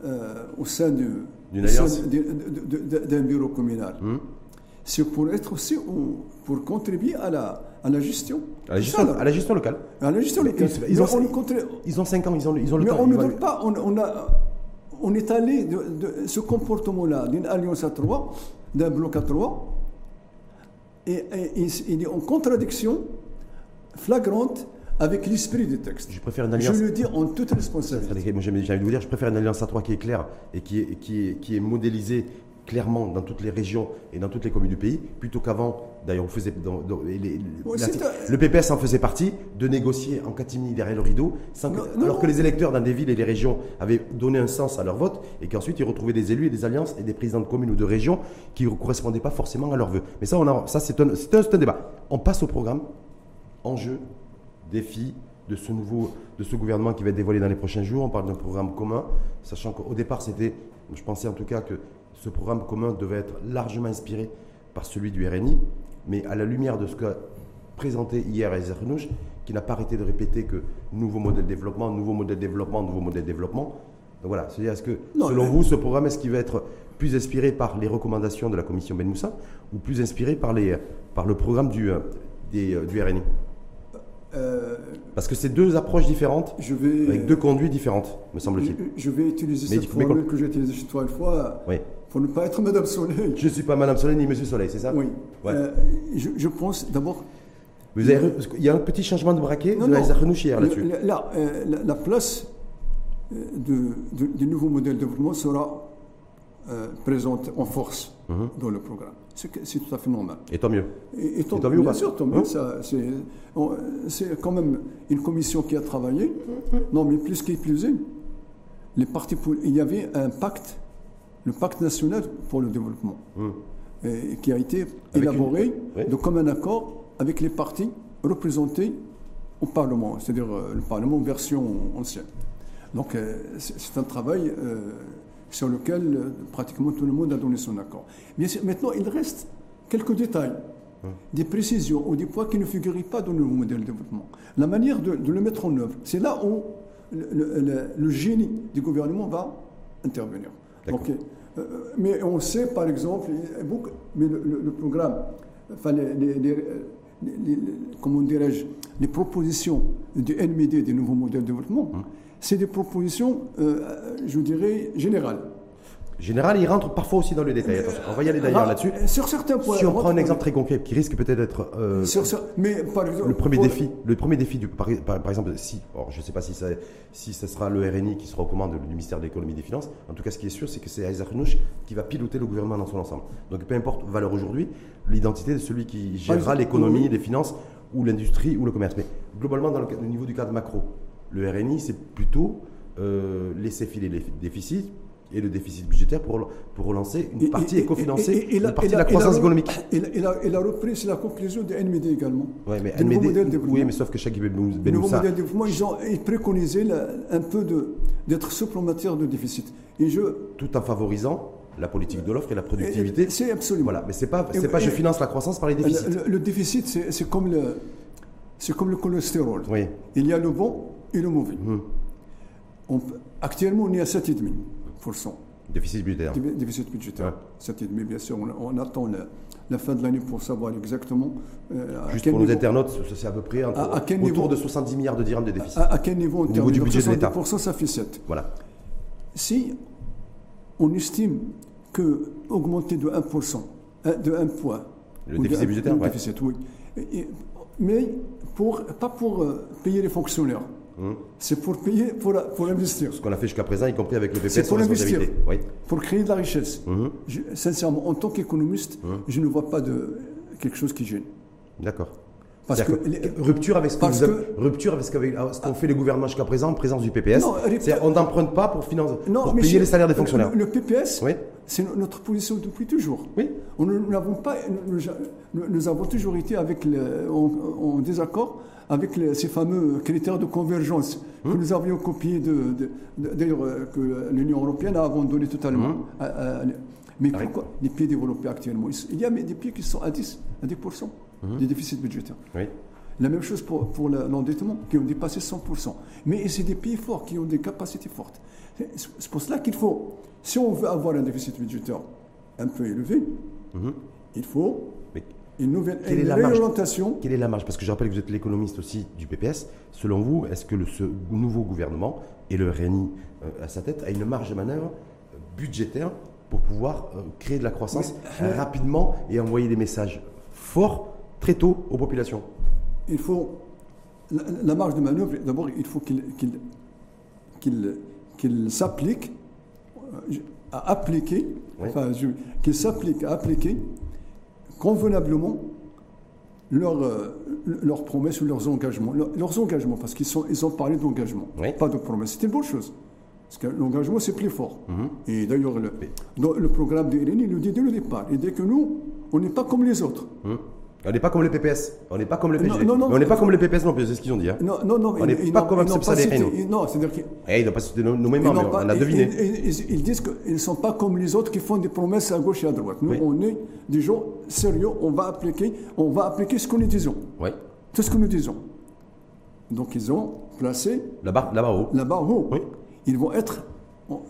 Speaker 2: euh, au sein du-
Speaker 1: D'une
Speaker 2: au sein
Speaker 1: alliance. Hum.
Speaker 2: d'un- d'un- d'un- d'un bureau communal. C'est pour être aussi au- pour contribuer à la, à la gestion.
Speaker 1: À la
Speaker 2: C'est
Speaker 1: gestion,
Speaker 2: ça,
Speaker 1: à la gestion locale.
Speaker 2: à la gestion.
Speaker 1: Ils- ils
Speaker 2: Mais
Speaker 1: ont-
Speaker 2: on le contré-
Speaker 1: Ils ont 5 ans, ils ont, le- ils ont le
Speaker 2: mais
Speaker 1: temps.
Speaker 2: on
Speaker 1: ils
Speaker 2: ne
Speaker 1: vont
Speaker 2: donne
Speaker 1: aller-
Speaker 2: pas, on, on a, on est allé de, de ce comportement-là, d'une alliance à trois, d'un bloc à trois, et, et- il s- il est en contradiction flagrante avec l'esprit du texte.
Speaker 1: Je préfère une alliance.
Speaker 2: Je le dis en toute responsabilité.
Speaker 1: Moi, j'ai j'ai envie de vous dire, je préfère une alliance à 3 qui est claire et qui est, qui, est, qui est modélisée clairement dans toutes les régions et dans toutes les communes du pays, plutôt qu'avant, d'ailleurs, on faisait, dans- dans- les- les-
Speaker 2: Ouais,
Speaker 1: l'article-
Speaker 2: c'est un-
Speaker 1: le PPS en faisait partie, de négocier en catimini derrière le rideau, sans que-
Speaker 2: Non, non,
Speaker 1: alors
Speaker 2: non.
Speaker 1: que les électeurs dans des villes et des régions avaient donné un sens à leur vote et qu'ensuite ils retrouvaient des élus et des alliances et des présidents de communes ou de régions qui ne correspondaient pas forcément à leurs vœux. Mais ça, on a, ça c'est un, c'est un- c'est un débat. On passe au programme enjeux, défis de ce nouveau, de ce gouvernement qui va être dévoilé dans les prochains jours. On parle d'un programme commun, sachant qu'au départ, c'était, je pensais en tout cas que ce programme commun devait être largement inspiré par celui du RNI, mais à la lumière de ce qu'a présenté hier Azer Renouch, qui n'a pas arrêté de répéter que nouveau modèle de développement, nouveau modèle de développement, nouveau modèle de développement. Donc voilà, c'est-à-dire est-ce que,
Speaker 2: Non,
Speaker 1: selon
Speaker 2: mais-
Speaker 1: vous, ce programme, est-ce qu'il va être plus inspiré par les recommandations de la commission Ben Moussa ou plus inspiré par, les, par le programme du, euh, des, euh, du RNI
Speaker 2: Euh,
Speaker 1: parce que c'est deux approches différentes,
Speaker 2: je vais,
Speaker 1: avec deux conduits différentes, me
Speaker 2: je,
Speaker 1: semble-t-il.
Speaker 2: je vais utiliser
Speaker 1: Mais
Speaker 2: cette
Speaker 1: il faut- mais
Speaker 2: formule
Speaker 1: quand-
Speaker 2: que j'ai utilisée chez toi une fois
Speaker 1: Oui.
Speaker 2: pour ne pas être Madame Soleil.
Speaker 1: Je ne suis pas Madame Soleil ni Monsieur Soleil, c'est ça
Speaker 2: Oui.
Speaker 1: Ouais.
Speaker 2: Euh, je, je pense d'abord
Speaker 1: Vous avez- Il y a un petit changement de braquet
Speaker 2: Non,
Speaker 1: de
Speaker 2: non.
Speaker 1: la Zarnouch hier
Speaker 2: Le-
Speaker 1: là-dessus.
Speaker 2: le- là, euh, la, la place euh, de- de- du nouveau modèle de développement sera euh, présente en force
Speaker 1: Mhm.
Speaker 2: dans le programme. C'est que- C'est tout à fait normal.
Speaker 1: Et tant mieux.
Speaker 2: Et, et tant,
Speaker 1: Et tant mieux ou
Speaker 2: bien
Speaker 1: pas
Speaker 2: sûr, tant mieux,
Speaker 1: Hein
Speaker 2: ça, c'est, on- c'est quand même une commission qui a travaillé. Non, mais plus qu'il plus est, les partis poli- il y avait un pacte, le pacte national pour le développement, et- qui a été
Speaker 1: Hmm. une-
Speaker 2: élaboré
Speaker 1: Oui.
Speaker 2: de commun accord avec les partis représentés au Parlement, c'est-à-dire euh, le Parlement version ancienne. Donc euh, c'est c'est un travail euh, sur lequel euh, pratiquement tout le monde a donné son accord. Bien sûr, maintenant il reste quelques détails,
Speaker 1: Hmm.
Speaker 2: des précisions ou des points qui ne figuraient pas dans le nouveau modèle de développement. La manière de, de le mettre en œuvre, c'est là où le, le- le- le génie du gouvernement va intervenir.
Speaker 1: D'accord.
Speaker 2: Donc, euh, mais on sait par exemple, il y a beaucoup- mais le, le- le programme, enfin, les, les- les- les- les- comment dirais-je, les propositions du NMD des nouveaux modèles de développement,
Speaker 1: Hein.
Speaker 2: c'est des propositions, euh, je dirais, générales.
Speaker 1: Général, il rentre parfois aussi dans le détail. Attention, on va y aller d'ailleurs
Speaker 2: Ah,
Speaker 1: là-dessus.
Speaker 2: Sur certains points.
Speaker 1: Si on prend un
Speaker 2: moi,
Speaker 1: exemple très concret qui risque peut-être d'être euh,
Speaker 2: sur ça- mais par exemple,
Speaker 1: le premier
Speaker 2: pour-
Speaker 1: défi, le premier défi du, par, par- par exemple, si, alors je ne sais pas si ça, si ce sera le RNI qui sera aux commandes du ministère de l'économie et des finances. En tout cas, ce qui est sûr, c'est que c'est Isaac Nouch qui va piloter le gouvernement dans son ensemble. Donc, peu importe valeur aujourd'hui, l'identité de celui qui gérera
Speaker 2: exemple,
Speaker 1: l'économie,
Speaker 2: oui.
Speaker 1: les finances ou l'industrie ou le commerce. Mais globalement, dans le, cadre- au niveau du cadre macro, le RNI, c'est plutôt euh, laisser filer les déficits et le déficit budgétaire pour, pour relancer une
Speaker 2: Et-
Speaker 1: partie
Speaker 2: et- et- et-
Speaker 1: éco-financée,
Speaker 2: et- et la-
Speaker 1: une partie
Speaker 2: et
Speaker 1: de la
Speaker 2: et
Speaker 1: croissance
Speaker 2: re-
Speaker 1: économique.
Speaker 2: Et la, et la- et la reprise, c'est la conclusion de NMD également.
Speaker 1: Ouais, mais
Speaker 2: du nouveau
Speaker 1: NMD
Speaker 2: modèle de développement.
Speaker 1: oui, mais sauf que chaque
Speaker 2: Le nouveau
Speaker 1: Benoussa,
Speaker 2: modèle de développement, ils ont ils préconisaient la- un peu de- d'être souple en matière de déficit. Et je.
Speaker 1: tout en favorisant la politique de l'offre et la productivité.
Speaker 2: et- Euh, C'est Euh, absolument.
Speaker 1: voilà, mais c'est pas,
Speaker 2: Et-
Speaker 1: c'est pas je
Speaker 2: et-
Speaker 1: finance la croissance par les déficits.
Speaker 2: Le, le- le déficit, c'est c'est comme le, c'est comme le cholestérol.
Speaker 1: Oui. Mhm.
Speaker 2: Il y a le bon et le mauvais. On peut- actuellement, on est à 7,5%.
Speaker 1: Déficit budgétaire.
Speaker 2: Dé- Déficit budgétaire.
Speaker 1: Ouais.
Speaker 2: 7,5%, bien sûr, on, on attend la, la fin de l'année pour savoir exactement euh, à,
Speaker 1: Juste
Speaker 2: quel
Speaker 1: pour nos
Speaker 2: niveau,
Speaker 1: internautes, ça, c'est à peu près entre-
Speaker 2: À- à quel
Speaker 1: autour
Speaker 2: niveau Ah.
Speaker 1: de 70 milliards de dirhams de déficit.
Speaker 2: à- à quel niveau on
Speaker 1: niveau
Speaker 2: termine.
Speaker 1: du
Speaker 2: Donc,
Speaker 1: budget de l'État.
Speaker 2: 70%, ça fait 7.
Speaker 1: Voilà.
Speaker 2: Si on estime que augmenter de 1%, euh, de 1 point,
Speaker 1: Le
Speaker 2: ou de
Speaker 1: déficit
Speaker 2: un-
Speaker 1: budgétaire,
Speaker 2: le
Speaker 1: ouais.
Speaker 2: déficit, oui. Et- et- mais pour, pas pour euh, payer les fonctionnaires,
Speaker 1: Mmh.
Speaker 2: c'est pour payer, pour, pour investir,
Speaker 1: Ce qu'on a fait jusqu'à présent, y compris avec le E
Speaker 2: C'est
Speaker 1: PPS,
Speaker 2: pour
Speaker 1: sans
Speaker 2: investir.
Speaker 1: responsabilité. Oui.
Speaker 2: pour créer de la richesse.
Speaker 1: Mmh.
Speaker 2: Je- sincèrement, en tant qu'économiste, je ne vois pas de quelque chose qui gêne.
Speaker 1: D'accord.
Speaker 2: Parce
Speaker 1: C'est-à-dire
Speaker 2: que les-
Speaker 1: rupture avec ce que
Speaker 2: parce
Speaker 1: vous avez-
Speaker 2: que- Ah.
Speaker 1: rupture avec ce qu'avait- ce qu'ont fait les gouvernements jusqu'à présent, en présence du PPS.
Speaker 2: Non, rupture-
Speaker 1: C'est-à-dire, on n'emprunte pas pour financer, pour
Speaker 2: mais
Speaker 1: payer
Speaker 2: c'est-
Speaker 1: les salaires des fonctionnaires.
Speaker 2: Le, le PPS,
Speaker 1: Oui.
Speaker 2: c'est no- notre position depuis toujours.
Speaker 1: Oui.
Speaker 2: On- Nous, n'avons pas, nous, nous- nous avons toujours été avec le- en, en désaccord avec les- ces fameux critères de convergence que
Speaker 1: Hum.
Speaker 2: nous avions copiés de, de- de- d'ailleurs euh, que l'Union européenne a abandonné totalement.
Speaker 1: Hum.
Speaker 2: Euh, euh, mais
Speaker 1: Avec-
Speaker 2: pourquoi les pays développés actuellement ils sont- Il y a mais des pays qui sont à 10, à 10%
Speaker 1: Hum.
Speaker 2: des déficits budgétaires.
Speaker 1: Oui.
Speaker 2: La même chose pour, pour la- l'endettement, qui ont dépassé 100%. Mais c'est des pays forts, qui ont des capacités fortes. C'est c'est pour cela qu'il faut, si on veut avoir un déficit budgétaire un peu élevé, il faut
Speaker 1: Mais
Speaker 2: une nouvelle
Speaker 1: Mhm. Quelle est
Speaker 2: une
Speaker 1: la marge
Speaker 2: réorientation.
Speaker 1: quelle est la marge Parce que je rappelle que vous êtes l'économiste aussi du PPS. Selon vous, est-ce que le, ce nouveau gouvernement et le RNI euh, à sa tête a une marge de manœuvre euh, budgétaire pour pouvoir euh, créer de la croissance euh,
Speaker 2: Mais-
Speaker 1: rapidement et envoyer des messages forts très tôt aux populations
Speaker 2: Il faut la, la marge de manœuvre. D'abord, il faut qu'il qu'il qu'il- qu'il s'applique euh, à appliquer,
Speaker 1: Oui.
Speaker 2: enfin, je- qu'il s'applique à appliquer convenablement leurs euh, leurs promesses ou leurs engagements. Leurs, leurs engagements, parce qu'ils sont, ils ont parlé d'engagement,
Speaker 1: Oui.
Speaker 2: pas de promesses. C'est une bonne chose. Parce que l'engagement, c'est plus fort.
Speaker 1: Mm-hmm.
Speaker 2: Et d'ailleurs, le, dans le programme de RNI le dit dès le départ. Il dit que nous, on n'est pas comme les autres.
Speaker 1: Hmm. On n'est pas comme le PPS, on n'est pas comme le
Speaker 2: Non,
Speaker 1: PG,
Speaker 2: non, non.
Speaker 1: Mais on n'est pas comme le PPS non plus, c'est ce qu'ils ont dit. hein.
Speaker 2: Non, non, non.
Speaker 1: On
Speaker 2: ils-
Speaker 1: n'est
Speaker 2: ils
Speaker 1: pas
Speaker 2: n'ont-
Speaker 1: comme
Speaker 2: ils n'ont
Speaker 1: Abdel
Speaker 2: pas
Speaker 1: Saleh
Speaker 2: cité-
Speaker 1: Haïnou.
Speaker 2: ils- Non, c'est-à-dire qu'ils
Speaker 1: Eh, ils n'ont pas cité nos, nos mêmes
Speaker 2: ils
Speaker 1: mains, mais
Speaker 2: n'ont pas-
Speaker 1: on a
Speaker 2: ils-
Speaker 1: deviné.
Speaker 2: ils- ils- ils disent qu'ils ne sont pas comme les autres qui font des promesses à gauche et à droite. Nous,
Speaker 1: Oui.
Speaker 2: on est des gens sérieux, on va appliquer, on va appliquer ce que nous disons.
Speaker 1: Oui,
Speaker 2: Tout ce que nous disons. Donc, ils ont placé
Speaker 1: là-bas, là-bas haut.
Speaker 2: la barre haut.
Speaker 1: Oui.
Speaker 2: Ils vont être en-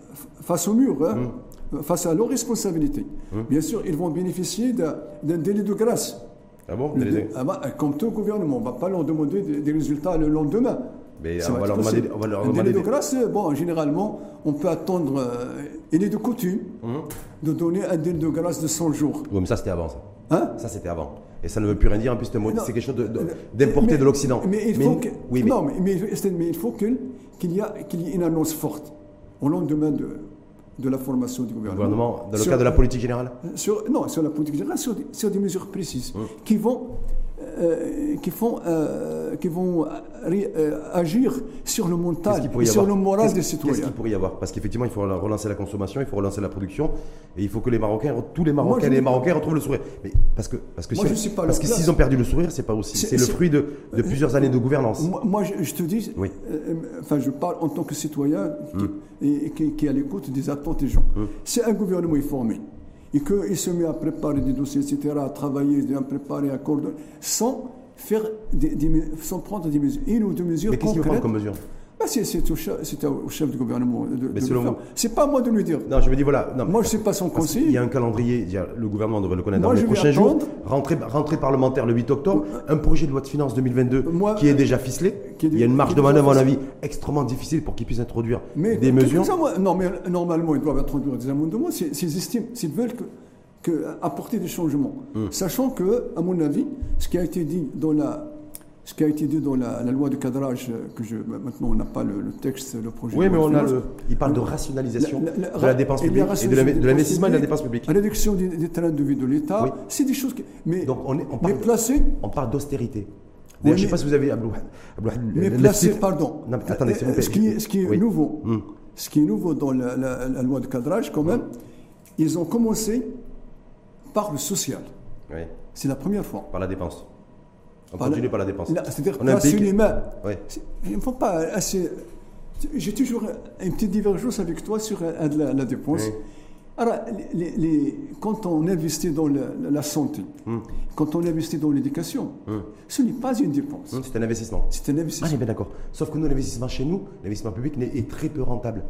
Speaker 2: face au mur, hein,
Speaker 1: Mmh.
Speaker 2: face à leurs responsabilités. Bien sûr, ils vont bénéficier d'un d'un délai de grâce.
Speaker 1: Ah bon
Speaker 2: Le
Speaker 1: Les-
Speaker 2: dé- ah bah, comme tout gouvernement, on ne va pas leur demander des, des résultats le lendemain.
Speaker 1: Mais
Speaker 2: Ça
Speaker 1: on va
Speaker 2: être
Speaker 1: leur demander-
Speaker 2: possible.
Speaker 1: on va leur
Speaker 2: Le
Speaker 1: demander
Speaker 2: délai de
Speaker 1: des-
Speaker 2: grâce, euh, bon, généralement, on peut attendre, euh, il est de coutume,
Speaker 1: Hum.
Speaker 2: de donner un délai de grâce de 100 jours.
Speaker 1: Oui, mais ça c'était avant ça.
Speaker 2: Hein
Speaker 1: Ça c'était avant. Et ça ne veut plus rien dire, en plus c'est maudit,
Speaker 2: Non.
Speaker 1: c'est quelque chose de- de-
Speaker 2: Mais-
Speaker 1: d'importé
Speaker 2: mais-
Speaker 1: de l'Occident.
Speaker 2: Mais il faut que-
Speaker 1: Oui, mais
Speaker 2: non, mais, mais- c'est- mais il faut que- qu'il y, a- qu'il y ait une annonce forte au lendemain de, de la formation du
Speaker 1: le
Speaker 2: gouvernement.
Speaker 1: gouvernement, dans le
Speaker 2: Sur-
Speaker 1: cadre de la politique générale
Speaker 2: sur, non, sur la politique générale, sur, des- sur des mesures précises qui vont, euh, qui font, euh, qui vont ré- euh, agir sur le
Speaker 1: Qu'est-ce
Speaker 2: mental
Speaker 1: qu'il pourrait
Speaker 2: et
Speaker 1: y
Speaker 2: Ah, sur
Speaker 1: avoir
Speaker 2: le moral
Speaker 1: Qu'est-ce-
Speaker 2: des
Speaker 1: Qu'est-ce
Speaker 2: citoyens.
Speaker 1: qu'il pourrait y avoir Parce qu'effectivement, il faut relancer la consommation, il faut relancer la production, et il faut que les Marocains, tous les Marocains,
Speaker 2: je-
Speaker 1: les Marocains retrouvent le sourire. Mais parce que, parce que
Speaker 2: Moi,
Speaker 1: si-
Speaker 2: je suis pas à
Speaker 1: parce
Speaker 2: leur
Speaker 1: que
Speaker 2: place.
Speaker 1: s'ils ont perdu le sourire, c'est pas aussi.
Speaker 2: C'est-
Speaker 1: C'est le
Speaker 2: c'est- Euh,
Speaker 1: fruit de, de plusieurs années de gouvernance.
Speaker 2: Moi, moi, je, je te dis,
Speaker 1: Oui. Hmm.
Speaker 2: euh, enfin, je parle en tant que citoyen qui, et, et qui, qui est à l'écoute des attentes des gens. Si un gouvernement est formé et qu'il se met à préparer des dossiers, etc., à travailler, à préparer, à coordonner, sans faire des, des mes- sans prendre des mesures, une ou deux mesures
Speaker 1: Mais qu'est-ce qu'ils vont prendre
Speaker 2: concrètes.
Speaker 1: comme mesure
Speaker 2: Bah, c'est c'est au, chef- c'est au chef du gouvernement de, de le
Speaker 1: selon
Speaker 2: faire.
Speaker 1: vous-
Speaker 2: C'est pas à moi de lui dire.
Speaker 1: Non, je me dis voilà. Non,
Speaker 2: Moi, je sais pas son
Speaker 1: Parce qu'il y
Speaker 2: conseil.
Speaker 1: a un calendrier, il y a- le gouvernement devrait le connaître
Speaker 2: Moi,
Speaker 1: dans les
Speaker 2: je vais
Speaker 1: prochains jours.
Speaker 2: attendre. Euh,
Speaker 1: Rentrée, rentrée parlementaire le 8 octobre, un projet de loi de finances 2022
Speaker 2: Moi, euh,
Speaker 1: qui est déjà ficelé.
Speaker 2: qui est
Speaker 1: il y a une
Speaker 2: déjà-
Speaker 1: marge
Speaker 2: qui
Speaker 1: de
Speaker 2: est déjà
Speaker 1: manœuvre, à mon avis,
Speaker 2: ficelé.
Speaker 1: extrêmement difficile pour qu'ils puissent introduire
Speaker 2: Mais
Speaker 1: des mesures.
Speaker 2: ça, moi- non, mais normalement, ils doivent introduire des amendements s'ils s'ils estiment, s'ils veulent que, que- apporter des changements.
Speaker 1: Hmm.
Speaker 2: Sachant que, à mon avis, ce qui a été dit dans la, ce qui a été dit dans la, la loi de cadrage, euh, que je, maintenant on n'a pas le, le texte, le projet.
Speaker 1: Oui,
Speaker 2: de
Speaker 1: mais
Speaker 2: loi
Speaker 1: on
Speaker 2: de
Speaker 1: a
Speaker 2: finances.
Speaker 1: le. Il parle de rationalisation de
Speaker 2: ra-
Speaker 1: la dépense
Speaker 2: et
Speaker 1: publique et de la- de
Speaker 2: rationalisation
Speaker 1: l'investissement et de la
Speaker 2: des
Speaker 1: dépense publique.
Speaker 2: Réduction des, des trains de vie de l'État,
Speaker 1: Oui.
Speaker 2: c'est des choses qui. Mais,
Speaker 1: Donc, on est- on
Speaker 2: mais
Speaker 1: parle-
Speaker 2: placées
Speaker 1: On parle d'austérité. D'ailleurs,
Speaker 2: Oui,
Speaker 1: Je ne sais
Speaker 2: mais-
Speaker 1: pas si vous avez Abdou- Abdou-
Speaker 2: Mais
Speaker 1: le- le
Speaker 2: placé,
Speaker 1: titre-
Speaker 2: pardon.
Speaker 1: Non, mais attendez, s'il vous
Speaker 2: Euh,
Speaker 1: plaît.
Speaker 2: ce qui est, ce qui est
Speaker 1: Oui. Hmm.
Speaker 2: nouveau, ce qui est nouveau dans la, la- la loi de cadrage, quand même, ils ont commencé par le social.
Speaker 1: Oui,
Speaker 2: C'est la première fois.
Speaker 1: par la dépense. On
Speaker 2: Par la-
Speaker 1: continue par la dépense.
Speaker 2: Là, C'est-à-dire
Speaker 1: on a un
Speaker 2: placer
Speaker 1: pic.
Speaker 2: les mains.
Speaker 1: Oui.
Speaker 2: C'est- Il ne faut pas assez. J'ai toujours une petite divergence avec toi sur euh, de la, la dépense.
Speaker 1: Oui.
Speaker 2: Alors, les- les- les- quand on investit dans la, la- la santé,
Speaker 1: Hmm.
Speaker 2: quand on investit dans l'éducation, ce n'est pas une dépense.
Speaker 1: Hum, C'est un investissement.
Speaker 2: C'est un investissement.
Speaker 1: Ah, bien d'accord. Sauf que nous, l'investissement chez nous, l'investissement public n'est- est très peu rentable.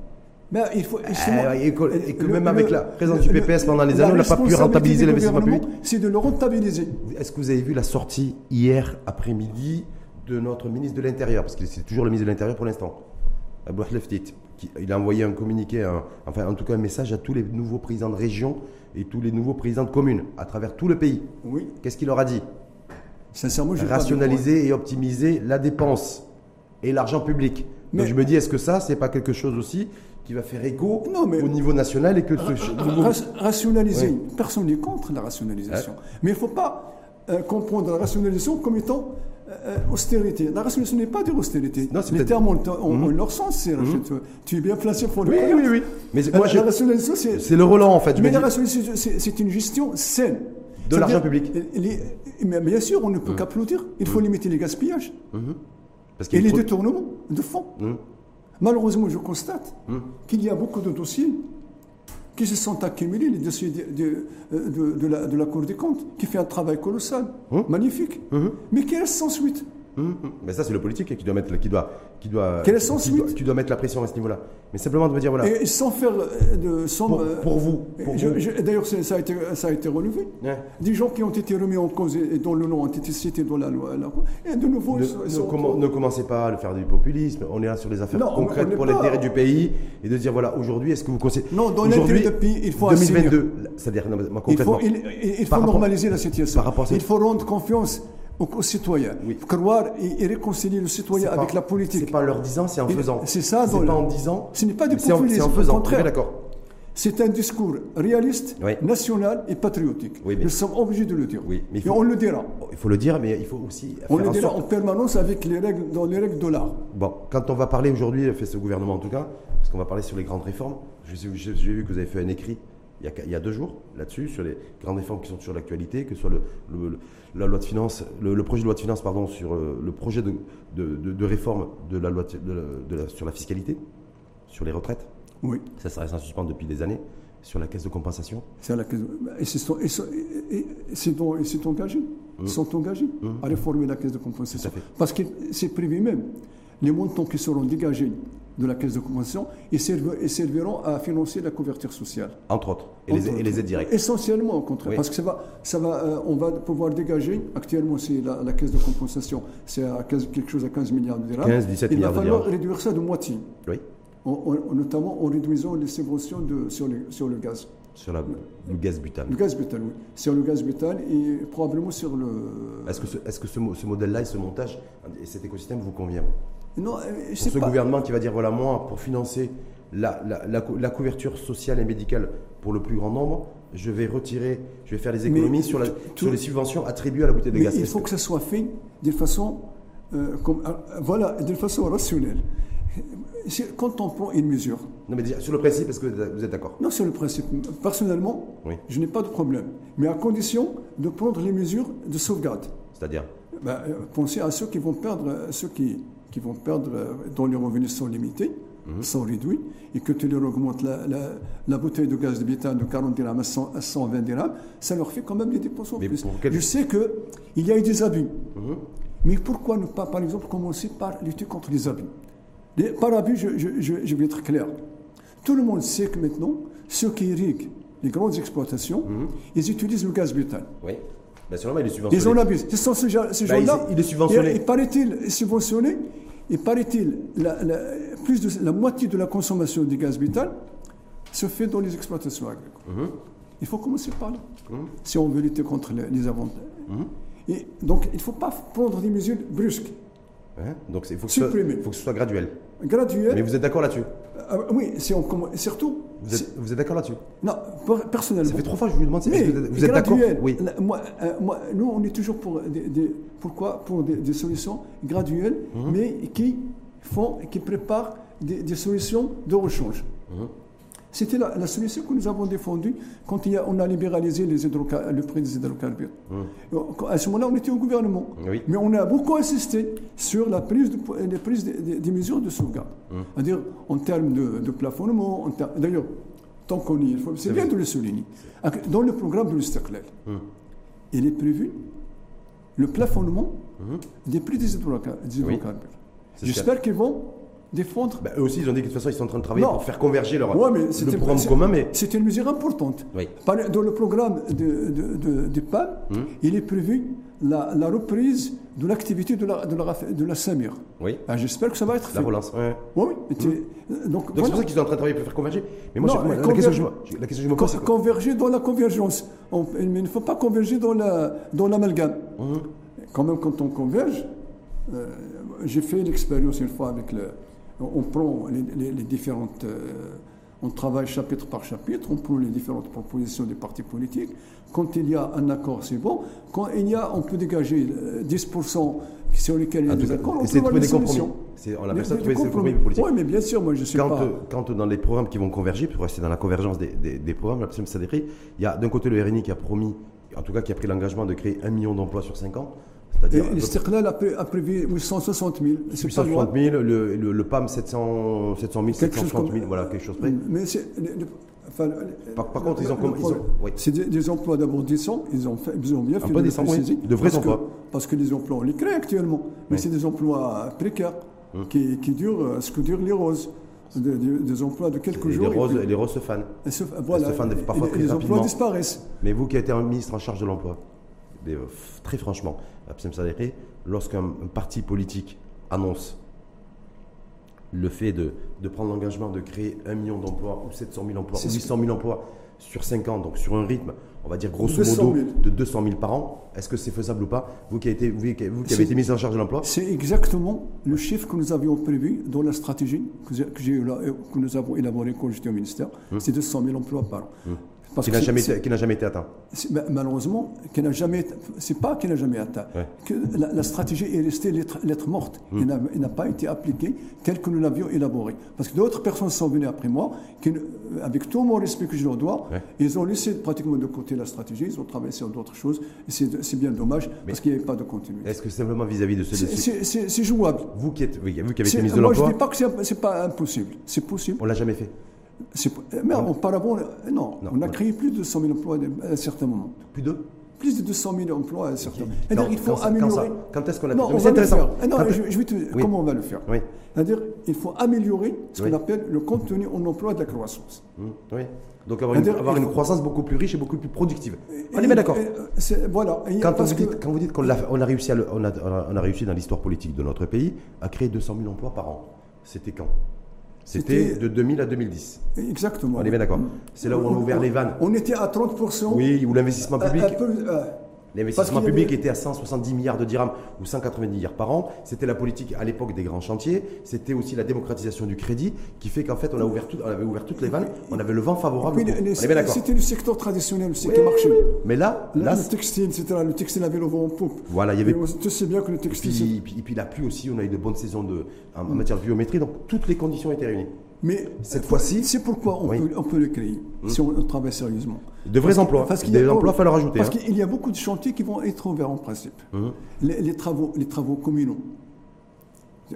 Speaker 2: Mais il faut justement-
Speaker 1: Ah, et que- et que
Speaker 2: le-
Speaker 1: même
Speaker 2: le-
Speaker 1: avec la présence du
Speaker 2: le-
Speaker 1: PPS pendant les
Speaker 2: la
Speaker 1: années, on n'a pas pu
Speaker 2: responsabilité
Speaker 1: rentabiliser
Speaker 2: du
Speaker 1: l'investissement
Speaker 2: gouvernement,
Speaker 1: public.
Speaker 2: C'est de le rentabiliser.
Speaker 1: Est-ce que vous avez vu la sortie hier après-midi de notre ministre de l'Intérieur Parce que c'est toujours le ministre de l'Intérieur pour l'instant, Abouah Leftit. qui- Il a envoyé un communiqué, un- enfin en tout cas un message à tous les nouveaux présidents de région et tous les nouveaux présidents de communes à travers tout le pays.
Speaker 2: Oui,
Speaker 1: Qu'est-ce qu'il leur a dit
Speaker 2: sincèrement, je
Speaker 1: Rationaliser et optimiser la dépense et l'argent public.
Speaker 2: Mais-
Speaker 1: Donc je me dis, est-ce que ça, c'est pas quelque chose aussi qui va faire écho
Speaker 2: Non, mais-
Speaker 1: au niveau national et que ce nouveau-
Speaker 2: rationaliser.
Speaker 1: Oui.
Speaker 2: Eh. Personne n'est contre la rationalisation. Mais il ne faut pas euh, comprendre la rationalisation comme étant euh, austérité. La ce n'est pas de l'austérité.
Speaker 1: Non, c'est
Speaker 2: Les
Speaker 1: peut-être- Mhm.
Speaker 2: termes ont, ont- ont leur sens, c'est Rachid. Tu es bien placé pour le
Speaker 1: Oui,
Speaker 2: connaître.
Speaker 1: oui, oui. Mais
Speaker 2: La-
Speaker 1: moi, je-
Speaker 2: la rationalisation, Euh, c'est-
Speaker 1: C'est le Roland, en fait. je
Speaker 2: mais
Speaker 1: me
Speaker 2: la
Speaker 1: dis.
Speaker 2: rationalisation, c'est c'est une gestion saine.
Speaker 1: De
Speaker 2: C'est-à-dire,
Speaker 1: l'argent public. Mmh.
Speaker 2: les- mais bien sûr, on ne peut qu'applaudir. Il faut limiter les gaspillages
Speaker 1: Parce qu'il
Speaker 2: et
Speaker 1: y a
Speaker 2: les
Speaker 1: trop-
Speaker 2: détournements de fonds.
Speaker 1: Mmh.
Speaker 2: Malheureusement, je constate qu'il y a beaucoup de dossiers qui se sont accumulés, les dossiers de, de- euh, de- de la, de la Cour des comptes, qui fait un travail colossal,
Speaker 1: Mmh.
Speaker 2: magnifique, mais qui reste sans suite.
Speaker 1: Mhm. Mais ça, c'est le politique qui doit mettre, qui doit, qui doit,
Speaker 2: Quel est son
Speaker 1: qui
Speaker 2: suite
Speaker 1: doit, qui doit mettre la pression à ce niveau-là. Mais simplement de me dire voilà,
Speaker 2: Et sans faire euh, de. Sans,
Speaker 1: Ah. pour,
Speaker 2: euh,
Speaker 1: pour vous, pour
Speaker 2: je-
Speaker 1: vous.
Speaker 2: je- D'ailleurs, c'est- ça, a été- ça a été relevé.
Speaker 1: Ouais.
Speaker 2: Des gens qui ont été remis en cause et et dont le nom a été cité dans la loi. la- et de nouveau,
Speaker 1: Ne,
Speaker 2: ils sont-
Speaker 1: ne
Speaker 2: ils sont-
Speaker 1: commen- ne commencez pas à le faire du populisme. On est là sur des affaires
Speaker 2: Non, on- on
Speaker 1: concrètes
Speaker 2: n'est
Speaker 1: pour
Speaker 2: pas-
Speaker 1: l'intérêt du pays et de dire voilà aujourd'hui est-ce que vous conseillez
Speaker 2: Non, dans
Speaker 1: aujourd'hui,
Speaker 2: l'intérêt du pays, il faut
Speaker 1: 2022. C'est-à-dire non, mais moi,
Speaker 2: Il faut,
Speaker 1: concrètement.
Speaker 2: il, il- il faut
Speaker 1: Par rapport-
Speaker 2: normaliser la situation.
Speaker 1: par rapport à cette-
Speaker 2: Il faut rendre confiance aux, aux citoyens. Croire et, et réconcilier le citoyen
Speaker 1: C'est
Speaker 2: avec
Speaker 1: pas-
Speaker 2: la
Speaker 1: C'est
Speaker 2: politique.
Speaker 1: pas en leur disant, c'est en
Speaker 2: Il-
Speaker 1: faisant.
Speaker 2: c'est ça, dans
Speaker 1: C'est
Speaker 2: le-
Speaker 1: pas en disant.
Speaker 2: Ce n'est pas du
Speaker 1: mais c'est en- C'est
Speaker 2: populisme,
Speaker 1: en
Speaker 2: au
Speaker 1: faisant.
Speaker 2: contraire.
Speaker 1: on est D'accord.
Speaker 2: C'est un discours réaliste,
Speaker 1: Oui.
Speaker 2: national et patriotique.
Speaker 1: Oui, mais-
Speaker 2: Nous sommes obligés de le dire.
Speaker 1: Oui, mais il
Speaker 2: Et
Speaker 1: faut-
Speaker 2: on le dira.
Speaker 1: Il faut le dire, mais il faut aussi
Speaker 2: On
Speaker 1: faire
Speaker 2: le
Speaker 1: en
Speaker 2: dira
Speaker 1: sorte
Speaker 2: en permanence avec les règles, dans les règles de l'art.
Speaker 1: Bon, quand on va parler aujourd'hui, fait ce gouvernement en tout cas, parce qu'on va parler sur les grandes réformes, je sais- je- j'ai vu que vous avez fait un écrit il y a, il y a deux jours là-dessus, sur les grandes réformes qui sont sur l'actualité, que ce soit le, le- le- la loi de finances, le, le projet de loi de finances, pardon, sur euh, le projet de, de- de- de réforme de la loi de- de la- de la- sur la fiscalité, sur les retraites,
Speaker 2: Oui.
Speaker 1: ça, ça reste en suspens depuis des années, sur la caisse de compensation.
Speaker 2: C'est à la caisse. Et c'est son- et son- et- et- et c'est donc- et c'est engagé. Ils sont engagés à réformer la caisse de compensation.
Speaker 1: Mm. Tout à fait.
Speaker 2: Parce que c'est prévu même. Les montants qui seront dégagés de la caisse de compensation et, serv- et serviront à financer la couverture sociale.
Speaker 1: Entre autres, et, les,
Speaker 2: Entre
Speaker 1: et les aides
Speaker 2: autres.
Speaker 1: directes.
Speaker 2: Essentiellement, au contraire.
Speaker 1: Oui.
Speaker 2: Parce que ça va, ça va, euh, on va pouvoir dégager. Actuellement, c'est la, la caisse de compensation, c'est à 15 quelque chose à 15 milliards de dirhams.
Speaker 1: 15, 17
Speaker 2: Il
Speaker 1: milliards de
Speaker 2: va falloir
Speaker 1: dirhams.
Speaker 2: réduire ça de moitié,
Speaker 1: Oui,
Speaker 2: en- en- notamment en réduisant les subventions de- sur, le, sur le gaz.
Speaker 1: sur la- le gaz butane.
Speaker 2: Le gaz méthane, oui. Sur le gaz méthane et probablement sur le.
Speaker 1: Est-ce que ce, est-ce que ce, mo- ce modèle-là et ce montage et cet écosystème vous convient
Speaker 2: Non, euh, je
Speaker 1: Pour
Speaker 2: sais
Speaker 1: ce
Speaker 2: pas.
Speaker 1: gouvernement qui va dire voilà, moi, pour financer la, la- la cou- la couverture sociale et médicale pour le plus grand nombre, je vais retirer, je vais faire des économies
Speaker 2: Mais
Speaker 1: sur, la-
Speaker 2: tout-
Speaker 1: sur les subventions attribuées à la bouteille de
Speaker 2: Mais
Speaker 1: gaz.
Speaker 2: il faut que ça soit fait d'une façon, euh, comme, euh, voilà, d'une façon rationnelle. C'est- Quand on prend une mesure,
Speaker 1: Non, mais déjà, sur le principe, est-ce que vous êtes d'accord
Speaker 2: non sur le principe, personnellement,
Speaker 1: Oui.
Speaker 2: je n'ai pas de problème, mais à condition de prendre les mesures de sauvegarde.
Speaker 1: C'est-à-dire
Speaker 2: Ben, euh, pensez à ceux qui vont perdre, euh, ceux qui, qui vont perdre, euh, dont les revenus sont limités,
Speaker 1: Mhm.
Speaker 2: sont réduits, et que tu leur augmentes la, la- la bouteille de gaz de butane de 40 dirhams à, 100 à 120 dirhams, ça leur fait quand même des dépenses en
Speaker 1: Mais
Speaker 2: plus.
Speaker 1: pour quel- Mhm.
Speaker 2: Je sais que il y a eu des abus, mais pourquoi ne pas, par exemple, commencer par lutter contre les abus Les- Par abus, je, je- je- je vais être clair. Tout le monde sait que maintenant, ceux qui irriguent les grandes exploitations,
Speaker 1: Mhm.
Speaker 2: ils utilisent le gaz butane.
Speaker 1: Oui. Bien sûr, mais il est subventionné.
Speaker 2: Ils en abusent. Ce sont ces gens- ces
Speaker 1: Bah,
Speaker 2: gens-là.
Speaker 1: il est- il est subventionné.
Speaker 2: Et, et paraît-il subventionné. Et paraît-il, la, la- plus de la moitié de la consommation du gaz vital se fait dans les exploitations agricoles.
Speaker 1: Mhm.
Speaker 2: Il faut commencer par là, si on veut lutter contre les, les avantages.
Speaker 1: Mhm.
Speaker 2: Et donc, il ne faut pas prendre des mesures brusques,
Speaker 1: Hein Donc, c'est- il faut que, ce,
Speaker 2: Supprimer.
Speaker 1: faut que ce soit graduel.
Speaker 2: graduelles.
Speaker 1: Mais vous êtes d'accord là-dessus
Speaker 2: Ah, oui, si on commence. Surtout,
Speaker 1: vous êtes, vous êtes d'accord là-dessus
Speaker 2: si- non, per- personnellement.
Speaker 1: Ça fait trois fois que je vous demande si
Speaker 2: Mais
Speaker 1: est-ce que vous êtes- vous êtes d'accord
Speaker 2: graduel.
Speaker 1: Oui.
Speaker 2: La- Moi, euh, moi, nous, on est toujours pour des, des- pourquoi pour des, des solutions graduelles,
Speaker 1: Mhm.
Speaker 2: mais qui font, qui préparent des, des solutions de rechange. C'était la, la solution que nous avons défendue quand il y a- on a libéralisé les hydroca- le prix des hydrocarbures. À ce moment-là, on était au gouvernement.
Speaker 1: Hmm. Oui.
Speaker 2: Mais on a beaucoup insisté sur la prise, de, les prises des, des- des mesures de sauvegarde.
Speaker 1: Hmm.
Speaker 2: C'est-à-dire en termes de, de plafonnement. en ter- D'ailleurs, tant qu'on y est, il faut- c'est bien de le souligner. Ah, Dans le programme de l'Istiklal,
Speaker 1: Hmm.
Speaker 2: il est prévu le plafonnement des prix des hydroca- des
Speaker 1: Hmm. Oui.
Speaker 2: hydrocarbures.
Speaker 1: C'est ce
Speaker 2: J'espère qu'ils vont défendre
Speaker 1: Bah, eux aussi, ils ont dit que de toute façon, ils sont en train de travailler
Speaker 2: Non.
Speaker 1: pour faire converger leur,
Speaker 2: Ouais, mais
Speaker 1: le
Speaker 2: c'était-
Speaker 1: programme
Speaker 2: c'est-
Speaker 1: commun, mais
Speaker 2: C'est une mesure importante.
Speaker 1: Oui. Hmm.
Speaker 2: Par- Dans le programme de, de, de- du PAM, il est prévu la, la reprise de l'activité de la, de la, raf- de la Samir.
Speaker 1: Oui.
Speaker 2: Ah, J'espère que ça va être fait.
Speaker 1: la relance. Ouais.
Speaker 2: Oui, oui. Et tu- Donc,
Speaker 1: Donc
Speaker 2: voilà.
Speaker 1: c'est pour ça qu'ils sont en train de travailler pour faire converger. Mais moi,
Speaker 2: Non,
Speaker 1: je- moi,
Speaker 2: mais
Speaker 1: la, question que je,
Speaker 2: converger-
Speaker 1: me- la question que je me pose,
Speaker 2: Con-
Speaker 1: c'est que-
Speaker 2: Converger dans la convergence. On- mais il ne faut pas converger dans la- dans l'amalgame.
Speaker 1: Mhm.
Speaker 2: Quand même, quand on converge, euh, j'ai fait l'expérience une fois avec le. On prend les, les- les différentes. euh, On travaille chapitre par chapitre, on prend les différentes propositions des partis politiques. Quand il y a un accord, c'est bon. Quand il y a, on peut dégager euh, 10% sur lesquels il y a
Speaker 1: En tout
Speaker 2: des
Speaker 1: cas,
Speaker 2: accords, on
Speaker 1: essayer
Speaker 2: peut
Speaker 1: de trouver
Speaker 2: avoir des
Speaker 1: des compromis.
Speaker 2: solutions.
Speaker 1: C'est- On
Speaker 2: Des-
Speaker 1: appelle ça
Speaker 2: des
Speaker 1: trouver des
Speaker 2: compromis.
Speaker 1: compromis politiques.
Speaker 2: Oui, mais bien sûr, moi je suis
Speaker 1: Quand,
Speaker 2: pas...
Speaker 1: euh, quand dans les programmes qui vont converger, pour rester dans la convergence des, des- des programmes, la ça décrit, il y a d'un côté le RNI qui a promis, en tout cas qui a pris l'engagement de créer un million d'emplois sur 5 ans,
Speaker 2: Et
Speaker 1: c'est-à-dire à peu près
Speaker 2: l'Istiqlal a, pré- a prévu 860 000. C'est pas
Speaker 1: 860
Speaker 2: loin.
Speaker 1: 000, le, le, le PAM 700, 700 000,
Speaker 2: Quelque chose
Speaker 1: 730
Speaker 2: comme- Mm.
Speaker 1: 000, voilà, quelque chose près.
Speaker 2: Mais c'est. le- le- enfin, le-
Speaker 1: Par- par contre,
Speaker 2: le-
Speaker 1: ils ont
Speaker 2: le
Speaker 1: comme- ils
Speaker 2: problème,
Speaker 1: ont- ouais.
Speaker 2: C'est des, des emplois d'abord décents, ils ont, fait, ils ont bien fait
Speaker 1: peu
Speaker 2: de le
Speaker 1: décents, oui,
Speaker 2: préciser,
Speaker 1: de vrais
Speaker 2: parce que-
Speaker 1: emplois.
Speaker 2: parce que les emplois, on les crée actuellement, mais c'est des emplois précaires
Speaker 1: Hum.
Speaker 2: qui, qui durent euh, ce que durent les roses. Des, des- des emplois de quelques
Speaker 1: Et les
Speaker 2: jours. et
Speaker 1: roses,
Speaker 2: puis-
Speaker 1: les roses se fanent.
Speaker 2: et se- voilà,
Speaker 1: se fendent
Speaker 2: et-
Speaker 1: parfois
Speaker 2: et- et
Speaker 1: très
Speaker 2: les
Speaker 1: rapidement.
Speaker 2: emplois disparaissent.
Speaker 1: Mais vous qui êtes un ministre en charge de l'emploi, des- euh, f- très franchement, Abdeslam Sadeghi, lorsqu'un un parti politique annonce le fait de, de prendre l'engagement de créer 1 million d'emplois ou 700 000 emplois
Speaker 2: C'est
Speaker 1: ou
Speaker 2: ce
Speaker 1: 800 000 emplois sur 5 ans, donc sur un rythme, on va dire grosso
Speaker 2: 200
Speaker 1: modo,
Speaker 2: 000.
Speaker 1: de 200 000 par an, est-ce que c'est faisable ou pas Vous qui avez été, vous qui- vous qui avez
Speaker 2: C'est-
Speaker 1: été ministre en charge de l'emploi,
Speaker 2: C'est exactement le chiffre que nous avions prévu dans la stratégie que, j'ai- que j'ai eu là- euh, que nous avons élaborée quand j'étais au ministère. C'est 200 000 emplois par an. Parce
Speaker 1: Mmh. qui
Speaker 2: que
Speaker 1: n'a
Speaker 2: c'est-
Speaker 1: jamais,
Speaker 2: c'est-
Speaker 1: été- qui n'a jamais été atteint.
Speaker 2: c'est- ma- malheureusement, qu'elle n'a jamais, c'est pas qu'elle n'a jamais atteint.
Speaker 1: Ouais. Mmh.
Speaker 2: Que la, la stratégie est restée lettre, lettre morte. Elle n'a- Elle n'a pas été appliquée telle que nous l'avions élaborée. Parce que d'autres personnes sont venues après moi, qui, ne- euh, avec tout mon respect que je leur dois,
Speaker 1: Ouais.
Speaker 2: ils ont laissé pratiquement de côté la stratégie, ils ont travaillé sur d'autres choses. Et c'est c'est bien dommage parce qu'il n'y avait pas de continuité.
Speaker 1: Est-ce que simplement vis-à-vis de ceux de
Speaker 2: C'est- C'est c'est- c'est jouable.
Speaker 1: vous qui êtes, oui, vous qui avez été
Speaker 2: C'est-
Speaker 1: ministre de
Speaker 2: moi, je ne
Speaker 1: l'emploi,
Speaker 2: dis pas que c'est c'est pas impossible. C'est possible.
Speaker 1: on l'a jamais fait.
Speaker 2: C'est- Mais auparavant, euh, non.
Speaker 1: Non,
Speaker 2: On a
Speaker 1: on-
Speaker 2: créé plus de 200 000 emplois à un certain moment.
Speaker 1: Plus d'eux
Speaker 2: Plus de 200 000 emplois à un certain moment.
Speaker 1: Quand-
Speaker 2: C'est-à-dire, il faut
Speaker 1: quand ça- quand
Speaker 2: améliorer.
Speaker 1: ça- quand est-ce qu'on l'a
Speaker 2: Non,
Speaker 1: fait
Speaker 2: on
Speaker 1: Mais
Speaker 2: va
Speaker 1: c'est
Speaker 2: le
Speaker 1: intéressant.
Speaker 2: faire. Ah non,
Speaker 1: Quand-
Speaker 2: je, je vais te dire
Speaker 1: Oui.
Speaker 2: comment on va le faire.
Speaker 1: Oui.
Speaker 2: C'est-à-dire, il faut améliorer ce
Speaker 1: Oui.
Speaker 2: qu'on appelle le contenu en emploi de la croissance.
Speaker 1: Mm, Oui. Donc avoir, une,
Speaker 2: C'est-à-dire,
Speaker 1: avoir
Speaker 2: il
Speaker 1: une
Speaker 2: faut-
Speaker 1: croissance beaucoup plus riche et beaucoup plus productive. On est
Speaker 2: Et-
Speaker 1: bien d'accord.
Speaker 2: et, euh, c'est- Voilà. Et
Speaker 1: Quand, on
Speaker 2: parce
Speaker 1: vous
Speaker 2: que-
Speaker 1: dites- quand vous dites qu'on l'a- on a, réussi à le- on a, on a- on a réussi dans l'histoire politique de notre pays à créer 200 000 emplois par an, c'était quand C'était
Speaker 2: C'était- Mmh.
Speaker 1: de 2000 à 2010.
Speaker 2: Exactement.
Speaker 1: On est bien d'accord. C'est là où on a ouvert les vannes.
Speaker 2: On était à 30%.
Speaker 1: Oui, où l'investissement
Speaker 2: un-
Speaker 1: public,
Speaker 2: un peu, Mmh. euh,
Speaker 1: l'investissement
Speaker 2: parce qu'il y
Speaker 1: public
Speaker 2: avait-
Speaker 1: était à 170 milliards de dirhams ou 190 milliards par an. C'était la politique à l'époque des grands chantiers. C'était aussi la démocratisation du crédit qui fait qu'en fait on a ouvert tout- on avait ouvert toutes les vannes. On avait le vent favorable.
Speaker 2: oui,
Speaker 1: au-
Speaker 2: les- les-
Speaker 1: on est bien d'accord.
Speaker 2: C'était le secteur traditionnel aussi qui marchait.
Speaker 1: Mais là,
Speaker 2: Là,
Speaker 1: là,
Speaker 2: le textile, etc. Le textile avait le vent en poupe.
Speaker 1: Voilà, il y avait-
Speaker 2: Et on- tu sais bien que le
Speaker 1: Puis,
Speaker 2: textile. c'est-
Speaker 1: puis, puis, la pluie aussi, on a eu de bonnes saisons de, en en matière de biométrie, donc toutes les conditions étaient réunies.
Speaker 2: Mais
Speaker 1: Cette fois-ci-
Speaker 2: c'est pourquoi on,
Speaker 1: Oui.
Speaker 2: peut, on peut le créer si on, on travaille sérieusement.
Speaker 1: De vrais emplois.
Speaker 2: qu'il
Speaker 1: Des
Speaker 2: y a-
Speaker 1: emplois, faut le rajouter,
Speaker 2: Parce
Speaker 1: hein. Hum.
Speaker 2: qu'il y a beaucoup de chantiers qui vont être ouverts en principe. Les, les travaux, les travaux communaux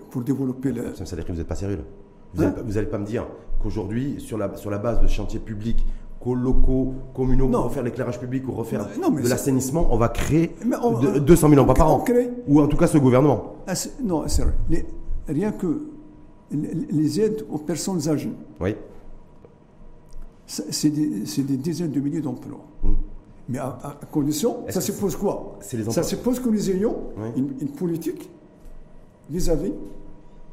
Speaker 2: pour développer le.
Speaker 1: Ça me fait rire, vous n'êtes pas sérieux. là. Vous
Speaker 2: Hein
Speaker 1: n'allez pas, me dire qu'aujourd'hui, sur la, sur la base de chantiers publics, co- locaux, communaux, pour
Speaker 2: Non.
Speaker 1: refaire l'éclairage public ou refaire
Speaker 2: Non, mais
Speaker 1: de
Speaker 2: c'est-
Speaker 1: l'assainissement, on va créer
Speaker 2: Mais on-
Speaker 1: de-
Speaker 2: on-
Speaker 1: 200 000 emplois par
Speaker 2: on
Speaker 1: an.
Speaker 2: crée.
Speaker 1: Ou en tout cas ce gouvernement.
Speaker 2: Ah, c'est- non, c'est vrai. Les- rien que les, les aides aux personnes âgées,
Speaker 1: Oui.
Speaker 2: ça, c'est des, c'est des dizaines de milliers d'emplois. Mais à, à- à condition,
Speaker 1: Mmh. Est-ce
Speaker 2: ça
Speaker 1: que c'est-
Speaker 2: suppose quoi
Speaker 1: c'est les emplois
Speaker 2: Ça suppose que nous ayons
Speaker 1: Oui.
Speaker 2: une, une politique vis-à-vis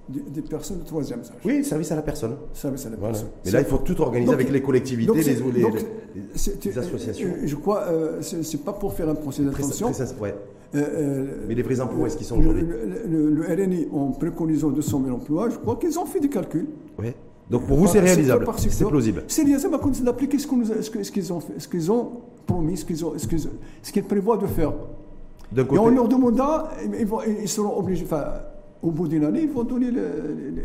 Speaker 2: des, des personnes de troisième âge.
Speaker 1: Oui, service à la personne.
Speaker 2: Ça, ça, la
Speaker 1: Voilà.
Speaker 2: personne.
Speaker 1: Mais là, il faut tout organiser
Speaker 2: Donc,
Speaker 1: avec les collectivités,
Speaker 2: donc,
Speaker 1: les,
Speaker 2: c'est-
Speaker 1: les-
Speaker 2: donc,
Speaker 1: les-
Speaker 2: c'est-
Speaker 1: les associations.
Speaker 2: euh, Je crois, euh, c'est c'est pas pour faire un procès
Speaker 1: Très-
Speaker 2: d'intention.
Speaker 1: très- ouais.
Speaker 2: Euh, euh,
Speaker 1: Mais les vrais emplois, est-ce qu'ils sont
Speaker 2: le,
Speaker 1: aujourd'hui
Speaker 2: le, le- le RNI, en préconisant 200 000 emplois, je crois qu'ils ont fait des calculs.
Speaker 1: Ouais. Donc pour vous, c'est
Speaker 2: Par-
Speaker 1: réalisable,
Speaker 2: secteur par
Speaker 1: c'est
Speaker 2: secteur.
Speaker 1: plausible.
Speaker 2: C'est réalisable à condition d'appliquer ce qu'on nous a- ce que- ce qu'ils ont, fait- ce qu'ils ont promis, ce qu'ils ont- ce qu'ils ce qu'ils prévoient de faire.
Speaker 1: D'un
Speaker 2: Et on
Speaker 1: côté,
Speaker 2: leur demandera, ils, vont- ils seront obligés, enfin, au bout d'une année, ils vont donner, le- le-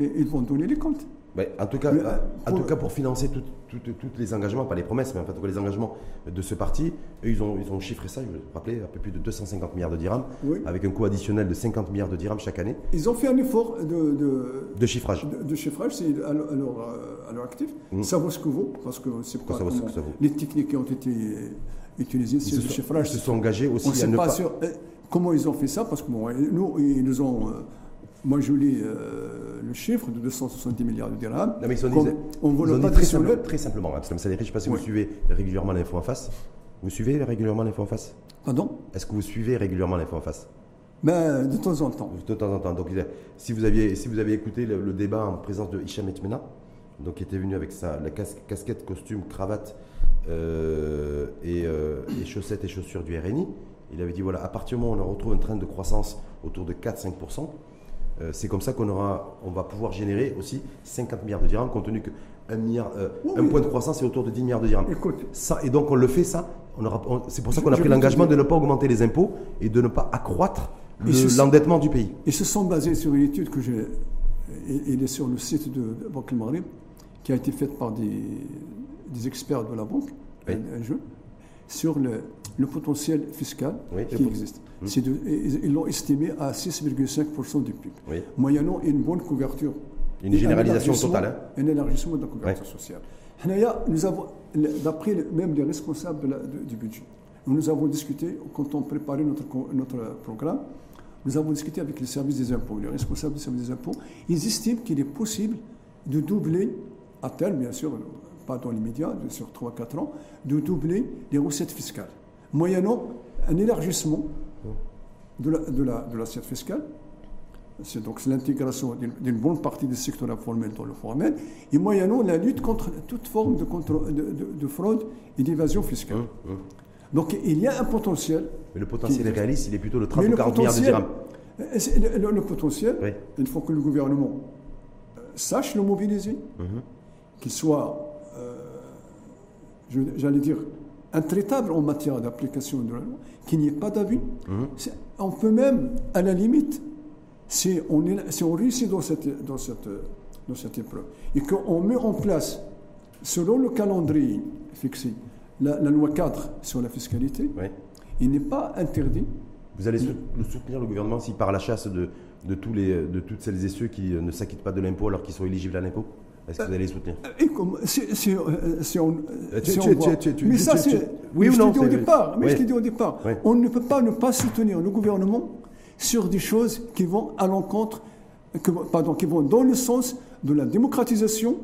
Speaker 2: le- ils vont donner les comptes.
Speaker 1: Ouais, en, tout cas,
Speaker 2: Mais, euh,
Speaker 1: en- en
Speaker 2: pour-
Speaker 1: tout cas, pour financer tous les engagements, pas les promesses, mais en fait, en tout cas, les engagements de ce parti, eux, ils ont, ils ont chiffré ça, je vous rappelez, un peu plus de 250 milliards de dirhams,
Speaker 2: Oui.
Speaker 1: avec un coût additionnel de 50 milliards de dirhams chaque année
Speaker 2: Ils ont fait un effort de- de,
Speaker 1: de chiffrage.
Speaker 2: de, de chiffrage, c'est à leur, à leur, euh, à leur actif. Ça vaut ce que vaut, parce que c'est pas
Speaker 1: Mmh. Ça vaut ce
Speaker 2: comment-
Speaker 1: que ça vaut.
Speaker 2: les techniques qui ont été euh, utilisées, c'est
Speaker 1: Ils
Speaker 2: le
Speaker 1: se, sont,
Speaker 2: chiffrage.
Speaker 1: ils se sont engagés
Speaker 2: on ne
Speaker 1: aussi à
Speaker 2: sait
Speaker 1: ne
Speaker 2: pas,
Speaker 1: pas.
Speaker 2: sûr, euh, comment ils ont fait ça, parce que bon, euh, nous, ils nous ont. euh, moi, je lis euh, le chiffre de 270 milliards de dirhams.
Speaker 1: Non, mais ils sont
Speaker 2: Comme
Speaker 1: dit,
Speaker 2: on ne
Speaker 1: ils ont
Speaker 2: vole
Speaker 1: dit
Speaker 2: pas
Speaker 1: très,
Speaker 2: très
Speaker 1: simplement, très simplement, hein, parce que comme ça, les riches, je sais pas si vous
Speaker 2: Oui.
Speaker 1: suivez régulièrement l'info en face. Vous suivez régulièrement l'info en face
Speaker 2: Pardon
Speaker 1: Est-ce que vous suivez régulièrement l'info en face
Speaker 2: ben, De temps en temps.
Speaker 1: De temps en temps. Donc, il a- si vous aviez, si vous avez écouté le, le débat en présence de Hicham Etmena, donc qui était venu avec sa la cas- casquette, costume, cravate euh, et, euh, et chaussettes et chaussures du RNI, il avait dit voilà, à partir du moment où on retrouve un train de croissance autour de 4-5%, euh, c'est comme ça qu'on aura, on va pouvoir générer aussi 50 milliards de dirhams, compte tenu que un, milliard, euh,
Speaker 2: Oui,
Speaker 1: un
Speaker 2: oui.
Speaker 1: point de croissance, c'est autour de 10 milliards de dirhams.
Speaker 2: Écoute,
Speaker 1: Ça, et donc on le fait, ça. on aura- on- c'est pour ça qu'on a pris
Speaker 2: Je- je vais te
Speaker 1: l'engagement de
Speaker 2: dire-
Speaker 1: ne pas augmenter les impôts et de ne pas accroître le-
Speaker 2: Et ceci-
Speaker 1: l'endettement du pays.
Speaker 2: Ils se sont basés sur une étude que j'ai. et- Elle est sur le site de Banque El Maghreb, qui a été faite par des, des experts de la banque,
Speaker 1: Oui.
Speaker 2: un, un jeu, sur le, le potentiel fiscal
Speaker 1: Oui, le
Speaker 2: qui
Speaker 1: pot- Hmm.
Speaker 2: existe. C'est de- et- et- ils l'ont estimé à 6,5% du PIB,
Speaker 1: Oui.
Speaker 2: moyennant une bonne couverture.
Speaker 1: Une
Speaker 2: Et un
Speaker 1: généralisation
Speaker 2: élargissement-
Speaker 1: totale, hein.
Speaker 2: Un élargissement de la couverture sociale. Hnaya, Nous avons, d'après le- même les responsables de la- de- du budget, nous avons discuté, quand on préparait notre, co- notre programme, nous avons discuté avec les services des impôts, les responsables des services des impôts. Ils estiment qu'il est possible de doubler, à terme bien sûr, pas dans l'immédiat, de- sur 3-4 ans, de doubler les recettes fiscales, moyennant un élargissement de la- de la- de l'assiette fiscale c'est donc c'est l'intégration d'une d'une bonne partie du secteur informel dans le formel, et moyennant la lutte contre toute forme de, contrô- de- de- de fraude et d'évasion fiscale. Donc il y a un potentiel.
Speaker 1: Hein Mais le potentiel
Speaker 2: Qui-
Speaker 1: réaliste, il est plutôt de 30
Speaker 2: Mais
Speaker 1: ou
Speaker 2: le
Speaker 1: 40 milliards de
Speaker 2: potentiel,
Speaker 1: dirhams.
Speaker 2: euh, c'est- le, le- le potentiel,
Speaker 1: Oui.
Speaker 2: il faut que le gouvernement euh, sache le mobiliser, qu'il soit, euh, je- j'allais dire, intraitable en matière d'application de la loi, qu'il n'y ait pas d'abus. C'est- On peut même, à la limite, si on, est- si on réussit dans cette, dans, cette, dans cette épreuve et qu'on met en place, selon le calendrier fixé, la, la loi cadre sur la fiscalité,
Speaker 1: Oui.
Speaker 2: il n'est pas interdit
Speaker 1: Vous allez sou- le soutenir, le gouvernement, s'il part à la chasse de, de, tous les, de toutes celles et ceux qui euh, ne s'acquittent pas de l'impôt alors qu'ils sont éligibles à l'impôt Est-ce
Speaker 2: Euh.
Speaker 1: que vous allez les soutenir
Speaker 2: Et comme- si, si- euh, si on,
Speaker 1: Euh, tu-
Speaker 2: si on
Speaker 1: tu-
Speaker 2: voit-
Speaker 1: tu- tu- tu-
Speaker 2: mais
Speaker 1: tu-
Speaker 2: ça,
Speaker 1: tu- tu-
Speaker 2: c'est.
Speaker 1: oui
Speaker 2: mais
Speaker 1: ou
Speaker 2: je
Speaker 1: non,
Speaker 2: t'ai dit au
Speaker 1: c'est-
Speaker 2: départ, mais
Speaker 1: oui.
Speaker 2: je t'ai dit au départ,
Speaker 1: Oui.
Speaker 2: on ne peut pas ne pas soutenir le gouvernement sur des choses qui vont à l'encontre, que- pardon, qui vont dans le sens de la démocratisation,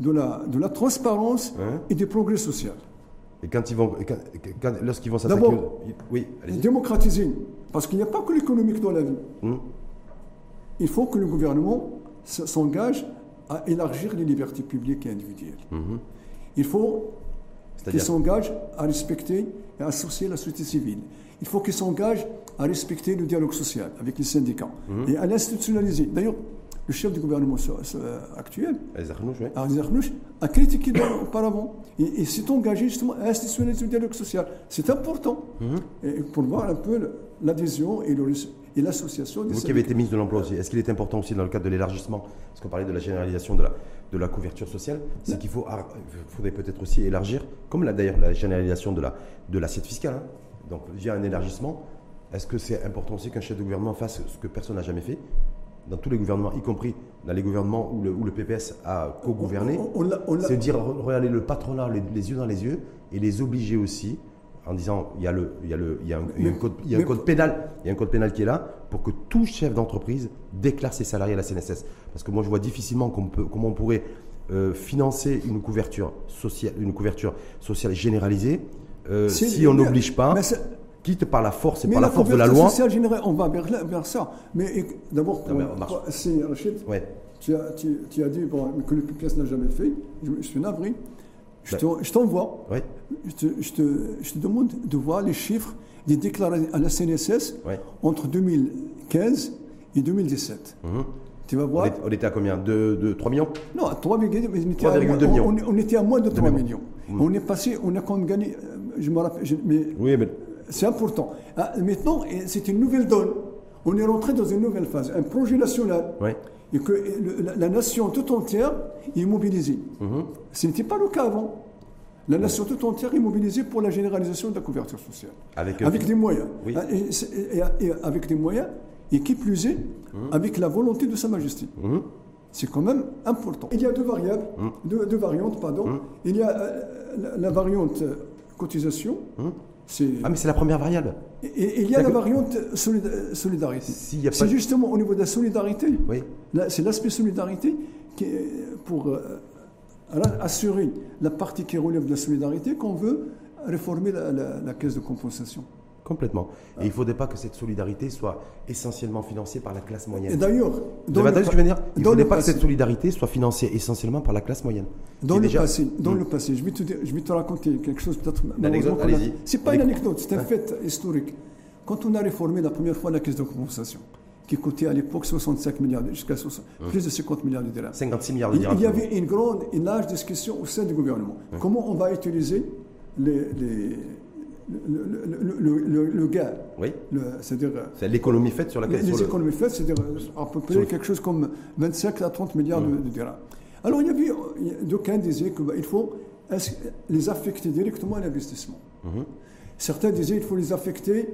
Speaker 2: de la, de la transparence
Speaker 1: Hein
Speaker 2: et du progrès social.
Speaker 1: Et quand ils vont, et quand- et quand- lorsqu'ils vont s'attaquer,
Speaker 2: D'abord-
Speaker 1: au- oui, allez-y.
Speaker 2: Démocratiser, parce qu'il n'y a pas que l'économique dans la vie.
Speaker 1: Hum.
Speaker 2: Il faut que le gouvernement s- s'engage à élargir les libertés publiques et individuelles.
Speaker 1: Mhm.
Speaker 2: Il faut qu'il
Speaker 1: C'est-à-dire
Speaker 2: s'engage à respecter et à associer la société civile. Il faut qu'il s'engage à respecter le dialogue social avec les syndicats
Speaker 1: Mhm.
Speaker 2: et à l'institutionnaliser. D'ailleurs, le chef du gouvernement so- so- euh, actuel,
Speaker 1: les Zarnouches, oui.
Speaker 2: Aziz Arnouch, a critiqué dans- auparavant. Il, il s'est engagé justement à institutionnaliser le dialogue social. C'est important
Speaker 1: Mhm.
Speaker 2: Et pour voir un peu le- l'adhésion et le- et l'association des
Speaker 1: Vous qui
Speaker 2: syndicats.
Speaker 1: avez été ministre de l'Emploi aussi, est-ce qu'il est important aussi dans le cadre de l'élargissement, parce qu'on parlait de la généralisation de la, de la couverture sociale, c'est qu'il faut, ar- faudrait peut-être aussi élargir, comme là d'ailleurs la généralisation de la- de l'assiette fiscale, hein. donc via un élargissement, est-ce que c'est important aussi qu'un chef de gouvernement fasse ce que personne n'a jamais fait dans tous les gouvernements, y compris dans les gouvernements où le, où le PPS a co-gouverné,
Speaker 2: On- on l'a- on l'a-
Speaker 1: c'est dire re- regardez le patronat les, les yeux dans les yeux et les obliger aussi en disant il y a le il y a le il y a un, il y a un
Speaker 2: Mais-
Speaker 1: code il y a un
Speaker 2: mais-
Speaker 1: code pénal il y a un code pénal qui est là pour que tout chef d'entreprise déclare ses salariés à la CNSS parce que moi je vois difficilement qu'on peut comment on pourrait euh, financer une couverture sociale une couverture sociale généralisée euh,
Speaker 2: C'est-
Speaker 1: si on
Speaker 2: mais-
Speaker 1: n'oblige pas
Speaker 2: mais c'est-
Speaker 1: quitte par la force et
Speaker 2: Mais
Speaker 1: par la, force de la
Speaker 2: couverture
Speaker 1: loi
Speaker 2: sociale générale, on va vers, là- vers ça. Mais et- d'abord,
Speaker 1: Non, mais
Speaker 2: pour-
Speaker 1: on marche.
Speaker 2: pour- c'est Rachid,
Speaker 1: ouais
Speaker 2: tu, as, tu, tu as dit bon, que le PPS n'a jamais fait. Je, je suis navré. Je
Speaker 1: Ben.
Speaker 2: t'en- je t'envoie.
Speaker 1: ouais
Speaker 2: Je te, je te- je te demande de voir les chiffres des déclarations à la CNSS
Speaker 1: Ouais.
Speaker 2: entre 2015 et 2017. Tu vas
Speaker 1: Mhm. on,
Speaker 2: voir.
Speaker 1: est- on était à combien de, de 3 millions
Speaker 2: Non, à 3,2 mais on était à
Speaker 1: 3,2
Speaker 2: moins-
Speaker 1: millions.
Speaker 2: on- on était à moins de 3
Speaker 1: millions. Mhm.
Speaker 2: millions. On est passé, on a quand même gagné. euh, Je me rappelle, je- mais
Speaker 1: oui mais
Speaker 2: C'est important. Ah, Maintenant, eh, c'est une nouvelle donne. On est rentré dans une nouvelle phase, un projet national.
Speaker 1: Ouais.
Speaker 2: Et que eh, le- la, la nation tout entière est mobilisée.
Speaker 1: Mhm.
Speaker 2: Ce n'était pas le cas avant. La nation tout entière est mobilisée pour la généralisation de la couverture sociale.
Speaker 1: Avec, euh,
Speaker 2: avec des moyens.
Speaker 1: Oui.
Speaker 2: Ah, Et, c'est- et- et- et avec des moyens, et qui plus est,
Speaker 1: Mhm.
Speaker 2: avec la volonté de Sa Majesté. C'est quand même important. Il y a deux variables,
Speaker 1: Mhm.
Speaker 2: deux, deux variantes, pardon. Il y a euh, la, la variante euh, cotisation, c'est
Speaker 1: ah mais c'est la première variable
Speaker 2: et- Et il y a la variante euh, solida- solidarité.
Speaker 1: S'il y a pas
Speaker 2: C'est
Speaker 1: de-
Speaker 2: justement au niveau de la solidarité,
Speaker 1: oui
Speaker 2: là, c'est l'aspect solidarité qui est pour euh, ra- assurer la partie qui relève de la solidarité qu'on veut réformer la, la- la caisse de compensation.
Speaker 1: Complètement. Et il ne faudrait pas que cette solidarité soit essentiellement financée par la classe moyenne.
Speaker 2: Et d'ailleurs,
Speaker 1: Vous avez entendu ce que je veux dire Il ne
Speaker 2: dans
Speaker 1: faudrait
Speaker 2: le
Speaker 1: pas que
Speaker 2: passé-
Speaker 1: cette solidarité soit financée essentiellement par la classe moyenne.
Speaker 2: Dans
Speaker 1: Qui
Speaker 2: le
Speaker 1: déjà- Mm.
Speaker 2: passé, dans le passé, je vais te dire- je vais te raconter quelque chose peut-être. malheureusement, qu'on a-
Speaker 1: allez-y.
Speaker 2: C'est pas
Speaker 1: Allez.
Speaker 2: une anecdote, c'est un fait historique. Quand on a réformé la première fois la caisse de compensation, qui coûtait à l'époque 65 milliards, jusqu'à 60
Speaker 1: Mm.
Speaker 2: plus de 50 milliards de dollars.
Speaker 1: 56 milliards de
Speaker 2: Il,
Speaker 1: dirhams.
Speaker 2: il y avait une grande, une large discussion au sein du gouvernement. Comment on va utiliser les- les- le, le, le- le- le- le gain,
Speaker 1: Oui.
Speaker 2: le- c'est-à-dire euh,
Speaker 1: C'est l'économie faite sur
Speaker 2: les,
Speaker 1: laquelle.
Speaker 2: les
Speaker 1: sur le-
Speaker 2: économies faites, c'est-à-dire euh, à peu près quelque chose comme 25 à 30 milliards de, de dirhams. Alors il y avait, euh, il y a- d'aucuns disaient qu'il bah, faut ins- les affecter directement à l'investissement.
Speaker 1: Mm-hmm.
Speaker 2: Certains disaient qu'il faut les affecter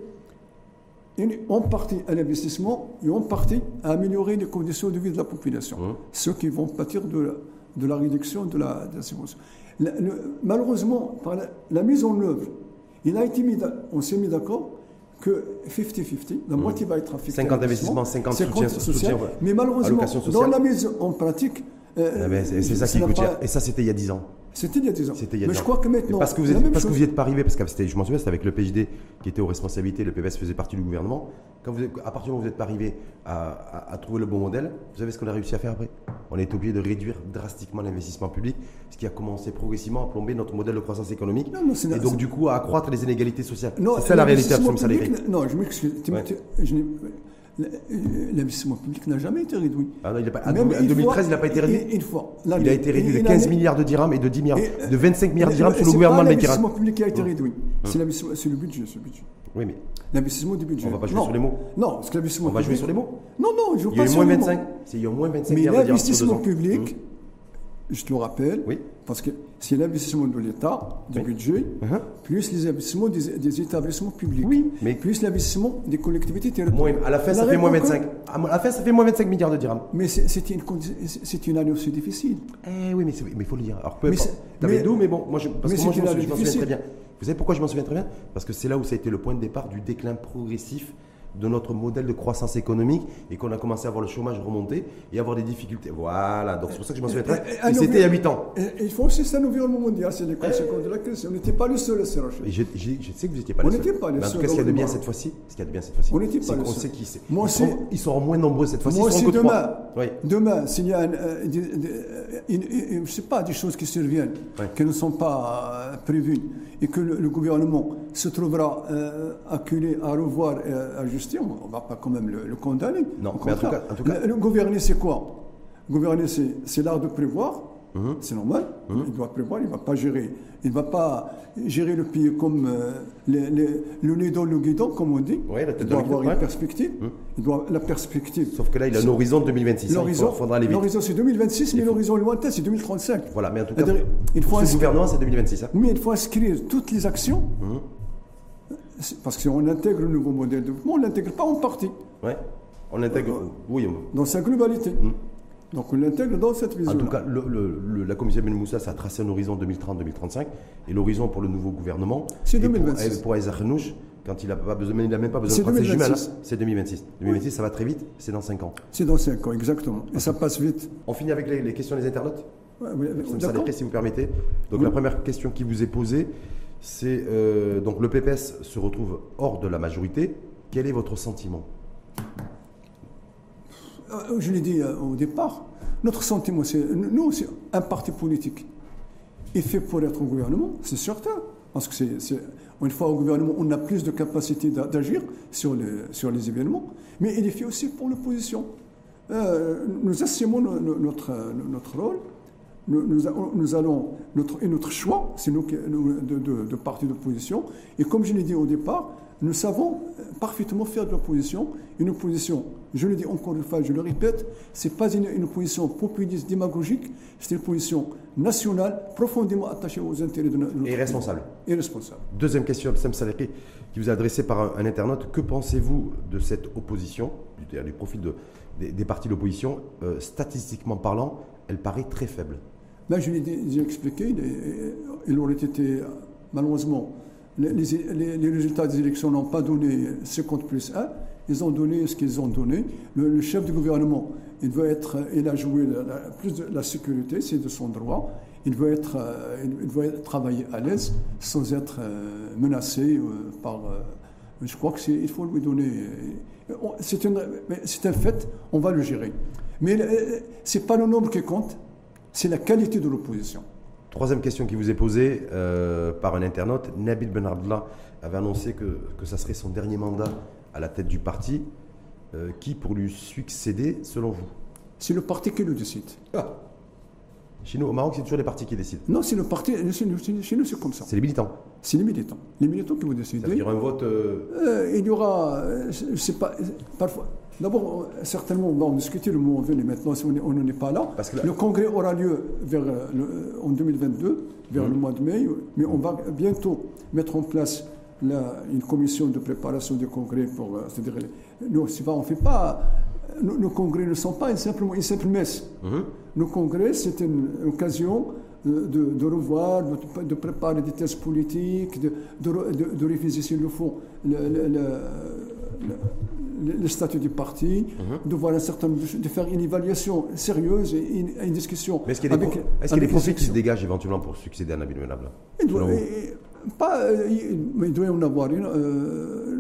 Speaker 2: une- en partie à l'investissement et en partie à améliorer les conditions de vie de la population,
Speaker 1: Hein?
Speaker 2: ceux qui vont pâtir de la, de la réduction de la, de la subvention. La- le- malheureusement, par la, la mise en œuvre, il a été mis d'a- on s'est mis d'accord que 50-50, la moitié va être affectée. à
Speaker 1: 50
Speaker 2: l'investissement,
Speaker 1: Hein? investissements, 50 soutien-
Speaker 2: social.
Speaker 1: soutien, ouais.
Speaker 2: Mais malheureusement,
Speaker 1: Allocation
Speaker 2: dans
Speaker 1: sociale.
Speaker 2: la mise en pratique, euh,
Speaker 1: Ah, mais C'est c'est ça qui
Speaker 2: n'a
Speaker 1: coûte
Speaker 2: pas-
Speaker 1: cher. Et ça, c'était il y a 10 ans.
Speaker 2: C'était il y a 10 ans.
Speaker 1: C'était il y a
Speaker 2: mais
Speaker 1: dix
Speaker 2: je
Speaker 1: ans.
Speaker 2: crois que
Speaker 1: Mais
Speaker 2: maintenant,
Speaker 1: parce que vous
Speaker 2: la
Speaker 1: n'êtes
Speaker 2: même
Speaker 1: parce que
Speaker 2: chose-
Speaker 1: vous y êtes pas arrivé parce que ah, c'était- je m'en souviens c'était avec le PJD qui était aux responsabilités, le PPS faisait partie du gouvernement. Quand vous, êtes- à partir du moment où vous n'êtes pas arrivé à, à- à trouver le bon modèle, vous savez ce qu'on a réussi à faire après On est obligé de réduire drastiquement l'investissement public, ce qui a commencé progressivement à plomber notre modèle de croissance économique
Speaker 2: Non, non, c'est-
Speaker 1: et
Speaker 2: c'est-
Speaker 1: donc du coup à accroître les inégalités sociales.
Speaker 2: Non,
Speaker 1: C'est ça la réalité
Speaker 2: l'investissement
Speaker 1: absolument ça, les
Speaker 2: public,
Speaker 1: gars.
Speaker 2: Non, je m'excuse. tu-
Speaker 1: Ouais.
Speaker 2: tu- je n'ai- euh, L'investissement public n'a jamais été réduit.
Speaker 1: Ah non, il a pas- en
Speaker 2: Même une
Speaker 1: 2013,
Speaker 2: fois-
Speaker 1: il n'a pas été réduit.
Speaker 2: Une, une fois.
Speaker 1: Il a été réduit de 15 milliards de dirhams et de 10 milliards,
Speaker 2: Et, euh,
Speaker 1: de 25 milliards de dirhams sous
Speaker 2: sur
Speaker 1: le gouvernement Mmh. de Mitterrand.
Speaker 2: L'investissement public qui a été réduit. C'est l'investissement- c'est le budget, ce budget.
Speaker 1: Oui, mais
Speaker 2: L'investissement du budget.
Speaker 1: On va pas jouer
Speaker 2: Non.
Speaker 1: sur les mots.
Speaker 2: Non, parce que l'investissement
Speaker 1: on va jouer
Speaker 2: public-
Speaker 1: sur les mots.
Speaker 2: Non, non, je ne joue
Speaker 1: Il y a
Speaker 2: pas
Speaker 1: eu
Speaker 2: sur
Speaker 1: moins
Speaker 2: les mots.
Speaker 1: 25. C'est il y a eu moins 25
Speaker 2: Mais
Speaker 1: milliards de dirhams sur deux
Speaker 2: l'investissement
Speaker 1: ans.
Speaker 2: public, je te le rappelle,
Speaker 1: Oui.
Speaker 2: parce que c'est l'investissement de l'État, du
Speaker 1: Oui.
Speaker 2: budget,
Speaker 1: Mhm.
Speaker 2: plus les investissements des, des établissements publics,
Speaker 1: Oui, mais-
Speaker 2: plus l'investissement des collectivités
Speaker 1: Hmm. Moins-
Speaker 2: territoriales.
Speaker 1: à la fin, ça
Speaker 2: La
Speaker 1: fait moins
Speaker 2: réponse-
Speaker 1: 25. À la fin, ça fait moins 25 milliards de dirhams.
Speaker 2: Mais c'est- c'était une, condi- c'est- c'est une année aussi difficile.
Speaker 1: Eh oui, mais il faut le dire. Alors, peu
Speaker 2: Mais
Speaker 1: importe.
Speaker 2: c'est-
Speaker 1: T'avais
Speaker 2: mais-
Speaker 1: d'où, mais bon, moi, je, parce que moi,
Speaker 2: mais c'est
Speaker 1: je m'en
Speaker 2: une
Speaker 1: souviens, je m'en souviens
Speaker 2: difficile.
Speaker 1: très bien. Vous savez pourquoi je m'en souviens très bien Parce que c'est là où ça a été le point de départ du déclin progressif de notre modèle de croissance économique et qu'on a commencé à voir le chômage remonter et avoir des difficultés. Voilà, donc c'est pour ça que je m'en souviens très
Speaker 2: Et- et
Speaker 1: bien.
Speaker 2: un
Speaker 1: Et C'était il y a 8 ans.
Speaker 2: environ- et- et Il faut aussi c'est un environnement mondial, c'est les conséquences de la crise. On n'était pas le seul à s'arracher.
Speaker 1: Et je, je- je sais que vous n'étiez pas
Speaker 2: On
Speaker 1: les seuls.
Speaker 2: n'était pas
Speaker 1: Mais
Speaker 2: les
Speaker 1: En tout
Speaker 2: seuls,
Speaker 1: cas, ce qu'il y a de
Speaker 2: donc,
Speaker 1: bien
Speaker 2: moi.
Speaker 1: cette fois-ci, ce qu'il y a de bien cette fois-ci,
Speaker 2: On n'était pas
Speaker 1: c'est
Speaker 2: les
Speaker 1: qu'on
Speaker 2: seuls.
Speaker 1: sait qui c'est.
Speaker 2: Moi
Speaker 1: ils,
Speaker 2: aussi-
Speaker 1: seront, ils seront moins nombreux cette fois-ci.
Speaker 2: Moi
Speaker 1: ils seront
Speaker 2: aussi,
Speaker 1: que trois.
Speaker 2: demain,
Speaker 1: Oui.
Speaker 2: demain s'il y a, un, euh, des- des- euh, une- une- je sais pas, des choses qui surviennent,
Speaker 1: Ouais.
Speaker 2: qui ne sont pas euh, prévues, et que le, le gouvernement se trouvera euh, acculé à revoir et à ajuster, on ne va pas quand même le, le condamner.
Speaker 1: Non,
Speaker 2: Au
Speaker 1: mais en tout
Speaker 2: contraire.
Speaker 1: cas- en tout cas-
Speaker 2: Le, le gouverner, c'est quoi Gouverner, c'est c'est l'art de prévoir.
Speaker 1: Mm-hmm.
Speaker 2: C'est normal, il doit prévoir, il ne va pas gérer. Il ne va pas gérer le pays comme euh, les- les- le nez dans le guidon, comme on dit.
Speaker 1: Ouais, la tête
Speaker 2: il
Speaker 1: dans
Speaker 2: doit
Speaker 1: le guidon,
Speaker 2: avoir une
Speaker 1: ouais. Mm-hmm.
Speaker 2: perspective. Il doit, la perspective.
Speaker 1: Sauf que là, il a un horizon 2026. hein, il
Speaker 2: L'horizon,
Speaker 1: faudra- faudra aller vite.
Speaker 2: l'horizon, c'est 2026, mais l'horizon lointain c'est 2035.
Speaker 1: Voilà, mais en tout cas,
Speaker 2: C'est-à-dire, il faut
Speaker 1: pour ce
Speaker 2: inscrire,
Speaker 1: gouvernement, c'est 2026. hein.
Speaker 2: mais il faut inscrire toutes les actions,
Speaker 1: Hum.
Speaker 2: C'est- parce que si on intègre le nouveau modèle de développement, on ne l'intègre pas en partie,
Speaker 1: Ouais. On intègre. Oui, on-
Speaker 2: dans sa globalité. Donc on l'intègre dans cette vision.
Speaker 1: Hum. en tout cas, le- le- le- la commission Ben Moussa, ça a tracé un horizon 2030-2035. Et l'horizon pour le nouveau gouvernement.
Speaker 2: C'est
Speaker 1: et pour-
Speaker 2: 2026.
Speaker 1: et Pour Aïssa Khenouch, quand il n'a pas besoin, il n'a même pas besoin
Speaker 2: C'est
Speaker 1: de tracer jumelles, hein.
Speaker 2: 2026.
Speaker 1: C'est 2026. 2026, ça va très vite, c'est dans 5 ans.
Speaker 2: C'est dans 5 ans, exactement. Et ça passe vite.
Speaker 1: On finit avec les, les questions des internautes
Speaker 2: Ouais, ouais,
Speaker 1: Comme ça,
Speaker 2: D'accord
Speaker 1: après, si vous permettez. Donc, la première question qui vous est posée, c'est euh, donc le PPS se retrouve hors de la majorité. Quel est votre sentiment
Speaker 2: Euh, Je l'ai dit euh, au départ, notre sentiment, c'est nous, c'est un parti politique. est fait pour être au gouvernement, c'est certain. Parce que c'est, c'est- une fois au gouvernement, on a plus de capacité d'a- d'agir sur les, sur les événements. Mais il est fait aussi pour l'opposition. Euh, nous assumons no- no- notre, euh, notre rôle. Nous, nous a- nous allons, notre, et notre choix, c'est nous, qui- nous- de, de, de parti d'opposition. Et comme je l'ai dit au départ, nous savons euh, parfaitement faire de l'opposition. Une opposition, je le dis encore une fois, je le répète, c'est pas une, une opposition populiste, démagogique, c'est une opposition nationale, profondément attachée aux intérêts de no- notre
Speaker 1: Et
Speaker 2: pays.
Speaker 1: responsable.
Speaker 2: Et responsable.
Speaker 1: Deuxième question, Absem Salaki, qui vous est adressée par un, un internaute. Que pensez-vous de cette opposition, du, c'est-à-dire du profil de- des, des partis d'opposition Euh, Statistiquement parlant, elle paraît très faible.
Speaker 2: Là, Ben, je l'ai dé- déjà expliqué, il, est- euh, il aurait été, euh, malheureusement, les, les- les- les résultats des élections n'ont pas donné 50 plus 1, ils ont donné ce qu'ils ont donné. Le, le chef du gouvernement, il veut être, euh, il a joué la, la- plus de la sécurité, c'est de son droit, il veut être, euh, il, il veut être- travailler à l'aise sans être euh, menacé euh, par... euh, je crois que c'est, il faut lui donner. euh, on- C'est, une- mais c'est un fait, on va le gérer. Mais euh, c'est pas le nombre qui compte, c'est la qualité de l'opposition.
Speaker 1: Troisième question qui vous est posée euh, par un internaute. Nabil Ben Abdallah avait annoncé que, que ça serait son dernier mandat à la tête du parti. euh, qui pour lui succéder selon vous
Speaker 2: C'est le parti qui le décide.
Speaker 1: Ah. Chez nous, au Maroc, c'est toujours les partis qui décident.
Speaker 2: Non, c'est le parti. Chez nous, chez nous, c'est comme ça.
Speaker 1: C'est les militants.
Speaker 2: C'est les militants. Les militants qui vont décider.
Speaker 1: C'est-à-dire un vote. euh,
Speaker 2: Euh, il y aura, euh, je sais pas, euh, parfois. D'abord, euh, certainement, on va en discuter le moment venu, mais maintenant, si on est- on n'en est pas là.
Speaker 1: Parce que là-
Speaker 2: Le congrès aura lieu vers, euh, le- en 2022,
Speaker 1: Mmh.
Speaker 2: vers le mois de mai, mais on va bientôt mettre en place la- une commission de préparation du congrès. Pour, euh, c'est-à-dire, les- nous, c'est pas- on fait pas. euh, Nos, nos congrès ne sont pas une simple, une simple messe. Nos congrès, c'est une occasion euh, de, de revoir, de, de préparer des thèses politiques, de, de, re- de- de réviser, s'il le faut, le, le- le- le- le statut du parti,
Speaker 1: Mhm.
Speaker 2: de voir un certain nombre de choses, de faire une évaluation sérieuse et une, une discussion.
Speaker 1: Mais est-ce qu'il y a des,
Speaker 2: avec-
Speaker 1: pro- est-ce qu'il y a des
Speaker 2: avec
Speaker 1: profits
Speaker 2: les
Speaker 1: qui se
Speaker 2: sections.
Speaker 1: dégagent éventuellement pour succéder à Nabil Benabla
Speaker 2: Il doit,
Speaker 1: Selon vous
Speaker 2: et- pas, euh, il, mais il doit y en avoir une. euh,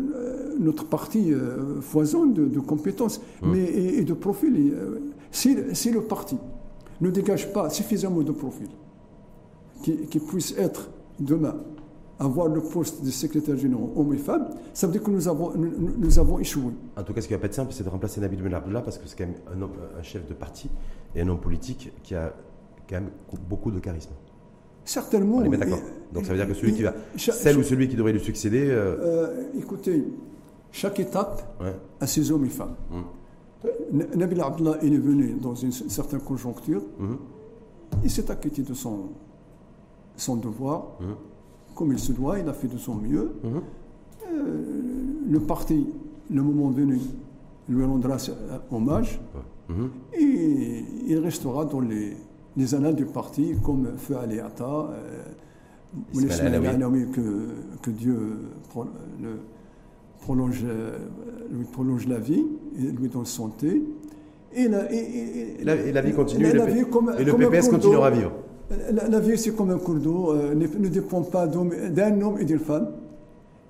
Speaker 2: notre parti euh, foisonne de, de compétences
Speaker 1: Mm.
Speaker 2: mais, et, et de profils. Et, euh, si, si le parti ne dégage pas suffisamment de profils qui, qui puissent être demain avoir le poste de secrétaire général homme et femme, ça veut dire que nous avons, nous, nous- nous avons échoué.
Speaker 1: En tout cas, ce qui va pas être simple, c'est de remplacer Nabil Benabla parce que c'est quand même un, homme- un chef de parti et un homme politique qui a quand même beaucoup de charisme.
Speaker 2: Certainement.
Speaker 1: On est bien
Speaker 2: et-
Speaker 1: d'accord. Donc ça veut dire que celui
Speaker 2: et-
Speaker 1: qui va,
Speaker 2: cha-
Speaker 1: celle ou celui qui devrait lui succéder, euh,
Speaker 2: euh, écoutez, chaque étape
Speaker 1: ouais.
Speaker 2: à ces hommes et femmes. Na- Nabil Abdallah, il est venu dans une cer- certaine conjoncture.
Speaker 1: Mhm.
Speaker 2: Il s'est acquitté de son, son devoir. Comme il se doit, il a fait de son mieux. Euh, le parti, le moment venu, lui rendra ce- euh, hommage.
Speaker 1: Mhm.
Speaker 2: Et il restera dans les, les annales du parti comme Feu Aléata, euh,
Speaker 1: Ismaël
Speaker 2: Ismaël
Speaker 1: Alaoui.
Speaker 2: Alaoui, que, que Dieu pro- le prolonge, euh, lui prolonge la vie, et lui donne santé. Et la, et- et-
Speaker 1: Et la, et la vie continue.
Speaker 2: la-
Speaker 1: et
Speaker 2: la
Speaker 1: le,
Speaker 2: vie
Speaker 1: P-
Speaker 2: comme-
Speaker 1: et le
Speaker 2: comme un
Speaker 1: PPS
Speaker 2: cours d'eau.
Speaker 1: continuera à vivre.
Speaker 2: La, la vie, c'est comme un cours d'eau, euh, ne, ne dépend pas d'homme- d'un homme et d'une femme.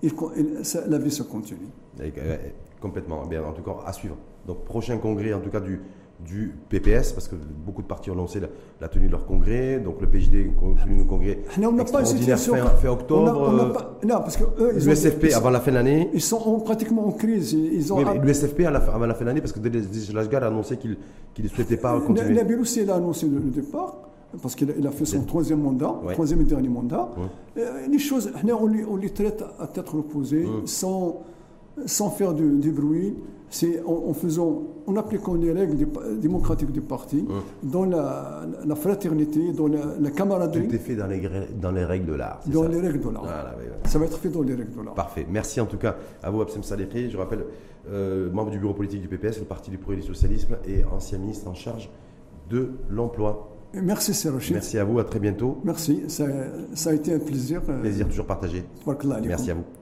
Speaker 2: Il con- il- ça- la vie se continue.
Speaker 1: Et- euh, complètement. Eh Bien, en tout cas, à suivre. Donc, prochain congrès, en tout cas, du, du PPS, parce que beaucoup de partis ont lancé la, la tenue de leur congrès. Donc, le PJD continue le congrès
Speaker 2: Non, on n'a pas une
Speaker 1: extraordinaire
Speaker 2: situation-
Speaker 1: fin, fin
Speaker 2: On a-
Speaker 1: octobre.
Speaker 2: on n'a
Speaker 1: euh,
Speaker 2: pas- non, parce que eux, ils ont-
Speaker 1: L'USFP
Speaker 2: ils-
Speaker 1: avant la fin de l'année.
Speaker 2: Ils sont en- pratiquement en crise. Ils ils ont
Speaker 1: Oui, mais L'USFP à la fin- avant la fin de l'année, parce que Delajgal a annoncé qu'il qu'il ne souhaitait pas continuer.
Speaker 2: Nabil aussi, il a annoncé le, le départ, parce qu'il a, il a fait son troisième mandat,
Speaker 1: Ouais.
Speaker 2: troisième et dernier mandat. Euh, les choses, là, on, les, on les traite à tête reposée, sans, sans faire du, du bruit. C'est en, en faisant, en appliquant les règles du pa- démocratiques du parti, dans la, la- la fraternité, dans la, la camaraderie,
Speaker 1: Tout est fait dans les, gré- dans les règles de l'art. c'est
Speaker 2: dans
Speaker 1: ça
Speaker 2: les règles de l'art.
Speaker 1: Voilà, oui, voilà.
Speaker 2: Ça va être fait dans les règles de l'art.
Speaker 1: Parfait. Merci en tout cas à vous, Absem Salehri. Je rappelle, euh, membre du bureau politique du PPS, le Parti du Progrès et du Socialisme et ancien ministre en charge de l'emploi.
Speaker 2: Et Merci, Serachid. Merci.
Speaker 1: Merci à vous, à très bientôt.
Speaker 2: Ça, ça a été un plaisir. euh,
Speaker 1: Plaisir toujours partagé.
Speaker 2: Barakallah alaikum.
Speaker 1: Merci à vous.